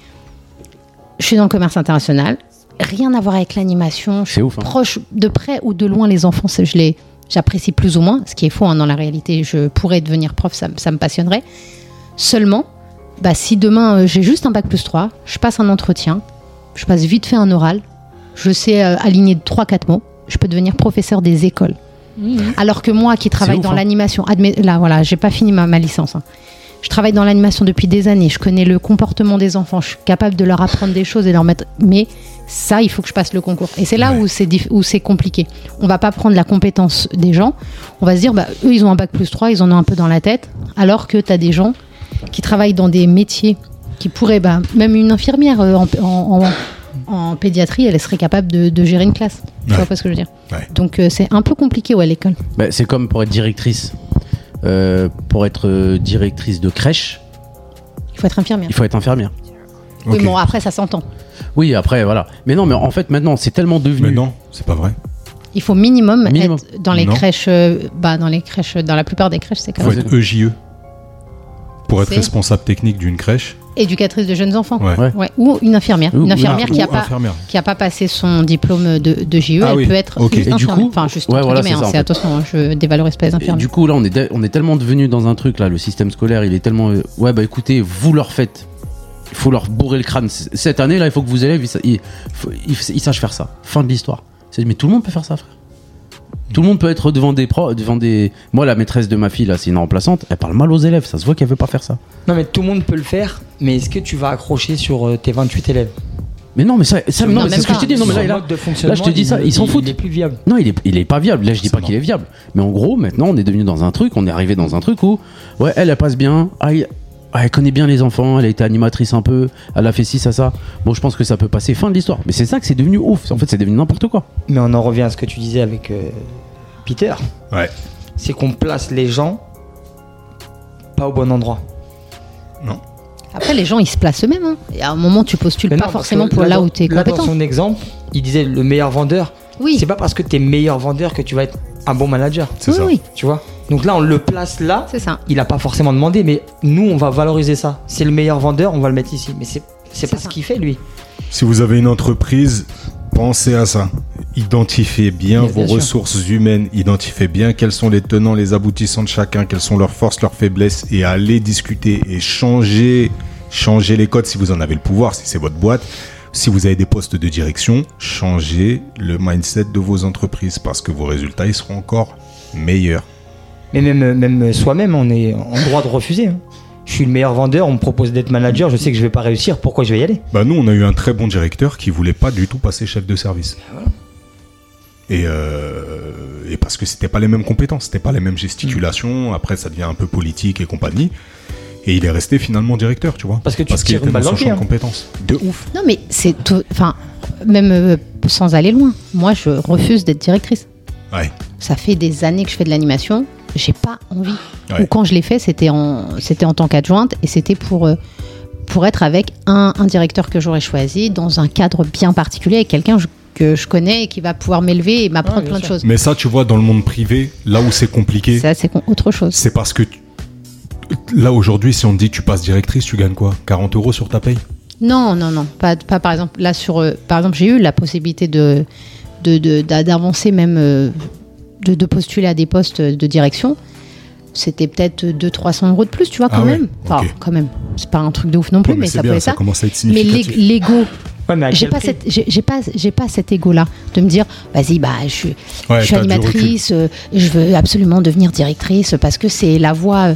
Speaker 3: Je suis dans le commerce international. Rien à voir avec l'animation. Je
Speaker 2: C'est
Speaker 3: suis
Speaker 2: ouf, hein.
Speaker 3: proche, de près ou de loin, les enfants, c'est- je les, j'apprécie plus ou moins. Ce qui est faux, hein, dans la réalité, je pourrais devenir prof, ça, me- ça me passionnerait. Seulement, bah, si demain euh, j'ai juste un bac plus 3, je passe un entretien, je passe vite fait un oral, je sais euh, aligner 3-4 mots, je peux devenir professeur des écoles. Alors que moi qui travaille
Speaker 2: Mmh. ouf,
Speaker 3: dans
Speaker 2: hein.
Speaker 3: l'animation, admet- là voilà, j'ai pas fini ma, ma licence. hein. Je travaille dans l'animation depuis des années, je connais le comportement des enfants, je suis capable de leur apprendre des choses et leur mettre. Mais ça, il faut que je passe le concours. Et c'est là où c'est dif- où c'est compliqué. On va pas prendre la compétence des gens, on va se dire, bah, eux ils ont un bac plus 3, ils en ont un peu dans la tête, alors que tu as des gens qui travaillent dans des métiers qui pourraient, bah, même une infirmière euh, en, en- en- en pédiatrie, elle serait capable de, de gérer une classe. Tu
Speaker 1: Ouais.
Speaker 3: vois pas ce que je veux dire
Speaker 1: Ouais.
Speaker 3: Donc euh, c'est un peu compliqué ouais, à l'école.
Speaker 2: Bah, c'est comme pour être directrice. Euh, pour être euh, directrice de crèche,
Speaker 3: Il faut être infirmière.
Speaker 2: il faut être infirmière.
Speaker 3: Oui,
Speaker 1: Ok.
Speaker 3: bon, après ça s'entend.
Speaker 2: Oui, après, voilà. Mais non, mais en fait, maintenant, c'est tellement devenu.
Speaker 1: Mais non, c'est pas vrai.
Speaker 3: Il faut minimum,
Speaker 2: Minimum.
Speaker 3: être dans les
Speaker 1: Non.
Speaker 3: crèches, euh, bah, dans les crèches, dans la plupart des crèches, c'est quand
Speaker 1: Faut
Speaker 3: même
Speaker 1: être EJE. Pour être
Speaker 3: C'est-
Speaker 1: responsable technique d'une crèche.
Speaker 3: éducatrice de jeunes enfants.
Speaker 1: Ouais.
Speaker 2: Ouais.
Speaker 3: Ouais, ou une infirmière.
Speaker 2: Ou-
Speaker 3: une infirmière
Speaker 1: Ah,
Speaker 3: qui
Speaker 1: ou
Speaker 3: n'a pas,
Speaker 1: infirmière.
Speaker 3: qui a pas passé son diplôme de, de JE,
Speaker 1: Ah
Speaker 3: elle
Speaker 1: oui,
Speaker 3: peut être
Speaker 1: ok.
Speaker 3: juste
Speaker 2: Et du
Speaker 3: infirmière.
Speaker 2: coup-
Speaker 3: enfin, juste
Speaker 2: Ouais,
Speaker 3: entre
Speaker 2: voilà,
Speaker 3: guillemets,
Speaker 2: c'est ça, en
Speaker 3: hein, c'est
Speaker 2: fait.
Speaker 3: attention, hein, je dévalorise pas les
Speaker 2: Et
Speaker 3: infirmières.
Speaker 2: du coup, là, on est, de- on est tellement devenu dans un truc, là, le système scolaire, il est tellement. euh, ouais, bah écoutez, vous leur faites. Il faut leur bourrer le crâne. C- Cette année, là, il faut que vous élèves, ils, sa- ils- faut- ils- ils sachent faire ça. Fin de l'histoire. C'est- Mais tout le monde peut faire ça, frère. Tout le monde peut être devant des pro, devant des. Moi, la maîtresse de ma fille, là, c'est une remplaçante, elle parle mal aux élèves, ça se voit qu'elle veut pas faire ça.
Speaker 4: Non, mais tout le monde peut le faire, mais est-ce que tu vas accrocher sur euh, tes 28 élèves
Speaker 2: Mais non, mais ça, ça- non,
Speaker 3: Non,
Speaker 2: mais c'est
Speaker 3: même
Speaker 2: ce que je
Speaker 3: pas.
Speaker 2: te dis, non, mais
Speaker 4: Son
Speaker 2: là, là,
Speaker 4: mode de
Speaker 2: là,
Speaker 4: fonctionnement,
Speaker 2: je te dis
Speaker 4: il-
Speaker 2: ça, ils s'en
Speaker 4: il-
Speaker 2: foutent.
Speaker 4: Il est plus viable.
Speaker 2: Non, il est, il est pas viable. Là, je dis pas
Speaker 1: C'est
Speaker 2: qu'il est viable. Mais en gros, maintenant, on est devenu dans un truc, on est arrivé dans un truc où, ouais, elle, elle passe bien. Ah, il- ah, elle connaît bien les enfants, elle a été animatrice un peu, elle a fait ci, ça, ça. Bon, je pense que ça peut passer fin de l'histoire. Mais c'est ça que c'est devenu ouf. En fait, c'est devenu n'importe quoi.
Speaker 4: Mais on en revient à ce que tu disais avec euh, Peter.
Speaker 1: Ouais.
Speaker 4: C'est qu'on place les gens pas au bon endroit.
Speaker 3: Après, les gens, ils se placent eux-mêmes. hein. Et à un moment, tu postules
Speaker 4: Mais non,
Speaker 3: pas
Speaker 4: parce
Speaker 3: forcément
Speaker 4: que
Speaker 3: pour là
Speaker 4: dans-
Speaker 3: où tu es
Speaker 4: là,
Speaker 3: compétent.
Speaker 4: Dans son exemple, il disait le meilleur vendeur.
Speaker 3: Oui,
Speaker 4: C'est pas parce que t'es meilleur vendeur que tu vas être un bon manager.
Speaker 1: C'est
Speaker 3: oui,
Speaker 1: ça.
Speaker 3: oui,
Speaker 4: Tu vois Donc là, on le place là.
Speaker 3: c'est ça.
Speaker 4: Il a pas forcément demandé, mais nous, on va valoriser ça. C'est le meilleur vendeur, on va le mettre ici. Mais c'est c'est
Speaker 3: C'est
Speaker 4: pas
Speaker 3: ça.
Speaker 4: ce qu'il fait, lui.
Speaker 1: Si vous avez une entreprise, pensez à ça. Identifiez bien
Speaker 4: Bien,
Speaker 1: vos
Speaker 4: bien sûr.
Speaker 1: ressources humaines, identifiez bien quels sont les tenants, les aboutissants de chacun, quelles sont leurs forces, leurs faiblesses, et allez discuter et changer, changer les codes si vous en avez le pouvoir, si c'est votre boîte. Si vous avez des postes de direction, changez le mindset de vos entreprises parce que vos résultats ils seront encore meilleurs.
Speaker 4: Mais même, même soi-même, on est en droit de refuser. hein. Je suis le meilleur vendeur, on me propose d'être manager, je sais que je vais pas réussir, pourquoi je vais y aller
Speaker 1: Bah nous, on a eu un très bon directeur qui voulait pas du tout passer chef de service.
Speaker 4: Ah,
Speaker 1: Et, euh, et parce que c'était pas les mêmes compétences, c'était pas les mêmes
Speaker 4: Mm.
Speaker 1: gesticulations. Après, ça devient un peu politique et compagnie. Et il est resté finalement directeur, tu vois.
Speaker 4: Parce que tu
Speaker 1: qu'il
Speaker 4: tires une
Speaker 1: était dans
Speaker 4: balle dans
Speaker 1: son
Speaker 4: le pied,
Speaker 1: champ de
Speaker 4: hein.
Speaker 1: compétences. De ouf.
Speaker 3: Non, mais c'est tout. Enfin, même euh, sans aller loin, moi, je refuse d'être directrice.
Speaker 1: Ouais.
Speaker 3: Ça fait des années que je fais de l'animation. J'ai pas envie.
Speaker 1: Ouais.
Speaker 3: Ou quand je l'ai fait, c'était en, c'était en tant qu'adjointe et c'était pour. euh, pour être avec un, un directeur que j'aurais choisi dans un cadre bien particulier avec quelqu'un je- que je connais et qui va pouvoir m'élever et m'apprendre
Speaker 4: Ah, bien
Speaker 3: plein de
Speaker 4: sûr.
Speaker 3: choses.
Speaker 1: Mais ça, tu vois, dans le monde privé, là où c'est compliqué,
Speaker 3: Ça, c'est con- autre chose.
Speaker 1: c'est parce que tu- là aujourd'hui, si on te dit tu passes directrice, tu gagnes quoi 40 euros sur ta paye
Speaker 3: Non, non, non. Pas, pas par exemple. Là, sur, euh, par exemple, j'ai eu la possibilité de de- de- d'a- d'avancer même, euh, de, de postuler à des postes de direction. C'était peut-être 200-300 euros de plus, tu vois, quand
Speaker 1: Ah ouais,
Speaker 3: même. Enfin,
Speaker 1: ok.
Speaker 3: quand même. C'est pas un truc de ouf non plus,
Speaker 1: Ouais,
Speaker 3: mais,
Speaker 1: c'est
Speaker 3: ça peut
Speaker 1: bien,
Speaker 3: être
Speaker 1: ça
Speaker 3: ça.
Speaker 1: commence à être
Speaker 3: Mais
Speaker 1: significatif.
Speaker 3: l'é- l'ego,
Speaker 4: Ouais, mais à
Speaker 3: j'ai
Speaker 4: quel
Speaker 3: pas,
Speaker 4: prix
Speaker 3: cette, j'ai, j'ai pas, j'ai pas cet ego-là de me dire, vas-y, bah, je suis,
Speaker 1: Ouais,
Speaker 3: je suis
Speaker 1: t'as du recul.
Speaker 3: animatrice, euh, je veux absolument devenir directrice parce que c'est la voie, euh,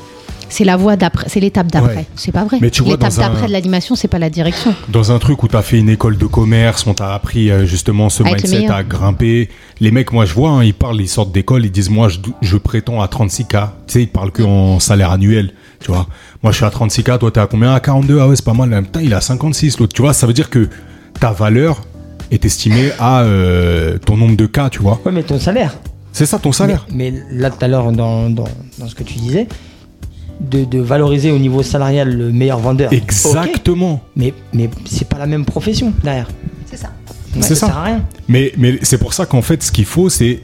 Speaker 3: c'est la voie d'après, c'est l'étape d'après.
Speaker 1: Ouais.
Speaker 3: C'est pas vrai.
Speaker 1: Mais tu vois,
Speaker 3: l'étape
Speaker 1: dans un-
Speaker 3: d'après de l'animation, c'est pas la direction.
Speaker 1: dans un truc où t'as fait une école de commerce, on t'a appris euh, justement ce
Speaker 3: À être Ah, le
Speaker 1: mindset
Speaker 3: meilleur.
Speaker 1: à grimper. Les mecs, moi je vois, hein, ils parlent, ils sortent d'école, ils disent moi je, je prétends à 36K. Tu sais, ils parlent que en salaire annuel, tu vois. Moi je suis à 36K, toi t'es à combien À 42, ah ouais c'est pas mal. Putain, il est à 56 l'autre, tu vois. Ça veut dire que ta valeur est estimée à euh, ton nombre de K, tu vois.
Speaker 4: Ouais, mais ton salaire.
Speaker 1: C'est ça ton salaire.
Speaker 4: Mais, mais là, tout à l'heure, dans, dans- dans ce que tu disais, de, de valoriser au niveau salarial le meilleur vendeur. Ok,
Speaker 1: Exactement.
Speaker 4: mais mais c'est pas la même profession derrière.
Speaker 3: C'est ça.
Speaker 4: Ouais,
Speaker 1: C'est ça.
Speaker 4: sert à rien.
Speaker 1: Mais, mais c'est pour ça qu'en fait, ce qu'il faut, c'est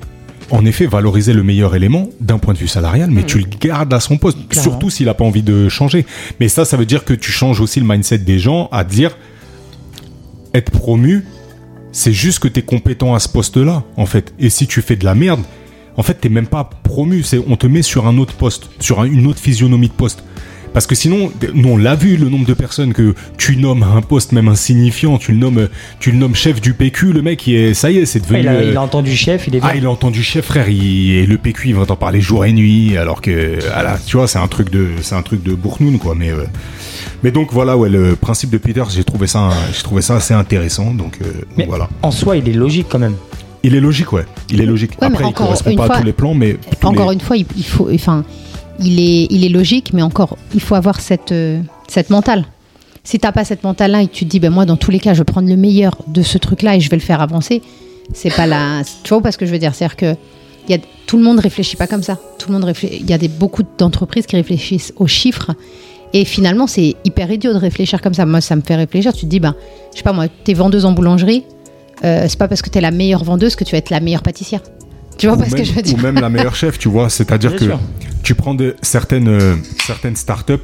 Speaker 1: en effet valoriser le meilleur élément d'un point de vue salarial, mais tu le gardes à son poste,
Speaker 4: Clairement.
Speaker 1: surtout s'il n'a pas envie de changer. Mais ça, ça veut dire que tu changes aussi le mindset des gens à dire être promu, c'est juste que tu es compétent à ce poste-là, en fait. Et si tu fais de la merde, en fait, t'es même pas promu, c'est on te met sur un autre poste, sur un- une autre physionomie de poste. Parce que sinon, t- nous on l'a vu, le nombre de personnes que tu nommes à un poste même insignifiant, tu le nommes, euh, tu le nommes chef du PQ, le mec, il est, ça y est, c'est devenu.
Speaker 4: il, a,
Speaker 1: euh,
Speaker 4: il a entendu chef, il est bien.
Speaker 1: ah, il a entendu chef, frère, il- et le PQ, il va t'en parler jour et nuit, alors que, ah là, tu vois, c'est un truc de, c'est un truc de bourgnoune, quoi, mais, euh, mais donc voilà, ouais, le principe de Peter, j'ai trouvé ça, j'ai trouvé ça assez intéressant, donc, euh, donc
Speaker 4: Mais-
Speaker 1: voilà.
Speaker 4: En soi, il est logique quand même.
Speaker 1: Il est logique, ouais, il est logique.
Speaker 3: Ouais, mais
Speaker 1: Après, il
Speaker 3: encore
Speaker 1: correspond
Speaker 3: une
Speaker 1: pas à
Speaker 3: fois-
Speaker 1: tous les plans, mais. tous
Speaker 3: Encore
Speaker 1: les-
Speaker 3: une fois, il, il faut, enfin, il est, il est logique, mais encore, il faut avoir cette, euh, cette mentale. Si t'as pas cette mentale-là et que tu te dis, ben moi, dans tous les cas, je vais prendre le meilleur de ce truc-là et je vais le faire avancer, c'est pas la. Tu vois pas ce que je veux dire C'est-à-dire que il y a, tout le monde réfléchit pas comme ça. Tout le monde réfléchit. Il y a des, beaucoup d'entreprises qui réfléchissent aux chiffres. Et finalement, c'est hyper idiot de réfléchir comme ça. Moi, ça me fait réfléchir. Tu te dis, ben, je sais pas moi, t'es vendeuse en boulangerie, euh, c'est pas parce que t'es la meilleure vendeuse que tu vas être la meilleure pâtissière. Tu vois
Speaker 1: ou
Speaker 3: pas ce
Speaker 1: même-
Speaker 3: que je veux dire
Speaker 1: Ou même la meilleure chef, tu vois. C'est-à-dire
Speaker 4: Bien
Speaker 1: que
Speaker 4: sûr.
Speaker 1: tu prends de, certaines, euh, certaines startups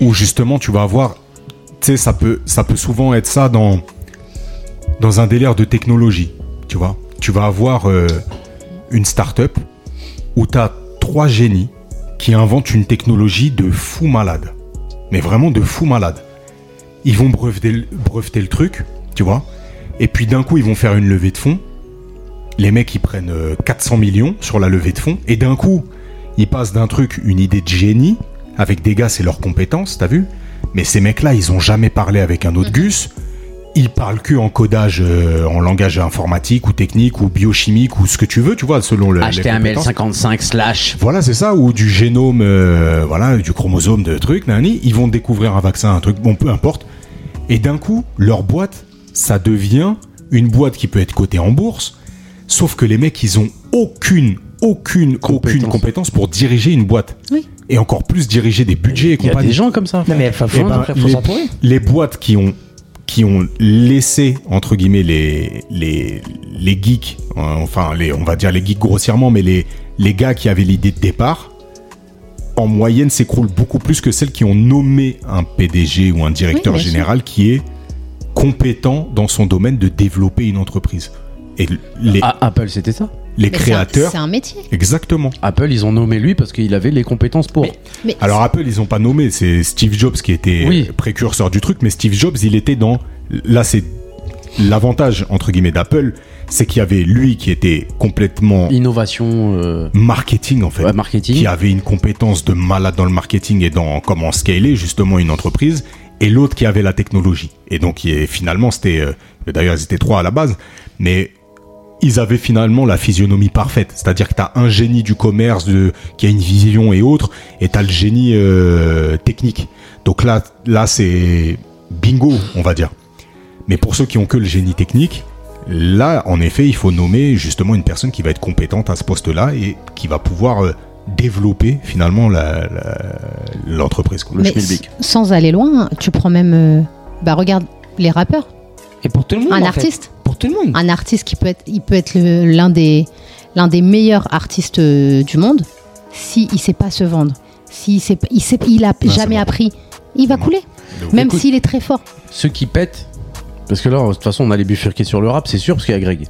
Speaker 1: où justement tu vas avoir. Tu sais, ça peut, ça peut souvent être ça dans, dans un délire de technologie, tu vois. Tu vas avoir euh, une startup où tu as trois génies qui inventent une technologie de fou malade. Mais vraiment de fou malade. Ils vont breveter, le- breveter le truc, tu vois. Et puis d'un coup, ils vont faire une levée de fonds les mecs ils prennent euh, 400 millions sur la levée de fonds et d'un coup ils passent d'un truc une idée de génie avec des gars c'est leurs compétences t'as vu mais ces mecs là ils ont jamais parlé avec un autre gus ils parlent que en codage euh, en langage informatique ou technique ou biochimique ou ce que tu veux tu vois selon le les compétences.
Speaker 2: HTML55 slash.
Speaker 1: Voilà, c'est ça, ou du génome, euh, voilà, du chromosome de trucs, nanani, ils vont découvrir un vaccin, un truc, bon, peu importe. Et d'un coup, leur boîte, ça devient une boîte qui peut être cotée en bourse, sauf que les mecs, ils ont aucune, aucune, aucune
Speaker 2: Compétence.
Speaker 1: compétence pour diriger une boîte.
Speaker 3: Oui.
Speaker 1: Et encore plus diriger des budgets et
Speaker 2: Il y a
Speaker 1: compagnie.
Speaker 2: des gens comme ça.
Speaker 4: Non mais enfin,
Speaker 1: Eh
Speaker 4: faut,
Speaker 1: ben,
Speaker 4: après, faut
Speaker 1: les-
Speaker 4: s'entourer.
Speaker 1: les boîtes qui ont qui ont laissé entre guillemets les les les geeks euh, enfin les on va dire les geeks grossièrement mais les les gars qui avaient l'idée de départ en moyenne s'écroulent beaucoup plus que celles qui ont nommé un PDG ou un directeur
Speaker 3: Oui, bien sûr.
Speaker 1: général qui est compétent dans son domaine de développer une entreprise et les
Speaker 2: Ah, Apple, c'était ça.
Speaker 1: les
Speaker 3: Mais c'est un-
Speaker 1: créateurs
Speaker 3: C'est un métier.
Speaker 1: exactement
Speaker 2: Apple, ils ont nommé lui parce qu'il avait les compétences pour.
Speaker 4: Mais-
Speaker 3: Mais
Speaker 1: Alors Apple, ils ont pas nommé, c'est Steve Jobs qui était euh,
Speaker 2: Oui.
Speaker 1: précurseur du truc, mais Steve Jobs, il était dans... Là, c'est l'avantage, entre guillemets, d'Apple, c'est qu'il y avait lui qui était complètement
Speaker 2: Innovation, euh,
Speaker 1: marketing, en fait,
Speaker 2: ouais, marketing.
Speaker 1: qui avait une compétence de malade dans le marketing et dans comment scaler justement une entreprise, et l'autre qui avait la technologie. Et donc, il est- finalement, c'était... euh, D'ailleurs, ils étaient trois à la base, mais ils avaient finalement la physionomie parfaite. C'est-à-dire que t'as un génie du commerce de, qui a une vision et autres, et t'as le génie euh, technique. Donc là, là c'est bingo, on va dire. Mais pour ceux qui ont que le génie technique, là, en effet, il faut nommer justement une personne qui va être compétente à ce poste-là et qui va pouvoir euh, développer finalement la- la- l'entreprise. quoi.
Speaker 2: Le
Speaker 3: mais
Speaker 2: schmilblick.
Speaker 3: s- sans aller loin, tu prends même. euh, bah regarde les rappeurs,
Speaker 4: Et pour tout le monde.
Speaker 3: un
Speaker 4: en
Speaker 3: artiste,
Speaker 4: fait. Pour tout le monde.
Speaker 3: un artiste qui peut être, il peut être le- l'un des l'un des meilleurs artistes euh, du monde, si il sait pas se vendre, si il sait, pas- il sait- il a
Speaker 1: Non, c'est
Speaker 3: jamais
Speaker 1: mort.
Speaker 3: appris, il va
Speaker 1: C'est
Speaker 3: couler,
Speaker 1: Donc,
Speaker 3: même
Speaker 2: Écoute-
Speaker 3: s'il est très fort.
Speaker 2: Ceux qui pètent. Parce que là, de toute façon, on allait bifurquer sur le rap, c'est sûr, parce qu'il y a Greg.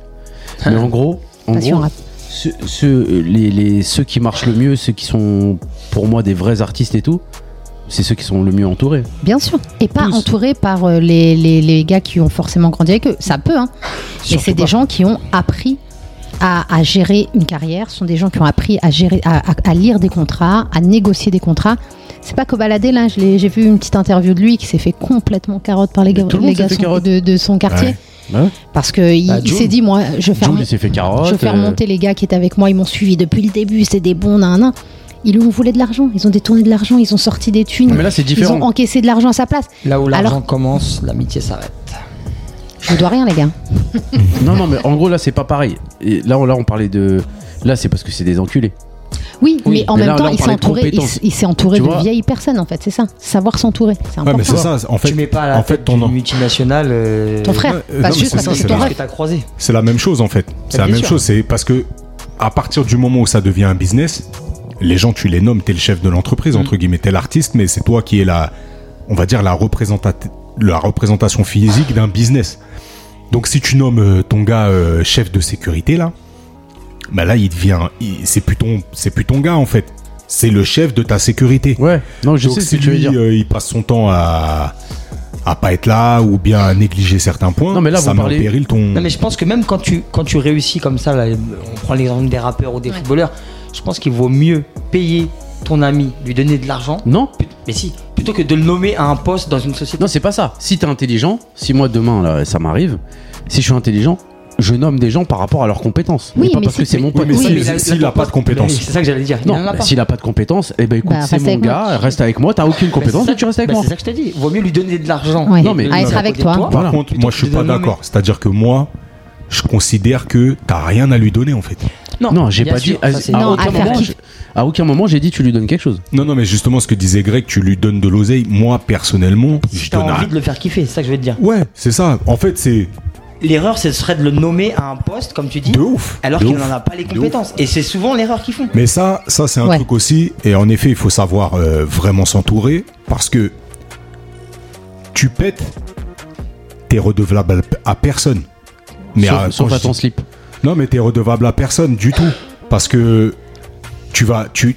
Speaker 2: Mais en gros, en
Speaker 3: Passion
Speaker 2: gros,
Speaker 3: rap.
Speaker 2: ceux, ceux- les, les- ceux qui marchent le mieux, ceux qui sont pour moi des vrais artistes et tout, c'est ceux qui sont le mieux entourés.
Speaker 3: Bien sûr, et pas
Speaker 2: Tous.
Speaker 3: entouré par euh, les, les, les gars qui ont forcément grandi avec eux. Ça peut, hein. Mais
Speaker 4: Surtout
Speaker 3: c'est des
Speaker 4: pas.
Speaker 3: gens qui ont appris à, à gérer une carrière, ce sont des gens qui ont appris à, gérer, à, à- à lire des contrats, à négocier des contrats. C'est pas Kobalade, là, je l'ai- j'ai vu une petite interview de lui qui s'est fait complètement carotte par les
Speaker 2: Mais
Speaker 3: gars,
Speaker 2: tout le
Speaker 3: les
Speaker 2: monde s'est
Speaker 3: gars
Speaker 2: fait
Speaker 3: son-
Speaker 2: carotte.
Speaker 3: de, de son quartier.
Speaker 1: Ouais.
Speaker 2: Ouais.
Speaker 3: Parce qu'il
Speaker 4: Bah,
Speaker 3: il
Speaker 4: Jul.
Speaker 3: s'est dit, moi, je vais faire,
Speaker 2: Jules,
Speaker 3: mon-
Speaker 2: il s'est fait carotte.
Speaker 3: je vais faire
Speaker 2: euh,
Speaker 3: monter les gars qui étaient avec moi, ils m'ont suivi depuis le début, c'est des bons, nan, nan. Ils lui ont volé de l'argent, ils ont détourné de l'argent, ils ont sorti des thunes.
Speaker 2: Mais là, c'est
Speaker 3: ils
Speaker 2: différent.
Speaker 3: ont encaissé de l'argent à sa place.
Speaker 4: Là où l'argent
Speaker 3: Alors-
Speaker 4: commence, l'amitié s'arrête.
Speaker 3: Je vous dois rien, les gars.
Speaker 2: Non, non, mais en gros, là, c'est pas pareil. Et là, on- là, on parlait de. Là, c'est parce que c'est des enculés.
Speaker 3: Oui,
Speaker 2: Oui,
Speaker 3: mais en
Speaker 2: mais
Speaker 3: même
Speaker 2: là,
Speaker 3: temps,
Speaker 2: là, on
Speaker 3: il s'est
Speaker 2: parlait de
Speaker 3: entouré, il,
Speaker 2: compétences.
Speaker 3: s- il s'est entouré
Speaker 2: Tu
Speaker 3: de
Speaker 2: vois
Speaker 3: vieilles personnes, en fait. C'est ça. Savoir s'entourer, c'est
Speaker 1: Ouais,
Speaker 3: important.
Speaker 1: mais c'est ça. En fait,
Speaker 4: tu mets pas à la
Speaker 1: en fait,
Speaker 4: tête
Speaker 1: ton
Speaker 4: d'une multinationale. euh,
Speaker 3: ton frère,
Speaker 1: euh, non,
Speaker 3: pas
Speaker 1: mais
Speaker 3: juste
Speaker 1: c'est ça,
Speaker 3: ton
Speaker 1: c'est
Speaker 3: frère.
Speaker 1: vrai.
Speaker 4: que t'as croisé.
Speaker 1: C'est la même chose en fait. C'est la
Speaker 4: bien
Speaker 1: même
Speaker 4: sûr.
Speaker 1: chose. C'est parce que à partir du moment où ça devient un business, les gens tu les nommes, t'es le chef de
Speaker 2: Mm.
Speaker 1: l'entreprise entre guillemets, t'es l'artiste, mais c'est toi qui est la, on va dire la représentat- la représentation physique d'un business. Donc si tu nommes euh, ton gars euh, chef de sécurité là, bah là il devient, il- c'est plus ton, c'est plus ton gars en fait. C'est le chef de ta sécurité.
Speaker 2: Ouais, non, je
Speaker 1: Donc,
Speaker 2: sais ce
Speaker 1: si
Speaker 2: que tu veux
Speaker 1: lui,
Speaker 2: dire.
Speaker 1: euh, il passe son temps à à pas être là ou bien à négliger certains points,
Speaker 2: Non, mais là,
Speaker 1: ça
Speaker 2: vous
Speaker 1: met
Speaker 2: parlez-
Speaker 1: en péril ton.
Speaker 4: Non mais je pense que même quand tu quand tu réussis comme ça, là, on prend l'exemple des rappeurs ou des footballeurs, je pense qu'il vaut mieux payer ton ami, lui donner de l'argent,
Speaker 2: Non,
Speaker 4: mais si, plutôt que de le nommer à un poste dans une société.
Speaker 2: non, c'est pas ça. Si t'es intelligent, si moi demain là, ça m'arrive, si je suis intelligent, je nomme des gens par rapport à leurs compétences.
Speaker 3: Oui,
Speaker 2: mais pas
Speaker 3: mais
Speaker 2: parce
Speaker 3: si-
Speaker 2: que c'est mon
Speaker 3: oui,
Speaker 2: pote.
Speaker 1: mais
Speaker 3: Oui,
Speaker 1: si-
Speaker 3: mais
Speaker 1: si-
Speaker 4: là-
Speaker 1: s'il
Speaker 4: là,
Speaker 1: a pas de compétences.
Speaker 4: C'est ça que j'allais dire. Il en
Speaker 2: Non,
Speaker 4: a
Speaker 2: bah,
Speaker 4: pas.
Speaker 2: s'il a pas de compétences, eh ben écoute,
Speaker 3: Bah,
Speaker 2: c'est
Speaker 3: reste
Speaker 2: mon
Speaker 3: avec moi.
Speaker 2: gars, reste avec moi, t'as aucune
Speaker 4: Bah, c'est
Speaker 2: compétence,
Speaker 4: ça-
Speaker 2: donc tu restes avec
Speaker 4: bah,
Speaker 2: moi.
Speaker 4: C'est ça que je t'ai dit. Vaut mieux lui donner de l'argent.
Speaker 3: Ouais.
Speaker 2: Non, mais-
Speaker 3: à être
Speaker 4: à
Speaker 3: avec
Speaker 4: côté de
Speaker 3: toi.
Speaker 4: toi.
Speaker 1: Par
Speaker 2: Voilà.
Speaker 1: contre, moi je suis
Speaker 4: Plutôt
Speaker 1: pas
Speaker 4: que de nommer.
Speaker 1: d'accord. C'est-à-dire que moi, je considère que t'as rien à lui donner en fait.
Speaker 2: Non, j'ai
Speaker 4: bien
Speaker 2: pas
Speaker 4: sûr,
Speaker 2: dit. À,
Speaker 4: ça, c'est-
Speaker 2: à
Speaker 3: Non, à
Speaker 2: aucun
Speaker 3: faire
Speaker 2: moment,
Speaker 3: kiffer.
Speaker 2: j'ai- à aucun moment, j'ai dit tu lui donnes quelque chose.
Speaker 1: Non, non, mais justement ce que disait Greg, tu lui donnes de l'oseille. Moi personnellement,
Speaker 4: Si
Speaker 1: je
Speaker 4: t'as
Speaker 1: donne
Speaker 4: envie
Speaker 1: rien.
Speaker 4: de le faire kiffer, c'est ça que je veux te dire.
Speaker 1: Ouais, c'est ça. En fait, c'est
Speaker 4: L'erreur, ce serait de le nommer à un poste, comme tu dis,
Speaker 1: de ouf.
Speaker 4: alors
Speaker 1: De
Speaker 4: qu'il
Speaker 1: ouf.
Speaker 4: n'en a pas les
Speaker 1: De ouf.
Speaker 4: compétences. Et c'est souvent l'erreur qu'ils font.
Speaker 1: Mais ça, ça c'est un
Speaker 3: Ouais.
Speaker 1: truc aussi. Et en effet, il faut savoir euh, vraiment s'entourer parce que tu pètes, t'es redevable à à personne. Mais
Speaker 2: sauf
Speaker 1: à-
Speaker 2: sauf
Speaker 1: quand
Speaker 2: à
Speaker 1: je dis-
Speaker 2: ton slip. Ah,
Speaker 1: Non, mais t'es redevable à personne du tout. Parce que tu vas. Tu...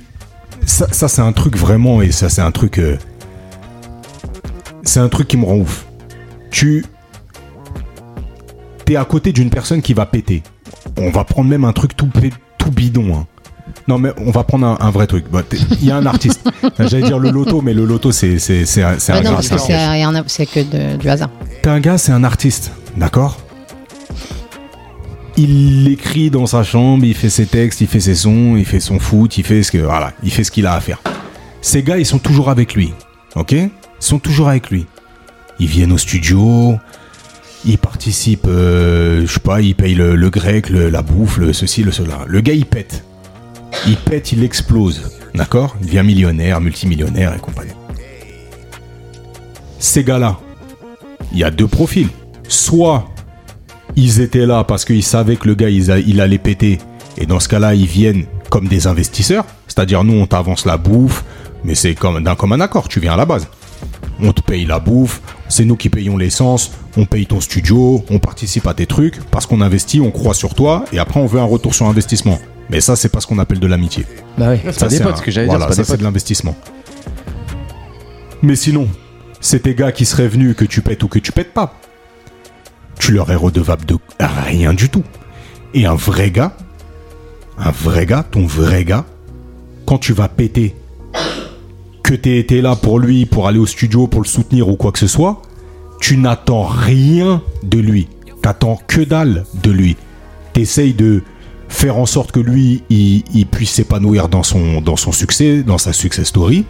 Speaker 1: Ça, ça, c'est un truc vraiment. Et ça, c'est un truc. euh, C'est un truc qui me rend ouf. Tu. T'es à côté d'une personne qui va péter. On va prendre même un truc tout, pé- tout bidon. hein. Non, mais on va prendre un, un vrai truc. Bah, t'es- Il y a un artiste. J'allais dire le loto, mais le loto, c'est c'est- c'est un, c'est
Speaker 3: Bah
Speaker 1: un
Speaker 3: non,
Speaker 1: grave
Speaker 3: parce que
Speaker 1: artiste.
Speaker 3: c'est rien à- c'est que de- du hasard.
Speaker 1: T'es un gars, c'est un artiste, d'accord Il écrit dans sa chambre, il fait ses textes, il fait ses sons, il fait son foot, il fait ce que voilà, il fait ce qu'il a à faire. Ces gars, ils sont toujours avec lui, ok Ils sont toujours avec lui. Ils viennent au studio, ils participent, euh, je sais pas, ils payent le, le grec, le- la bouffe, le ceci, le cela. Le gars, il pète. Il pète, il explose, d'accord Il devient millionnaire, multimillionnaire et compagnie. Ces gars-là, il y a deux profils. Soit ils étaient là parce qu'ils savaient que le gars il, a- il allait péter, et dans ce cas-là, ils viennent comme des investisseurs, c'est-à-dire nous on t'avance la bouffe, mais c'est comme d'un commun accord, tu viens à la base. On te paye la bouffe, c'est nous qui payons l'essence, on paye ton studio, on participe à tes trucs, parce qu'on investit, on croit sur toi, et après on veut un retour sur investissement. Mais ça, c'est pas ce qu'on appelle de l'amitié.
Speaker 4: Bah ouais.
Speaker 2: C'est pas des
Speaker 1: c'est
Speaker 2: potes,
Speaker 1: un-
Speaker 2: ce que j'allais dire,
Speaker 1: voilà,
Speaker 2: c'est
Speaker 1: ça
Speaker 2: pas des
Speaker 1: c'est
Speaker 2: potes.
Speaker 1: de l'investissement. Mais sinon, c'est tes gars qui seraient venus que tu pètes ou que tu pètes pas. Tu leur es redevable de rien du tout. Et un vrai gars, un vrai gars, ton vrai gars, quand tu vas péter, que t'aies été là pour lui, pour aller au studio, pour le soutenir ou quoi que ce soit, tu n'attends rien de lui. T'attends que dalle de lui. T'essayes de faire en sorte que lui, il, il puisse s'épanouir dans son, dans son succès, dans sa success story.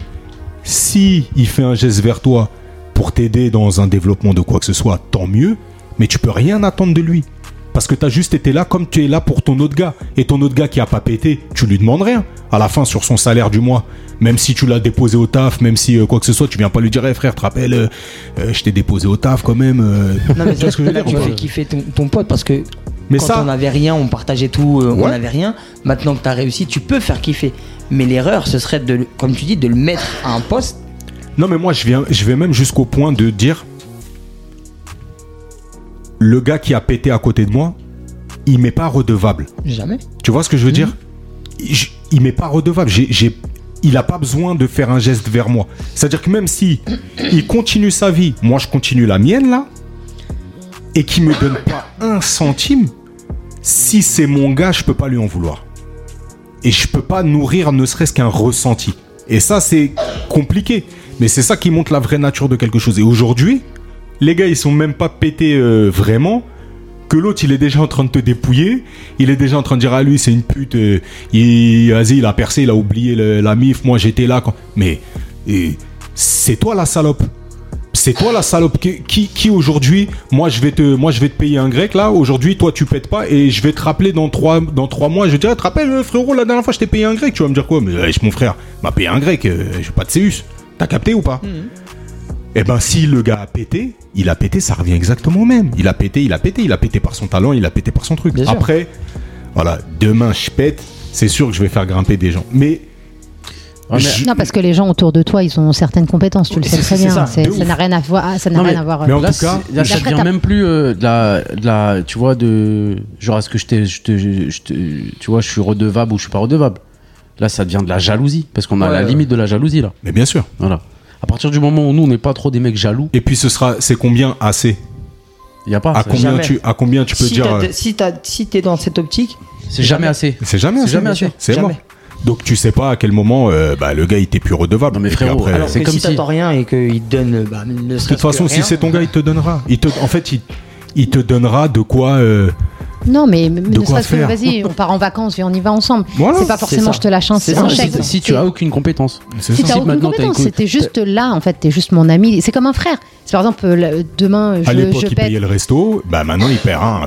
Speaker 1: Si il fait un geste vers toi pour t'aider dans un développement de quoi que ce soit, tant mieux. Mais tu peux rien attendre de lui. Parce que t'as juste été là comme tu es là pour ton autre gars. Et ton autre gars qui a pas pété, tu lui demandes rien. À la fin, sur son salaire du mois, même si tu l'as déposé au taf, même si euh, quoi que ce soit, tu viens pas lui dire, Eh, frère, te rappelles, euh, euh, je t'ai déposé au taf quand même. euh.
Speaker 4: Non, mais
Speaker 1: Tu vois ce que je veux
Speaker 4: là,
Speaker 1: dire
Speaker 4: tu
Speaker 1: ou pas
Speaker 4: fais kiffer ton, ton pote parce que
Speaker 1: Mais
Speaker 4: quand
Speaker 1: ça-
Speaker 4: on n'avait rien, on partageait tout, euh, on
Speaker 1: Ouais.
Speaker 4: n'avait rien. Maintenant que t'as réussi, tu peux faire kiffer. Mais l'erreur, ce serait de, le- comme tu dis, de le mettre à un poste.
Speaker 1: Non, mais moi, je, viens, je vais même jusqu'au point de dire le gars qui a pété à côté de moi, il m'est pas redevable.
Speaker 4: Jamais.
Speaker 1: Tu vois ce que je veux dire Je- Il m'est pas redevable. J'ai- j'ai- il n'a pas besoin de faire un geste vers moi. C'est-à-dire que même si il continue sa vie, moi je continue la mienne là, et qu'il me donne pas un centime, si c'est mon gars, je peux pas lui en vouloir. Et je peux pas nourrir ne serait-ce qu'un ressenti. Et ça, c'est compliqué. Mais c'est ça qui montre la vraie nature de quelque chose. Et aujourd'hui, les gars, ils sont même pas pétés euh, vraiment que l'autre il est déjà en train de te dépouiller, il est déjà en train de dire à lui c'est une pute, euh, il, vas-y il a percé, il a oublié le- la mif, moi j'étais là quand... Mais et c'est toi la salope. C'est- c'est toi la salope qui, qui, qui aujourd'hui, moi je vais te, moi je vais te payer un grec là. Aujourd'hui, toi tu pètes pas et je vais te rappeler dans trois, dans trois mois. Je vais te dire, Ah, te rappelles euh, frérot, la dernière fois je t'ai payé un grec. Tu vas me dire quoi Mais euh, mon frère m'a payé un grec. euh, J'ai pas de Céus. T'as capté ou pas
Speaker 4: Hmm.
Speaker 1: Eh ben si le gars a pété, il a pété, ça revient exactement au même. Il a pété, il a pété, il a pété par son talent, il a pété par son truc.
Speaker 4: Bien sûr.
Speaker 1: Après, voilà, demain je pète, c'est sûr que je vais faire grimper des gens. Mais
Speaker 2: Ouais, mais-
Speaker 1: je-
Speaker 3: Non, parce que les gens autour de toi, ils ont certaines compétences, tu le sais
Speaker 1: C'est-
Speaker 3: très
Speaker 1: c'est
Speaker 3: bien.
Speaker 1: ça,
Speaker 3: C'est-
Speaker 1: de
Speaker 3: Ça
Speaker 1: ouf.
Speaker 3: n'a rien à voir. Ça n'a
Speaker 2: Non,
Speaker 3: rien
Speaker 2: mais-
Speaker 3: à voir. euh,
Speaker 1: mais en
Speaker 2: là,
Speaker 1: tout cas,
Speaker 2: c'est- là, ça
Speaker 3: D'après
Speaker 2: devient
Speaker 3: ta-
Speaker 2: même plus euh, de, la, de la- tu vois, de genre est-ce que je t'ai, je te, je- je te- tu vois, je suis redevable ou je suis pas redevable. Là, ça devient de la jalousie parce qu'on a
Speaker 4: Ouais,
Speaker 2: la
Speaker 4: ouais.
Speaker 2: limite de la jalousie là.
Speaker 1: mais bien sûr.
Speaker 2: Voilà. À partir du moment où nous on n'est pas trop des mecs jaloux,
Speaker 1: Et puis ce sera, c'est combien assez
Speaker 2: il y a pas.
Speaker 1: À
Speaker 2: ça.
Speaker 1: combien
Speaker 4: jamais.
Speaker 1: tu, à combien tu peux
Speaker 4: si
Speaker 1: dire
Speaker 4: t'as-
Speaker 1: euh,
Speaker 4: si t'as- si t'es dans cette optique,
Speaker 2: C'est jamais assez.
Speaker 1: C'est jamais
Speaker 2: C'est
Speaker 1: assez.
Speaker 2: jamais
Speaker 1: bien
Speaker 2: assez.
Speaker 1: sûr. C'est
Speaker 4: Jamais.
Speaker 1: mort. Donc tu sais pas à quel moment euh, bah, le gars il t'est plus redevable.
Speaker 2: Non, mais
Speaker 1: Et puis
Speaker 2: frérot,
Speaker 1: après, euh,
Speaker 2: alors,
Speaker 1: de
Speaker 2: c'est
Speaker 4: que
Speaker 2: comme
Speaker 4: si
Speaker 2: si-
Speaker 4: t'attends rien et qu'il te donne, bah, ne
Speaker 1: toute façon, si c'est ton gars, il te donnera. Il te, en fait, il, il te donnera de quoi. euh,
Speaker 3: Non, mais mais ne
Speaker 1: quoi
Speaker 3: serait-ce que
Speaker 1: faire.
Speaker 3: vas-y, on part en vacances et on y va ensemble.
Speaker 1: Voilà.
Speaker 3: c'est pas
Speaker 4: C'est
Speaker 3: forcément
Speaker 4: ça.
Speaker 3: je te lâche un,
Speaker 4: C'est
Speaker 3: un
Speaker 4: ça,
Speaker 2: Non, mais
Speaker 3: chèque.
Speaker 2: si, si tu as aucune compétence.
Speaker 1: c'est
Speaker 3: Si
Speaker 1: ça.
Speaker 2: t'as
Speaker 3: t'as aucune
Speaker 2: maintenant t'as
Speaker 3: compétence,
Speaker 2: une co-
Speaker 3: c'était juste là, en fait, t'es juste mon ami. C'est comme un frère. C'est par exemple, euh, le- demain, je,
Speaker 1: à l'époque,
Speaker 3: je
Speaker 1: il
Speaker 3: pète.
Speaker 1: payait le resto. Bah maintenant, il perd un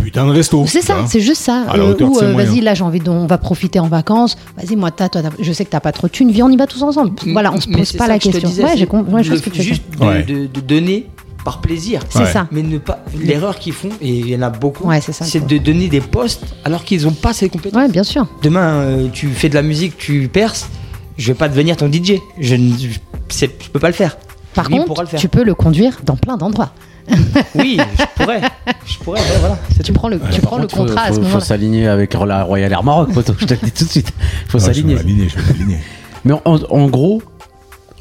Speaker 1: putain de resto.
Speaker 3: C'est ça,
Speaker 1: Hein.
Speaker 3: c'est juste ça. Euh,
Speaker 1: À la hauteur de
Speaker 3: ou
Speaker 1: ses moyens.
Speaker 3: vas-y, là j'ai envie de, on va profiter en vacances. Vas-y, moi t'as, toi, t'as- je sais que t'as pas trop de thunes, viens on y va tous ensemble. Voilà, on se
Speaker 4: Mais
Speaker 3: pose
Speaker 4: c'est
Speaker 3: pas
Speaker 4: ça
Speaker 3: la
Speaker 4: que je te
Speaker 3: question.
Speaker 4: disais,
Speaker 3: ouais,
Speaker 4: c'est
Speaker 3: j'ai compris. Ouais, je
Speaker 4: le-
Speaker 3: vois ce que tu veux dire.
Speaker 4: Juste de,
Speaker 1: Ouais.
Speaker 4: de- de donner par plaisir.
Speaker 3: C'est
Speaker 1: Ouais.
Speaker 3: ça.
Speaker 4: Mais ne pas l'erreur qu'ils font et il y en a beaucoup.
Speaker 3: Ouais, c'est ça, le
Speaker 4: de donner des postes alors qu'ils n'ont pas ces compétences.
Speaker 3: Ouais, bien sûr.
Speaker 4: Demain, euh, tu fais de la musique, tu perces. Je vais pas devenir ton DJ. Je ne je- c'est- je peux pas le faire.
Speaker 3: Par
Speaker 4: Lui pourra le
Speaker 3: contre,
Speaker 4: faire.
Speaker 3: tu peux le conduire dans plein d'endroits.
Speaker 4: Oui, je pourrais. Je pourrais. ouais, voilà. C'est
Speaker 3: Tu
Speaker 4: tout.
Speaker 3: prends le, tu prends
Speaker 2: Par
Speaker 3: le
Speaker 2: contre, faut-
Speaker 3: contrat à ce
Speaker 2: faut, faut
Speaker 3: moment-là.
Speaker 2: s'aligner avec la Royal Air Maroc, poteau, je te le dis tout de suite. Faut
Speaker 1: Ouais,
Speaker 2: s'aligner.
Speaker 1: Je vais m'aligner, je vais m'aligner.
Speaker 2: Mais en, en gros,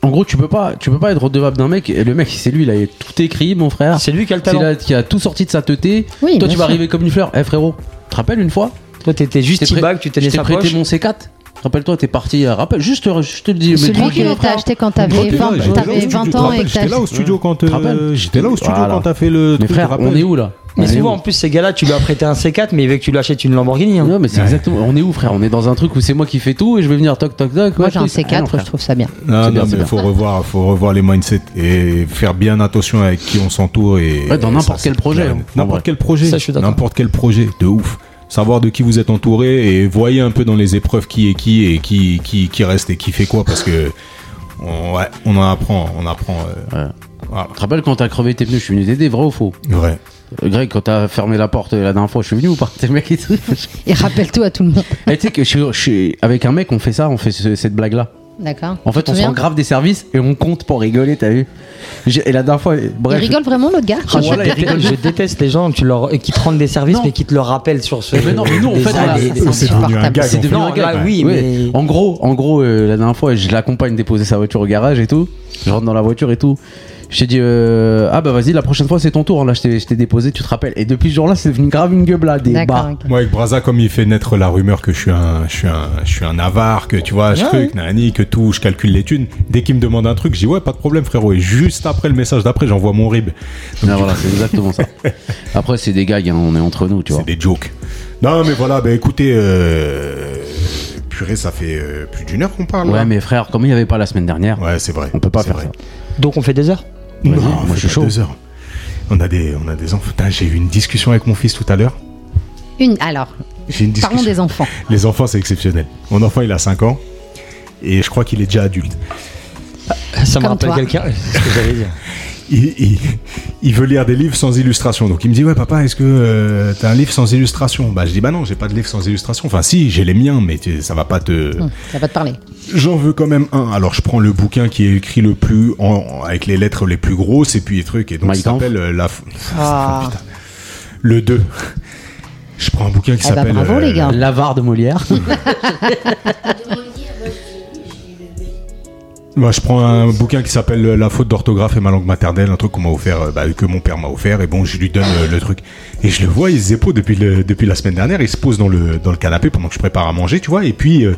Speaker 2: en gros, tu peux pas, tu peux pas être redevable d'un mec. Et le mec, c'est lui, il a tout écrit, mon frère.
Speaker 4: C'est lui qui a le
Speaker 2: C'est
Speaker 4: talent.
Speaker 2: là qui a tout sorti de sa teuté.
Speaker 3: Oui,
Speaker 2: Toi,
Speaker 3: bien
Speaker 2: tu vas
Speaker 3: sûr.
Speaker 2: arriver comme une fleur. Eh frérot, tu te rappelles une fois
Speaker 4: Toi, t'étais juste
Speaker 2: Je t'ai pré-
Speaker 4: T-Bag, tu
Speaker 2: Je
Speaker 4: tenais
Speaker 2: t'ai
Speaker 4: sa
Speaker 2: prêté
Speaker 4: poche.
Speaker 2: mon C4. Rappelle-toi, t'es parti. euh, Rappelle, juste, euh, je te le dis. mais
Speaker 3: Celui
Speaker 2: tranquille,
Speaker 3: que
Speaker 2: frère.
Speaker 3: t'as acheté quand t'avais
Speaker 1: J'étais là,
Speaker 3: 20,
Speaker 1: j'étais là au
Speaker 3: t'avais
Speaker 1: studio,
Speaker 3: 20
Speaker 1: tu te
Speaker 3: ans
Speaker 1: rappelles,
Speaker 3: et que
Speaker 1: J'étais
Speaker 3: t'as
Speaker 1: là au studio quand.
Speaker 2: te rappelles
Speaker 1: euh, J'étais là au studio
Speaker 2: Voilà.
Speaker 1: quand t'as fait le.
Speaker 2: Mais
Speaker 1: truc,
Speaker 2: frère,
Speaker 1: tu te
Speaker 2: on est
Speaker 1: rappelles
Speaker 2: où là
Speaker 4: Mais
Speaker 2: On est
Speaker 4: souvent,
Speaker 2: où
Speaker 4: en plus, ces gars-là, tu lui as prêté un C4, mais il veut que tu lui achètes une Lamborghini. hein.
Speaker 2: Non, mais c'est exactement. On est où, frère On est dans un truc où c'est moi qui fais tout et je vais venir toc toc toc.
Speaker 3: Moi
Speaker 2: ouais,
Speaker 3: j'ai un
Speaker 2: truc. Ah non,
Speaker 3: C4,
Speaker 2: frère.
Speaker 3: je trouve ça bien.
Speaker 2: C'est
Speaker 1: Non,
Speaker 2: bien,
Speaker 1: non,
Speaker 2: c'est
Speaker 1: mais
Speaker 2: bien.
Speaker 1: faut revoir, faut revoir les mindsets et faire bien attention avec qui on s'entoure et.
Speaker 2: Ouais, dans
Speaker 1: et
Speaker 2: n'importe
Speaker 1: ça,
Speaker 2: quel
Speaker 1: c'est
Speaker 2: projet,
Speaker 1: clair.
Speaker 2: hein, en vrai.
Speaker 1: N'importe quel projet.
Speaker 4: Ça, je suis d'accord.
Speaker 1: N'importe quel projet, de ouf. Savoir de qui vous êtes entouré et voyez un peu dans les épreuves qui est qui et qui qui, qui reste et qui fait quoi parce que on, ouais, on en apprend, on apprend. euh,
Speaker 2: Ouais.
Speaker 1: voilà.
Speaker 2: Tu te rappelles quand t'as crevé tes pneus, je suis venu t'aider, vrai ou faux
Speaker 1: Ouais.
Speaker 2: Euh, Greg, quand t'as fermé la porte euh, la dernière fois, je suis venu ou pas T'es le mec qui te-
Speaker 3: Et rappelle-toi à tout le monde.
Speaker 2: Eh, tu sais que je, suis- je suis- avec un mec, on fait ça, on fait ce- cette blague là.
Speaker 3: D'accord.
Speaker 2: En fait,
Speaker 3: Tu te
Speaker 2: on se
Speaker 3: souviens
Speaker 2: rend grave des services et on compte pour rigoler, t'as vu J'ai- Et la dernière fois,
Speaker 3: Il
Speaker 2: bref.
Speaker 3: rigole vraiment l'autre gars
Speaker 2: Ah, voilà, il
Speaker 4: je,
Speaker 2: rigole.
Speaker 4: déteste, je déteste les gens qui, leur, euh, qui te rendent des services
Speaker 2: Non.
Speaker 4: mais qui te le rappellent sur ce.
Speaker 2: Mais non, mais nous, en
Speaker 4: des-
Speaker 2: fait, on a-
Speaker 4: des-
Speaker 2: ça,
Speaker 4: des-
Speaker 3: ça,
Speaker 1: C'est
Speaker 3: c'est
Speaker 1: devenu un
Speaker 3: partable.
Speaker 1: gag.
Speaker 2: C'est
Speaker 1: en fait.
Speaker 2: devenu
Speaker 4: non,
Speaker 2: un gars.
Speaker 4: là, oui,
Speaker 2: Ouais.
Speaker 4: mais.
Speaker 2: En gros, en gros, euh, la dernière fois, je l'accompagne déposer sa voiture au garage et tout. Je rentre dans la voiture et tout. Je t'ai dit, euh, ah bah vas-y, la prochaine fois c'est ton tour. Là, je t'ai- je t'ai déposé, tu te rappelles. Et depuis ce jour-là, c'est devenu grave une gueule là, des
Speaker 3: D'accord.
Speaker 2: bars.
Speaker 3: ok.
Speaker 1: Moi, avec Braza, comme il fait naître la rumeur que je suis un, je suis un, je suis un avare, que tu vois, je
Speaker 2: Ah
Speaker 4: Ouais,
Speaker 1: truc, nanani, que tout, je calcule les thunes. Dès qu'il me demande un truc, je dis ouais, pas de problème, frérot. Et juste après le message d'après, j'envoie mon rib.
Speaker 2: Ah, voilà, c'est exactement ça. Après, c'est des gags, hein, on est entre nous, tu vois.
Speaker 1: C'est des jokes. Non, mais voilà, bah écoutez, euh, purée, ça fait euh, plus d'une heure qu'on parle.
Speaker 2: Ouais,
Speaker 1: là.
Speaker 2: mais frère, comme il n'y avait pas la semaine dernière,
Speaker 1: Ouais, c'est vrai.
Speaker 2: on peut pas
Speaker 1: c'est
Speaker 2: faire
Speaker 1: vrai.
Speaker 2: ça.
Speaker 4: Donc on fait des heures
Speaker 2: Vas-y,
Speaker 1: Non,
Speaker 2: moi,
Speaker 1: moi
Speaker 2: je suis chaud.
Speaker 1: Deux heures. On a des, on a des enfants. Putain, j'ai eu une discussion avec mon fils tout à l'heure.
Speaker 3: Une, alors,
Speaker 1: J'ai une
Speaker 3: parlons
Speaker 1: discussion.
Speaker 3: des enfants.
Speaker 1: Les enfants, c'est exceptionnel. Mon enfant, il a 5 ans et je crois qu'il est déjà adulte.
Speaker 4: Ça me
Speaker 3: Comme
Speaker 4: rappelle
Speaker 3: toi.
Speaker 4: quelqu'un. C'est ce que j'allais dire.
Speaker 1: il, il- il veut lire des livres sans illustration. Donc il me dit ouais papa, est-ce que euh, t'as un livre sans illustration Bah je dis bah non, j'ai pas de livre sans illustration. Enfin si, j'ai les miens, mais tu- ça va pas te.
Speaker 3: Hum, Ça va te parler.
Speaker 1: J'en veux quand même un. Alors je prends le bouquin qui est écrit le plus en, avec les lettres les plus grosses et puis les trucs. Et donc
Speaker 2: Mein
Speaker 1: ça
Speaker 2: Kampf.
Speaker 1: s'appelle euh, la. f-
Speaker 3: Ah.
Speaker 1: putain. Le 2 Je prends un bouquin qui
Speaker 3: Eh ben,
Speaker 1: s'appelle. euh,
Speaker 3: bravo, les gars.
Speaker 2: L'avare de Molière.
Speaker 1: Bah, je prends un bouquin qui s'appelle La faute d'orthographe et ma langue maternelle, un truc qu'on m'a offert, euh, bah, que mon père m'a offert, et bon, je lui donne euh, le truc. Et je le vois, il se dépose depuis, le, depuis la semaine dernière, il se pose dans le, dans le canapé pendant que je prépare à manger, tu vois, et puis euh,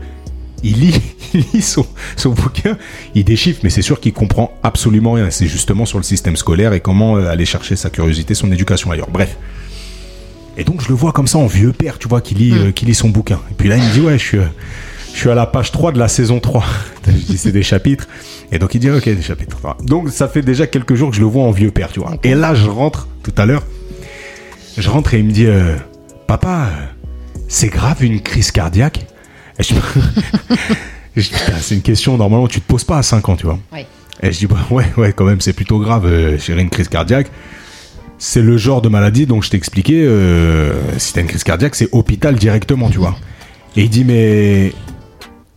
Speaker 1: il lit, il lit son, son bouquin, il déchiffre, mais c'est sûr qu'il comprend absolument rien. C'est justement sur le système scolaire et comment euh, aller chercher sa curiosité, son éducation ailleurs. Bref. Et donc je le vois comme ça en vieux père, tu vois, qui lit, euh, qui lit son bouquin. Et puis là, il me dit, ouais, je suis... euh, Je suis à la page 3 de la saison 3. je dis c'est des chapitres. Et donc il dit ok des chapitres. Voilà. Donc ça fait déjà quelques jours que je le vois en vieux père, tu vois. Et là je rentre tout à l'heure. Je rentre et il me dit euh, papa, euh, c'est grave une crise cardiaque. Et je, je dis, Putain, c'est une question normalement tu te poses pas à 5 ans, tu vois.
Speaker 3: Ouais.
Speaker 1: Et je dis bah ouais ouais quand même c'est plutôt grave euh, chérie une crise cardiaque. C'est le genre de maladie dont je t'expliquais euh, si t'as une crise cardiaque c'est hôpital directement tu vois. Et il dit mais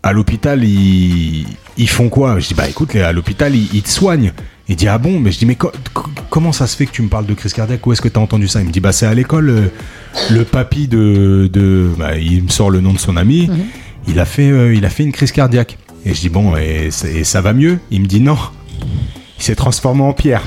Speaker 1: à l'hôpital ils, ils font quoi Je dis bah écoute les- à l'hôpital ils, ils te soignent. Il dit ah bon mais je dis mais co- co- comment ça se fait que tu me parles de crise cardiaque Où est-ce que t'as entendu ça Il me dit bah c'est à l'école euh, le papy de de bah, il me sort le nom de son ami il a fait euh, il a fait une crise cardiaque. Et je dis bon et, c'est- et ça va mieux Il me dit non. Il s'est transformé en pierre.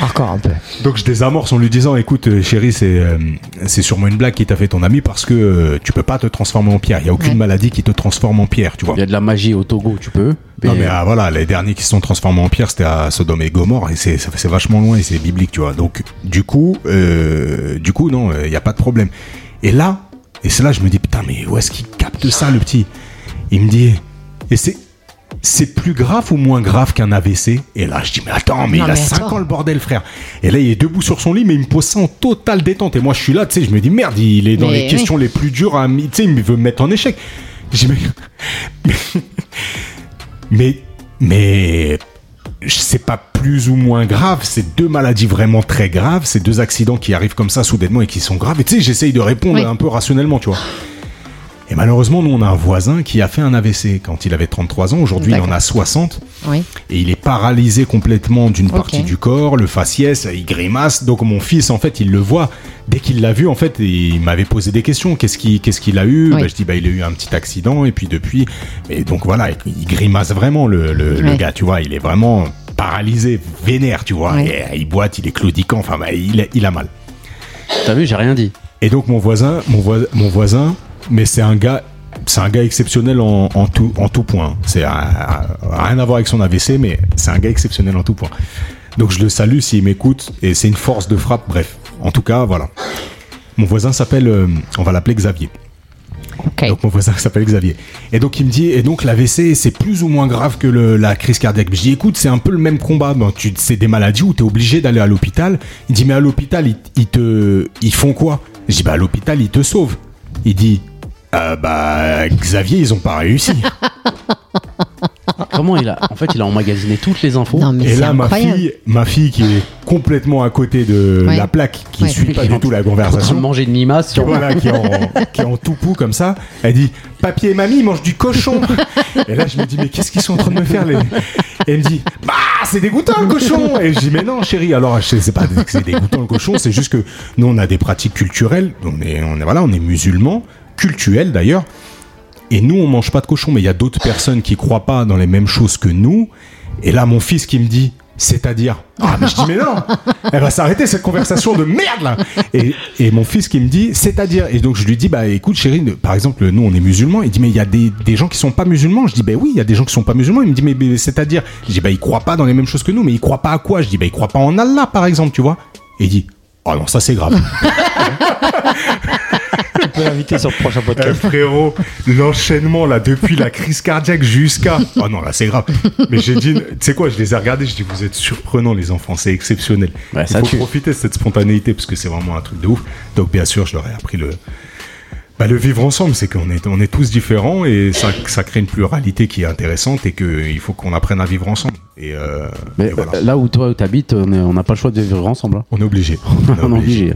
Speaker 4: Encore un peu.
Speaker 1: Donc je désamorce en lui disant écoute euh, chérie c'est euh, c'est sûrement une blague qui t'a fait ton ami parce que euh, tu peux pas te transformer en pierre. Il y a aucune
Speaker 3: Ouais.
Speaker 1: maladie qui te transforme en pierre, tu vois.
Speaker 2: Il y a de la magie au Togo, tu peux.
Speaker 1: Non
Speaker 3: euh,
Speaker 1: mais ah, voilà, les derniers qui se sont transformés en pierre, c'était à Sodome et Gomorre et c'est ça- c'est vachement loin et c'est biblique, tu vois. Donc du coup, euh, du coup non, il n'y a pas de problème. Et là, et c'est là je me dis putain mais où est-ce qu'il capte ça le petit Il me dit et c'est c'est plus grave ou moins grave qu'un AVC Et là je dis mais attends mais
Speaker 3: Non,
Speaker 1: il a
Speaker 3: mais
Speaker 1: 5
Speaker 3: attends.
Speaker 1: ans le bordel frère. Et là il est debout sur son lit mais il me pose ça en totale détente et moi je suis là tu sais je me dis merde il est dans
Speaker 3: Mais
Speaker 1: les
Speaker 3: oui.
Speaker 1: questions les plus dures à mi- tu sais il veut me mettre en échec. J'ai dit, mais mais, mais c'est pas plus ou moins grave. C'est deux maladies vraiment très graves. C'est deux accidents qui arrivent comme ça soudainement et qui sont graves. Et tu sais, j'essaye de répondre
Speaker 3: Oui.
Speaker 1: un peu rationnellement, tu vois. Et malheureusement, nous, on a un voisin qui a fait un AVC quand il avait 33 ans. Aujourd'hui, il en
Speaker 3: D'accord.
Speaker 1: a 60
Speaker 3: Oui.
Speaker 1: et il est paralysé complètement d'une
Speaker 3: Ok.
Speaker 1: partie du corps, le faciès, il grimace. Donc mon fils, en fait, il le voit. Dès qu'il l'a vu, en fait, il m'avait posé des questions. Qu'est-ce qu'il qu'est-ce qu'il a eu
Speaker 3: Oui.
Speaker 1: Bah, Je dis, bah, il a eu un petit accident. Et puis depuis, et donc voilà, il grimace vraiment le, le- le
Speaker 3: Ouais.
Speaker 1: gars, tu vois. Il est vraiment paralysé, vénère, tu vois.
Speaker 3: Ouais.
Speaker 1: Et, euh, il boite, il est claudiquant, enfin, bah, il, il a mal. euh,
Speaker 2: T'as vu, j'ai rien dit.
Speaker 1: Et donc mon voisin, mon voisin, mon voisin mais c'est un gars, c'est un gars exceptionnel en, en tout, en tout point. C'est un- un- rien à voir avec son AVC, mais c'est un gars exceptionnel en tout point. Donc je le salue s'il m'écoute et c'est une force de frappe. Bref, en tout cas, voilà. Mon voisin s'appelle, euh, on va l'appeler Xavier.
Speaker 3: Ok.
Speaker 1: Donc mon voisin s'appelle Xavier. Et donc il me dit, et donc l'AVC, c'est plus ou moins grave que le- la crise cardiaque. Je dis, écoute, c'est un peu le même combat. Ben, tu, c'est des maladies où tu es obligé d'aller à l'hôpital. Il dit, mais à l'hôpital, ils, ils te, ils font quoi Je dis, bah à l'hôpital, ils te sauvent. Il dit, Ah, bah Xavier, ils ont pas réussi.
Speaker 2: Comment il a En fait, il a emmagasiné toutes les infos.
Speaker 3: non, mais
Speaker 1: et
Speaker 3: c'est
Speaker 1: là, ma
Speaker 3: incroyable.
Speaker 1: fille, ma fille qui est complètement à côté de
Speaker 3: Ouais.
Speaker 1: la plaque, qui
Speaker 3: Ouais.
Speaker 1: suit pas du tout la
Speaker 2: en train de
Speaker 1: conversation.
Speaker 2: manger une limace sur
Speaker 1: Voilà, qui est en, qui est en toupou comme ça. Elle dit Papier et mamie mangent du cochon. Et là, je me dis Mais qu'est-ce qu'ils sont en train de me faire les... Et elle me dit Bah, c'est dégoûtant le cochon Et je dis Mais non, chérie, alors je sais pas que c'est dégoûtant le cochon, c'est juste que nous, on a des pratiques culturelles. On est, on est, voilà, on est musulmans, cultuels d'ailleurs. Et nous, on mange pas de cochon, mais il y a d'autres personnes qui croient pas dans les mêmes choses que nous. Et là, mon fils qui me dit, c'est-à-dire, ah, mais je dis, mais non, elle va s'arrêter cette conversation de merde là. Et, et mon fils qui me dit, c'est-à-dire, et donc je lui dis, bah écoute, chérie, ne- par exemple, nous, on est musulmans. Il dit, mais il y a des, des gens qui sont pas musulmans. Je dis, bah oui, il y a des gens qui sont pas musulmans. Il me dit, mais, mais c'est-à-dire, je dis, bah ils croient pas dans les mêmes choses que nous, mais ils croient pas à quoi Je dis, bah ils croient pas en Allah, par exemple, tu vois. Et il dit, oh non, ça c'est grave.
Speaker 4: Tu peux l'inviter sur le prochain
Speaker 1: Euh,
Speaker 4: podcast.
Speaker 1: frérot, l'enchaînement là, depuis la crise cardiaque jusqu'à. Oh non, là c'est grave. Mais j'ai dit, tu sais quoi, je les ai regardés, je dis, vous êtes surprenants les enfants, c'est exceptionnel.
Speaker 2: Ouais,
Speaker 1: Il
Speaker 2: ça
Speaker 1: faut
Speaker 2: tue.
Speaker 1: profiter de cette spontanéité parce que c'est vraiment un truc de ouf. Donc bien sûr, je leur ai appris le. Bah, le vivre ensemble, c'est qu'on est, on est tous différents et ça, ça crée une pluralité qui est intéressante et qu'il faut qu'on apprenne à vivre ensemble. Et, euh,
Speaker 2: Mais
Speaker 1: et voilà.
Speaker 2: euh, là où toi où t'habites, on est- on n'a pas le choix de vivre ensemble. hein.
Speaker 1: On est obligé.
Speaker 2: On est obligé.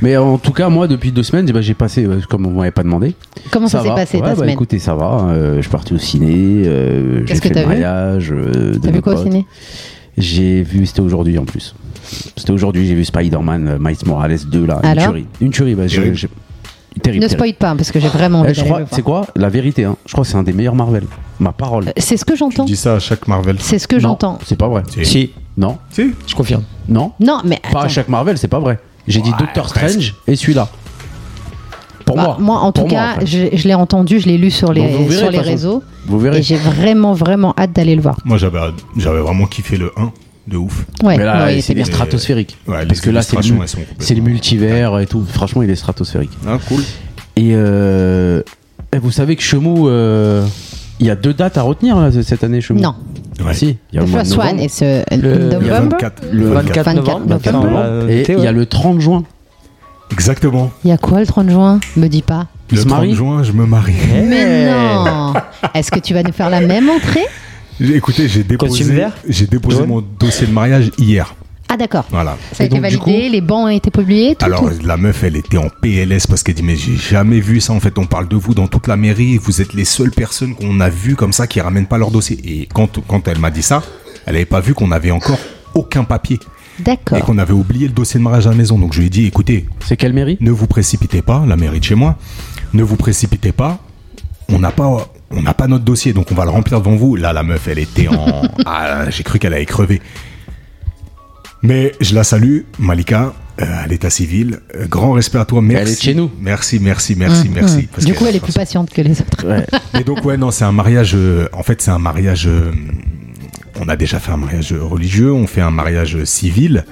Speaker 2: Mais en tout cas, moi, depuis deux semaines, eh ben, j'ai passé, euh, comme on m'avait pas demandé.
Speaker 3: Comment ça, s'est
Speaker 2: va.
Speaker 3: passé
Speaker 2: Ouais,
Speaker 3: ta
Speaker 2: bah,
Speaker 3: semaine
Speaker 2: Écoutez, ça va. euh, je suis parti au ciné. euh, j'ai
Speaker 3: Qu'est-ce que
Speaker 2: fait
Speaker 3: t'as
Speaker 2: le
Speaker 3: vu
Speaker 2: mariage. euh, de
Speaker 3: T'as vu
Speaker 2: mes
Speaker 3: quoi au
Speaker 2: potes.
Speaker 3: ciné
Speaker 2: J'ai vu, c'était aujourd'hui en plus. C'était aujourd'hui, j'ai vu Spider-Man, euh, Miles Morales 2, là.
Speaker 3: Alors
Speaker 2: une tuerie. Une tuerie, bah, j'ai-
Speaker 1: Terrible.
Speaker 2: j'ai- terrible,
Speaker 3: Ne
Speaker 2: terrible.
Speaker 3: spoil pas, parce que j'ai vraiment
Speaker 2: Eh,
Speaker 3: envie
Speaker 2: je
Speaker 3: d'aller
Speaker 2: crois,
Speaker 3: le voir.
Speaker 2: c'est quoi La vérité, hein. je crois que c'est un des meilleurs Marvel. Ma parole.
Speaker 3: Euh, C'est ce que
Speaker 1: Tu
Speaker 3: j'entends.
Speaker 1: dis ça à chaque Marvel.
Speaker 3: C'est ce que
Speaker 2: Non,
Speaker 3: j'entends.
Speaker 2: C'est pas vrai.
Speaker 1: Si.
Speaker 4: Si,
Speaker 2: Non,
Speaker 1: Si.
Speaker 4: je confirme.
Speaker 2: non.
Speaker 3: Non, mais
Speaker 2: Pas à
Speaker 3: attends.
Speaker 2: chaque Marvel, c'est pas vrai. J'ai dit Doctor
Speaker 1: presque.
Speaker 2: Strange et celui-là. Pour
Speaker 3: Bah,
Speaker 2: moi.
Speaker 3: en tout
Speaker 2: Pour moi,
Speaker 3: cas,
Speaker 2: après.
Speaker 3: je, je l'ai entendu, je l'ai lu sur les,
Speaker 2: Donc, vous verrez,
Speaker 3: sur
Speaker 2: de
Speaker 3: les
Speaker 2: toute façon.
Speaker 3: réseaux
Speaker 2: vous verrez.
Speaker 3: et j'ai vraiment, vraiment hâte d'aller le voir.
Speaker 1: Moi, j'avais, j'avais vraiment kiffé le 1 de ouf.
Speaker 3: Ouais,
Speaker 2: Mais là,
Speaker 3: ouais, il
Speaker 2: c'est
Speaker 3: était bien.
Speaker 2: stratosphérique.
Speaker 1: Ouais, les
Speaker 2: Parce que là, c'est le,
Speaker 1: illustrations, elles sont complètement-
Speaker 2: c'est le multivers et tout. Franchement, il est stratosphérique.
Speaker 1: Ah, cool.
Speaker 2: Et, euh, et vous savez que Chemou, euh, il y a deux dates à retenir là, cette année, Chemou
Speaker 3: Non.
Speaker 1: Ouais.
Speaker 2: Si, il y a
Speaker 3: Le
Speaker 2: le mois de
Speaker 3: first one
Speaker 2: novembre,
Speaker 3: is uh,
Speaker 4: Le-
Speaker 1: Il y a
Speaker 3: November.
Speaker 1: 24.
Speaker 2: Le
Speaker 1: 24.
Speaker 4: 24 novembre.
Speaker 3: 24
Speaker 4: novembre.
Speaker 3: novembre.
Speaker 2: Et il y a le 30 juin.
Speaker 1: Exactement.
Speaker 3: Il y a quoi le 30 juin Me dis pas.
Speaker 2: Il
Speaker 1: Le
Speaker 2: se
Speaker 1: 30
Speaker 2: marie
Speaker 1: juin, je me marie.
Speaker 4: Eh.
Speaker 3: Mais non Est-ce que tu vas nous faire la même entrée
Speaker 1: J'ai- Écoutez, j'ai
Speaker 4: Costume
Speaker 1: déposé,
Speaker 4: vert
Speaker 1: j'ai déposé
Speaker 4: Jaune
Speaker 1: mon dossier de mariage hier.
Speaker 3: Ah d'accord.
Speaker 1: Voilà.
Speaker 3: Ça a
Speaker 2: Et
Speaker 3: été
Speaker 2: donc, du
Speaker 3: validé,
Speaker 2: coup-
Speaker 3: les bancs ont été publiés, tout.
Speaker 1: Alors
Speaker 3: tout.
Speaker 1: la meuf, elle était en PLS parce qu'elle dit mais j'ai jamais vu ça. En fait, on parle de vous dans toute la mairie. Vous êtes les seules personnes qu'on a vues comme ça qui ramènent pas leur dossier. Et quand quand elle m'a dit ça, elle avait pas vu qu'on avait encore aucun papier et
Speaker 3: D'accord.
Speaker 1: qu'on avait oublié le dossier de mariage à la maison. Donc je lui ai dit écoutez,
Speaker 2: C'est quelle mairie
Speaker 1: ne vous précipitez pas, la mairie de chez moi, ne vous précipitez pas, on n'a pas, on n'a pas notre dossier, donc on va le remplir devant vous. Là, la meuf, elle était en... Ah, j'ai cru qu'elle allait crever. Mais je la salue, Malika, euh, à l'état civil, Euh, grand respect à toi, merci.
Speaker 2: est de chez nous.
Speaker 1: Merci, merci, merci, merci. Parce
Speaker 3: Mmh, Du
Speaker 1: que-
Speaker 3: coup, elle est plus patiente que les autres.
Speaker 2: Ouais.
Speaker 1: Mais donc, ouais, non, c'est un mariage, euh, en fait, c'est un mariage, euh, on a déjà fait un mariage religieux, on fait un mariage civil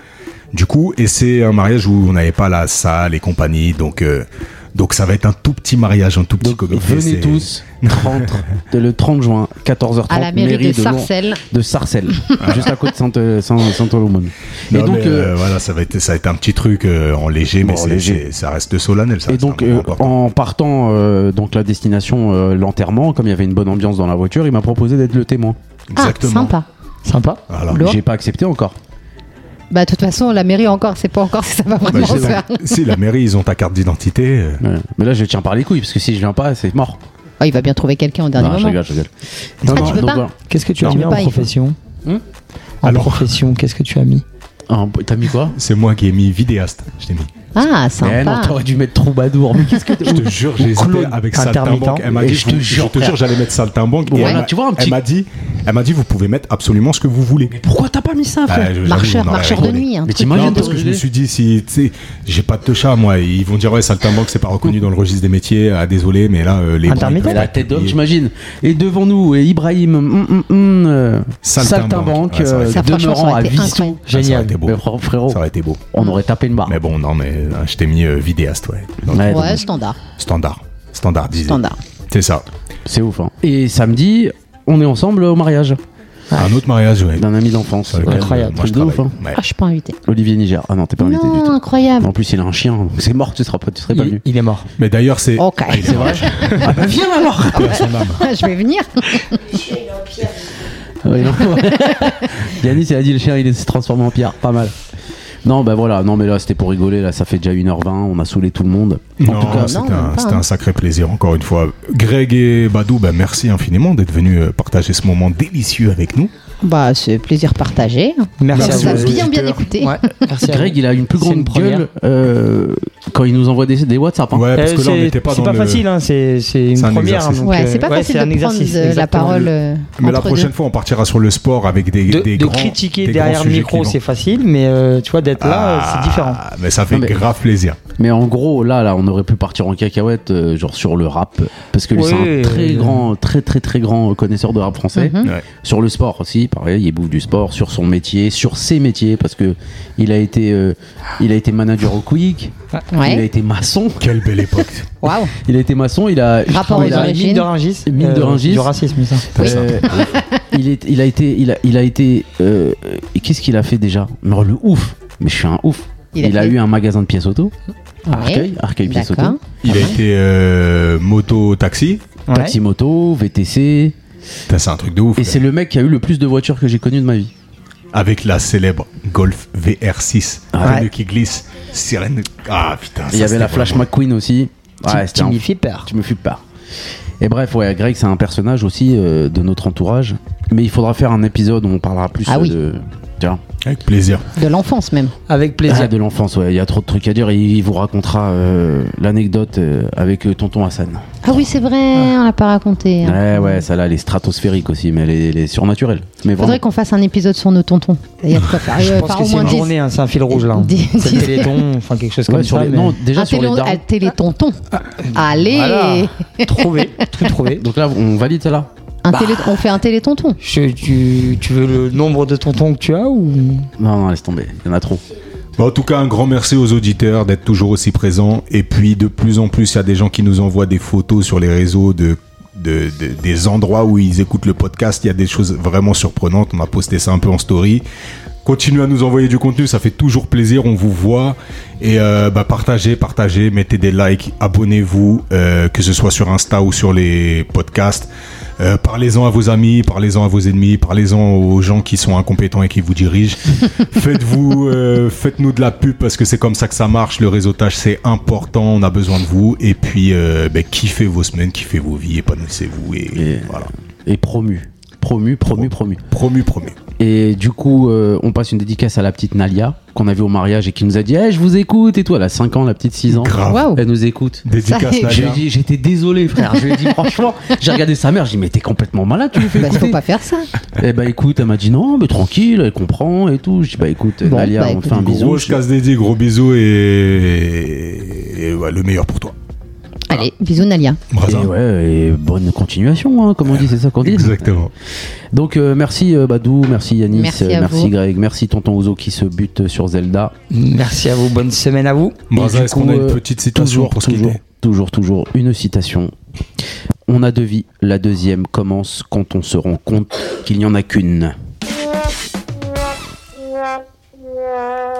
Speaker 1: du coup, et c'est un mariage où on n'avait pas la salle et compagnie, donc euh, donc ça va être un tout petit mariage, un tout petit
Speaker 2: Donc,
Speaker 1: cocotier,
Speaker 2: venez
Speaker 1: c'est-
Speaker 2: tous 30, de- le 30 juin, 14h30,
Speaker 3: À la mairie, de,
Speaker 2: Lourdes-
Speaker 3: Sarcelles.
Speaker 2: de Sarcelles, juste à côté de Sainte- euh, Saint- Saint-Olomone. Et
Speaker 1: Non,
Speaker 2: donc,
Speaker 1: mais, euh,
Speaker 2: euh,
Speaker 1: voilà, ça va être ça va être un petit truc euh, en léger, mais
Speaker 2: Bon,
Speaker 1: c'est-
Speaker 2: léger.
Speaker 1: c'est- ça reste solennel. Ça
Speaker 2: et
Speaker 1: reste
Speaker 2: donc
Speaker 1: un moment
Speaker 2: euh,
Speaker 1: important.
Speaker 2: en partant euh, donc la destination euh, l'enterrement, comme il y avait une bonne ambiance dans la voiture, il m'a proposé d'être le témoin.
Speaker 3: Ah,
Speaker 1: Exactement.
Speaker 3: sympa.
Speaker 4: Sympa.
Speaker 1: Voilà.
Speaker 3: Lourd.
Speaker 2: J'ai pas accepté encore.
Speaker 3: Bah, de toute façon, la mairie encore, c'est pas encore si ça va
Speaker 1: Bah,
Speaker 3: vraiment se
Speaker 1: j'ai-
Speaker 3: faire.
Speaker 1: si la mairie, ils ont ta carte d'identité. euh,
Speaker 2: Ouais. Mais là je tiens par les couilles parce que si je viens pas c'est mort.
Speaker 3: Oh, il va bien trouver quelqu'un au dernier
Speaker 2: Non, je
Speaker 3: moment.
Speaker 2: rigole, je rigole. Non, euh,
Speaker 3: Ah, tu veux pas
Speaker 2: voilà.
Speaker 4: Qu'est-ce que tu
Speaker 3: Non.
Speaker 4: as
Speaker 3: Tu
Speaker 4: mis
Speaker 3: veux
Speaker 4: en
Speaker 3: pas, il faut.
Speaker 4: profession
Speaker 2: Hmm
Speaker 4: En
Speaker 1: Alors.
Speaker 4: profession, qu'est-ce que tu as mis
Speaker 2: Ah, T'as mis quoi
Speaker 1: C'est moi qui ai mis vidéaste. Je t'ai mis.
Speaker 3: Ah,
Speaker 2: Eh non,
Speaker 3: sympa.
Speaker 2: t'aurais dû mettre troubadour. Mais qu'est-ce que t'es-
Speaker 1: Je te jure, j'ai hésité
Speaker 4: Claude,
Speaker 1: avec
Speaker 4: intermittent.
Speaker 1: Saltimbanque. Elle m'a
Speaker 2: Et
Speaker 1: dit,
Speaker 2: je te
Speaker 1: vous-
Speaker 2: jure,
Speaker 1: je te jure,
Speaker 2: frère.
Speaker 1: j'allais mettre Saltimbanque. et
Speaker 2: Voilà,
Speaker 1: elle m'a-
Speaker 2: tu vois, un petit-
Speaker 1: Elle m'a dit, elle m'a dit, vous pouvez mettre absolument ce que vous voulez.
Speaker 2: Pourquoi t'as pas mis ça
Speaker 1: Bah,
Speaker 2: frère
Speaker 1: je- j'avoue,
Speaker 3: Marcheur,
Speaker 1: on aurait
Speaker 3: marcheur de
Speaker 1: rigolé.
Speaker 3: nuit. hein.
Speaker 2: Mais
Speaker 1: Non,
Speaker 2: t'imagines
Speaker 1: parce que je me
Speaker 2: t'aurais-
Speaker 1: suis dit, si, tu sais, j'ai pas de chat, moi, ils vont dire, ouais, saltimbanque, c'est pas reconnu dans le registre des métiers, ah, désolé, mais là, euh, les. bras,
Speaker 4: Intermittent.
Speaker 1: ils peuvent
Speaker 2: Ah, la
Speaker 1: pas
Speaker 2: tête d'homme,
Speaker 1: payer.
Speaker 2: j'imagine. Et devant nous, et Ibrahim, hum, hum, hum, euh,
Speaker 1: Saltimbanque.
Speaker 2: saltimbanque,
Speaker 1: Ouais, ça aurait
Speaker 2: euh,
Speaker 1: été-
Speaker 3: Ça, franchement, ça
Speaker 2: demeurant à
Speaker 3: aurait été
Speaker 2: Vissou.
Speaker 3: incroyable.
Speaker 1: Ah, Ça aurait
Speaker 4: Génial.
Speaker 1: été beau.
Speaker 2: Mais frère- frérot,
Speaker 1: Ça aurait été beau.
Speaker 2: on aurait tapé une barre.
Speaker 1: Mais bon, non, mais euh, je t'ai mis euh, vidéaste, ouais. Donc,
Speaker 2: Ouais, donc,
Speaker 3: Ouais, standard.
Speaker 1: Standard. Standardisé.
Speaker 3: Standard.
Speaker 1: C'est ça.
Speaker 2: C'est ouf. hein. Et samedi, on est ensemble au mariage
Speaker 1: Un autre mariage, ouais.
Speaker 2: d'un ami d'enfance.
Speaker 1: Sur lequel,
Speaker 4: Incroyable,
Speaker 1: euh, Moi, je
Speaker 2: truc de ouf, hein.
Speaker 1: travaille. Ouais.
Speaker 3: Ah, je suis pas invitée.
Speaker 2: Olivier Niger. Ah non, t'es pas invité du
Speaker 3: Non,
Speaker 2: tout.
Speaker 3: incroyable.
Speaker 2: En plus, il a un chien, donc c'est mort, tu seras pas, tu serais pas
Speaker 4: Il,
Speaker 2: venu.
Speaker 4: il est mort.
Speaker 1: Mais d'ailleurs, c'est.
Speaker 3: Ok.
Speaker 2: Oh, C'est vrai Ah bah viens alors
Speaker 1: Paix à son âme.
Speaker 3: je vais venir.
Speaker 2: Ouais, non. Yanis, il a dit le chien, il est- s'est transformé en pierre. Pas mal. Non, bah voilà, non, mais là, c'était pour rigoler. Là, ça fait déjà 1h20, on a saoulé tout le monde.
Speaker 1: Non,
Speaker 2: en tout cas,
Speaker 1: c'était
Speaker 3: non,
Speaker 1: un-
Speaker 3: même pas,
Speaker 1: c'était
Speaker 3: hein.
Speaker 1: un sacré plaisir, encore une fois. Greg et Badou, bah, merci infiniment d'être venus euh, partager ce moment délicieux avec nous.
Speaker 3: Bah, c'est plaisir partagé.
Speaker 4: Merci,
Speaker 1: Merci
Speaker 4: à
Speaker 3: Ça a
Speaker 1: aux
Speaker 4: vous.
Speaker 3: bien, bien
Speaker 1: auditeurs.
Speaker 3: écouté.
Speaker 4: Ouais, merci à
Speaker 2: Greg,
Speaker 4: vous.
Speaker 2: il a une plus
Speaker 4: C'est
Speaker 2: grande
Speaker 4: une première.
Speaker 2: gueule euh, quand il nous envoie des, des WhatsApp. hein.
Speaker 1: Ouais, parce
Speaker 4: Euh,
Speaker 1: que là, on
Speaker 4: c'est-
Speaker 1: n'était pas
Speaker 4: c'est
Speaker 1: dans
Speaker 4: pas
Speaker 1: le-
Speaker 4: facile, hein, c'est c'est
Speaker 1: C'est
Speaker 4: une
Speaker 1: un
Speaker 4: première.
Speaker 1: exercice.
Speaker 4: hein, donc,
Speaker 3: Ouais,
Speaker 4: euh,
Speaker 3: c'est pas facile
Speaker 4: c'est un
Speaker 3: de prendre
Speaker 4: exercice,
Speaker 3: euh, la
Speaker 4: exactement.
Speaker 3: parole. euh,
Speaker 1: Mais la
Speaker 3: entre
Speaker 1: prochaine
Speaker 3: deux.
Speaker 1: fois, on partira sur le sport avec des,
Speaker 4: hein, De,
Speaker 1: des
Speaker 4: de
Speaker 1: grands-
Speaker 4: critiquer
Speaker 1: des grands
Speaker 4: derrière le
Speaker 1: sujets
Speaker 4: micro,
Speaker 1: qui vont-
Speaker 4: c'est facile, mais euh, tu vois, d'être là, euh,
Speaker 1: Ah,
Speaker 4: c'est différent.
Speaker 1: Mais ça fait
Speaker 2: Non, mais-
Speaker 1: grave plaisir.
Speaker 2: Mais en gros, là, là, on aurait pu partir en cacahuète, euh, genre sur le rap, parce que lui, c'est
Speaker 4: Ouais.
Speaker 2: un très grand, très très très grand connaisseur de rap français.
Speaker 3: Mhm.
Speaker 1: Ouais.
Speaker 2: Sur le sport aussi, pareil, il bouffe du sport, sur son métier, sur ses métiers, parce que il a été, euh, il a été manager au Quick, il a
Speaker 3: Ouais.
Speaker 2: été maçon,
Speaker 1: Quelle belle époque.
Speaker 4: Ah
Speaker 3: Waouh.
Speaker 2: il a été maçon, il a,
Speaker 3: Rapport
Speaker 2: il
Speaker 3: aux
Speaker 2: a-
Speaker 3: origines.
Speaker 4: Mine de Rungis. euh,
Speaker 2: Mine de Rungis.
Speaker 4: Du racisme, ça.
Speaker 2: euh, il, est, il a été, il a, il a été, euh, euh, qu'est-ce qu'il a fait déjà Mais le ouf, mais je suis un ouf. Il a, eu un magasin de pièces auto,
Speaker 3: Ouais.
Speaker 2: Arcueil, Arcueil pièces auto.
Speaker 3: D'accord.
Speaker 1: Il a été euh, moto-taxi.
Speaker 4: Ouais.
Speaker 2: Taxi moto, VTC.
Speaker 1: Putain, C'est un truc de ouf.
Speaker 2: Et
Speaker 1: là.
Speaker 2: c'est le mec qui a eu le plus de voitures que j'ai connues de ma vie.
Speaker 1: Avec la célèbre Golf VR6.
Speaker 2: Ah
Speaker 1: Pneu
Speaker 4: ouais.
Speaker 1: qui glisse. Sirène. Ah putain. ça,
Speaker 2: Il y avait
Speaker 1: c'était
Speaker 2: la Flash
Speaker 1: vraiment-
Speaker 2: McQueen aussi. Ouais, c'était un...
Speaker 4: Timmy Flipper.
Speaker 2: Tu me flippes pas. Et bref, ouais, Greg, c'est un personnage aussi euh, de notre entourage. Mais il faudra faire un épisode où on parlera plus
Speaker 3: Ah
Speaker 2: euh,
Speaker 3: oui.
Speaker 2: de. Tu vois,
Speaker 1: Avec plaisir.
Speaker 3: De l'enfance même.
Speaker 4: Avec
Speaker 2: Ah,
Speaker 4: plaisir.
Speaker 2: de l'enfance, ouais. Il y a trop de trucs à dire. Il, il vous racontera euh, l'anecdote euh, avec euh, tonton Hassan.
Speaker 3: Ah oui, c'est vrai, on l'a pas raconté. hein.
Speaker 2: Ouais, ouais, ça là, elle est stratosphérique aussi, mais elle est, elle est surnaturelle. Mais vraiment.
Speaker 3: Faudrait qu'on fasse un épisode sur nos tontons. Il y a de quoi faire.
Speaker 4: Je
Speaker 3: Euh,
Speaker 4: pense
Speaker 3: par
Speaker 4: que
Speaker 3: au
Speaker 4: c'est
Speaker 3: moins
Speaker 4: une
Speaker 3: 10.
Speaker 4: journée, hein, c'est un fil rouge là. hein.
Speaker 3: Dix-
Speaker 4: C'est le téléthon, enfin quelque chose
Speaker 2: Ouais,
Speaker 4: comme
Speaker 2: sur
Speaker 4: ça.
Speaker 2: les-
Speaker 4: mais-
Speaker 2: Non, déjà
Speaker 3: un
Speaker 2: sur les
Speaker 3: télé-
Speaker 2: darons.
Speaker 3: un télétonton. Allez
Speaker 4: Ah, Voilà. Trouver, tout trouver.
Speaker 2: Donc là, on valide ça là
Speaker 3: un
Speaker 4: Bah.
Speaker 3: télé- On fait un télétonton.
Speaker 4: Je- tu, tu veux le nombre de tontons que tu as ou
Speaker 2: Non, non, laisse tomber. Il y en a trop.
Speaker 1: Bah, en tout cas, un grand merci aux auditeurs d'être toujours aussi présents. Et puis, de plus en plus, il y a des gens qui nous envoient des photos sur les réseaux de, de- de- des endroits où ils écoutent le podcast. Il y a des choses vraiment surprenantes. On a posté ça un peu en story. Continuez à nous envoyer du contenu, ça fait toujours plaisir, on vous voit. Et euh, bah, partagez, partagez, mettez des likes, abonnez-vous, euh, que ce soit sur Insta ou sur les podcasts. Euh, parlez-en à vos amis, parlez-en à vos ennemis, parlez-en aux gens qui sont incompétents et qui vous dirigent. Faites-vous, euh, faites-nous de la pub parce que c'est comme ça que ça marche. Le réseautage, c'est important. On a besoin de vous. Et puis, euh, ben, kiffez vos semaines, kiffez vos vies, épanouissez-vous. Et,
Speaker 2: Et-
Speaker 1: voilà.
Speaker 2: Et promu. Promu, promu, promu.
Speaker 1: Promu, promu.
Speaker 2: Et du coup, euh, on passe une dédicace à la petite Nalia, qu'on a vue au mariage et qui nous a dit Eh, Je vous écoute et tout. Elle a 5 ans, la petite 6 ans.
Speaker 1: Grave.
Speaker 3: Waouh.
Speaker 2: Elle nous écoute.
Speaker 1: Dédicace,
Speaker 3: Ça-
Speaker 2: Je lui
Speaker 1: Nadia.
Speaker 2: ai dit, J'étais désolé, frère. Je lui ai dit Franchement, j'ai regardé sa mère. J'ai dit Mais t'es complètement malade, tu lui fais
Speaker 3: Bah, faut
Speaker 2: écouter.
Speaker 3: pas faire ça.
Speaker 2: Eh bah écoute, elle m'a dit Non, mais tranquille, elle comprend et tout. Je dis Bah écoute,
Speaker 3: Bon,
Speaker 2: Nalia,
Speaker 3: bah,
Speaker 2: on te
Speaker 3: écoute.
Speaker 2: fait un bisou.
Speaker 1: Gros casse dédié, gros bisous et, et ouais, le meilleur pour toi.
Speaker 3: Allez, bisous Nalia.
Speaker 2: Et
Speaker 1: Brazza.
Speaker 2: ouais, et bonne continuation, hein, comme on dit, c'est ça qu'on dit.
Speaker 1: Exactement.
Speaker 2: Donc euh, merci euh, Badou, merci Yanis,
Speaker 3: Merci
Speaker 2: euh,
Speaker 3: à vous.
Speaker 2: Greg, merci Tonton Ouzo qui se bute sur Zelda.
Speaker 4: Merci à vous, bonne semaine à vous.
Speaker 2: Et
Speaker 1: Brazza,
Speaker 2: du
Speaker 1: est-ce qu'on
Speaker 2: coup,
Speaker 1: a une
Speaker 2: euh,
Speaker 1: petite citation
Speaker 2: Toujours,
Speaker 1: pour ce qui
Speaker 2: toujours, toujours, toujours une citation. On a deux vies, la deuxième commence quand on se rend compte qu'il n'y en a qu'une.
Speaker 5: Wow.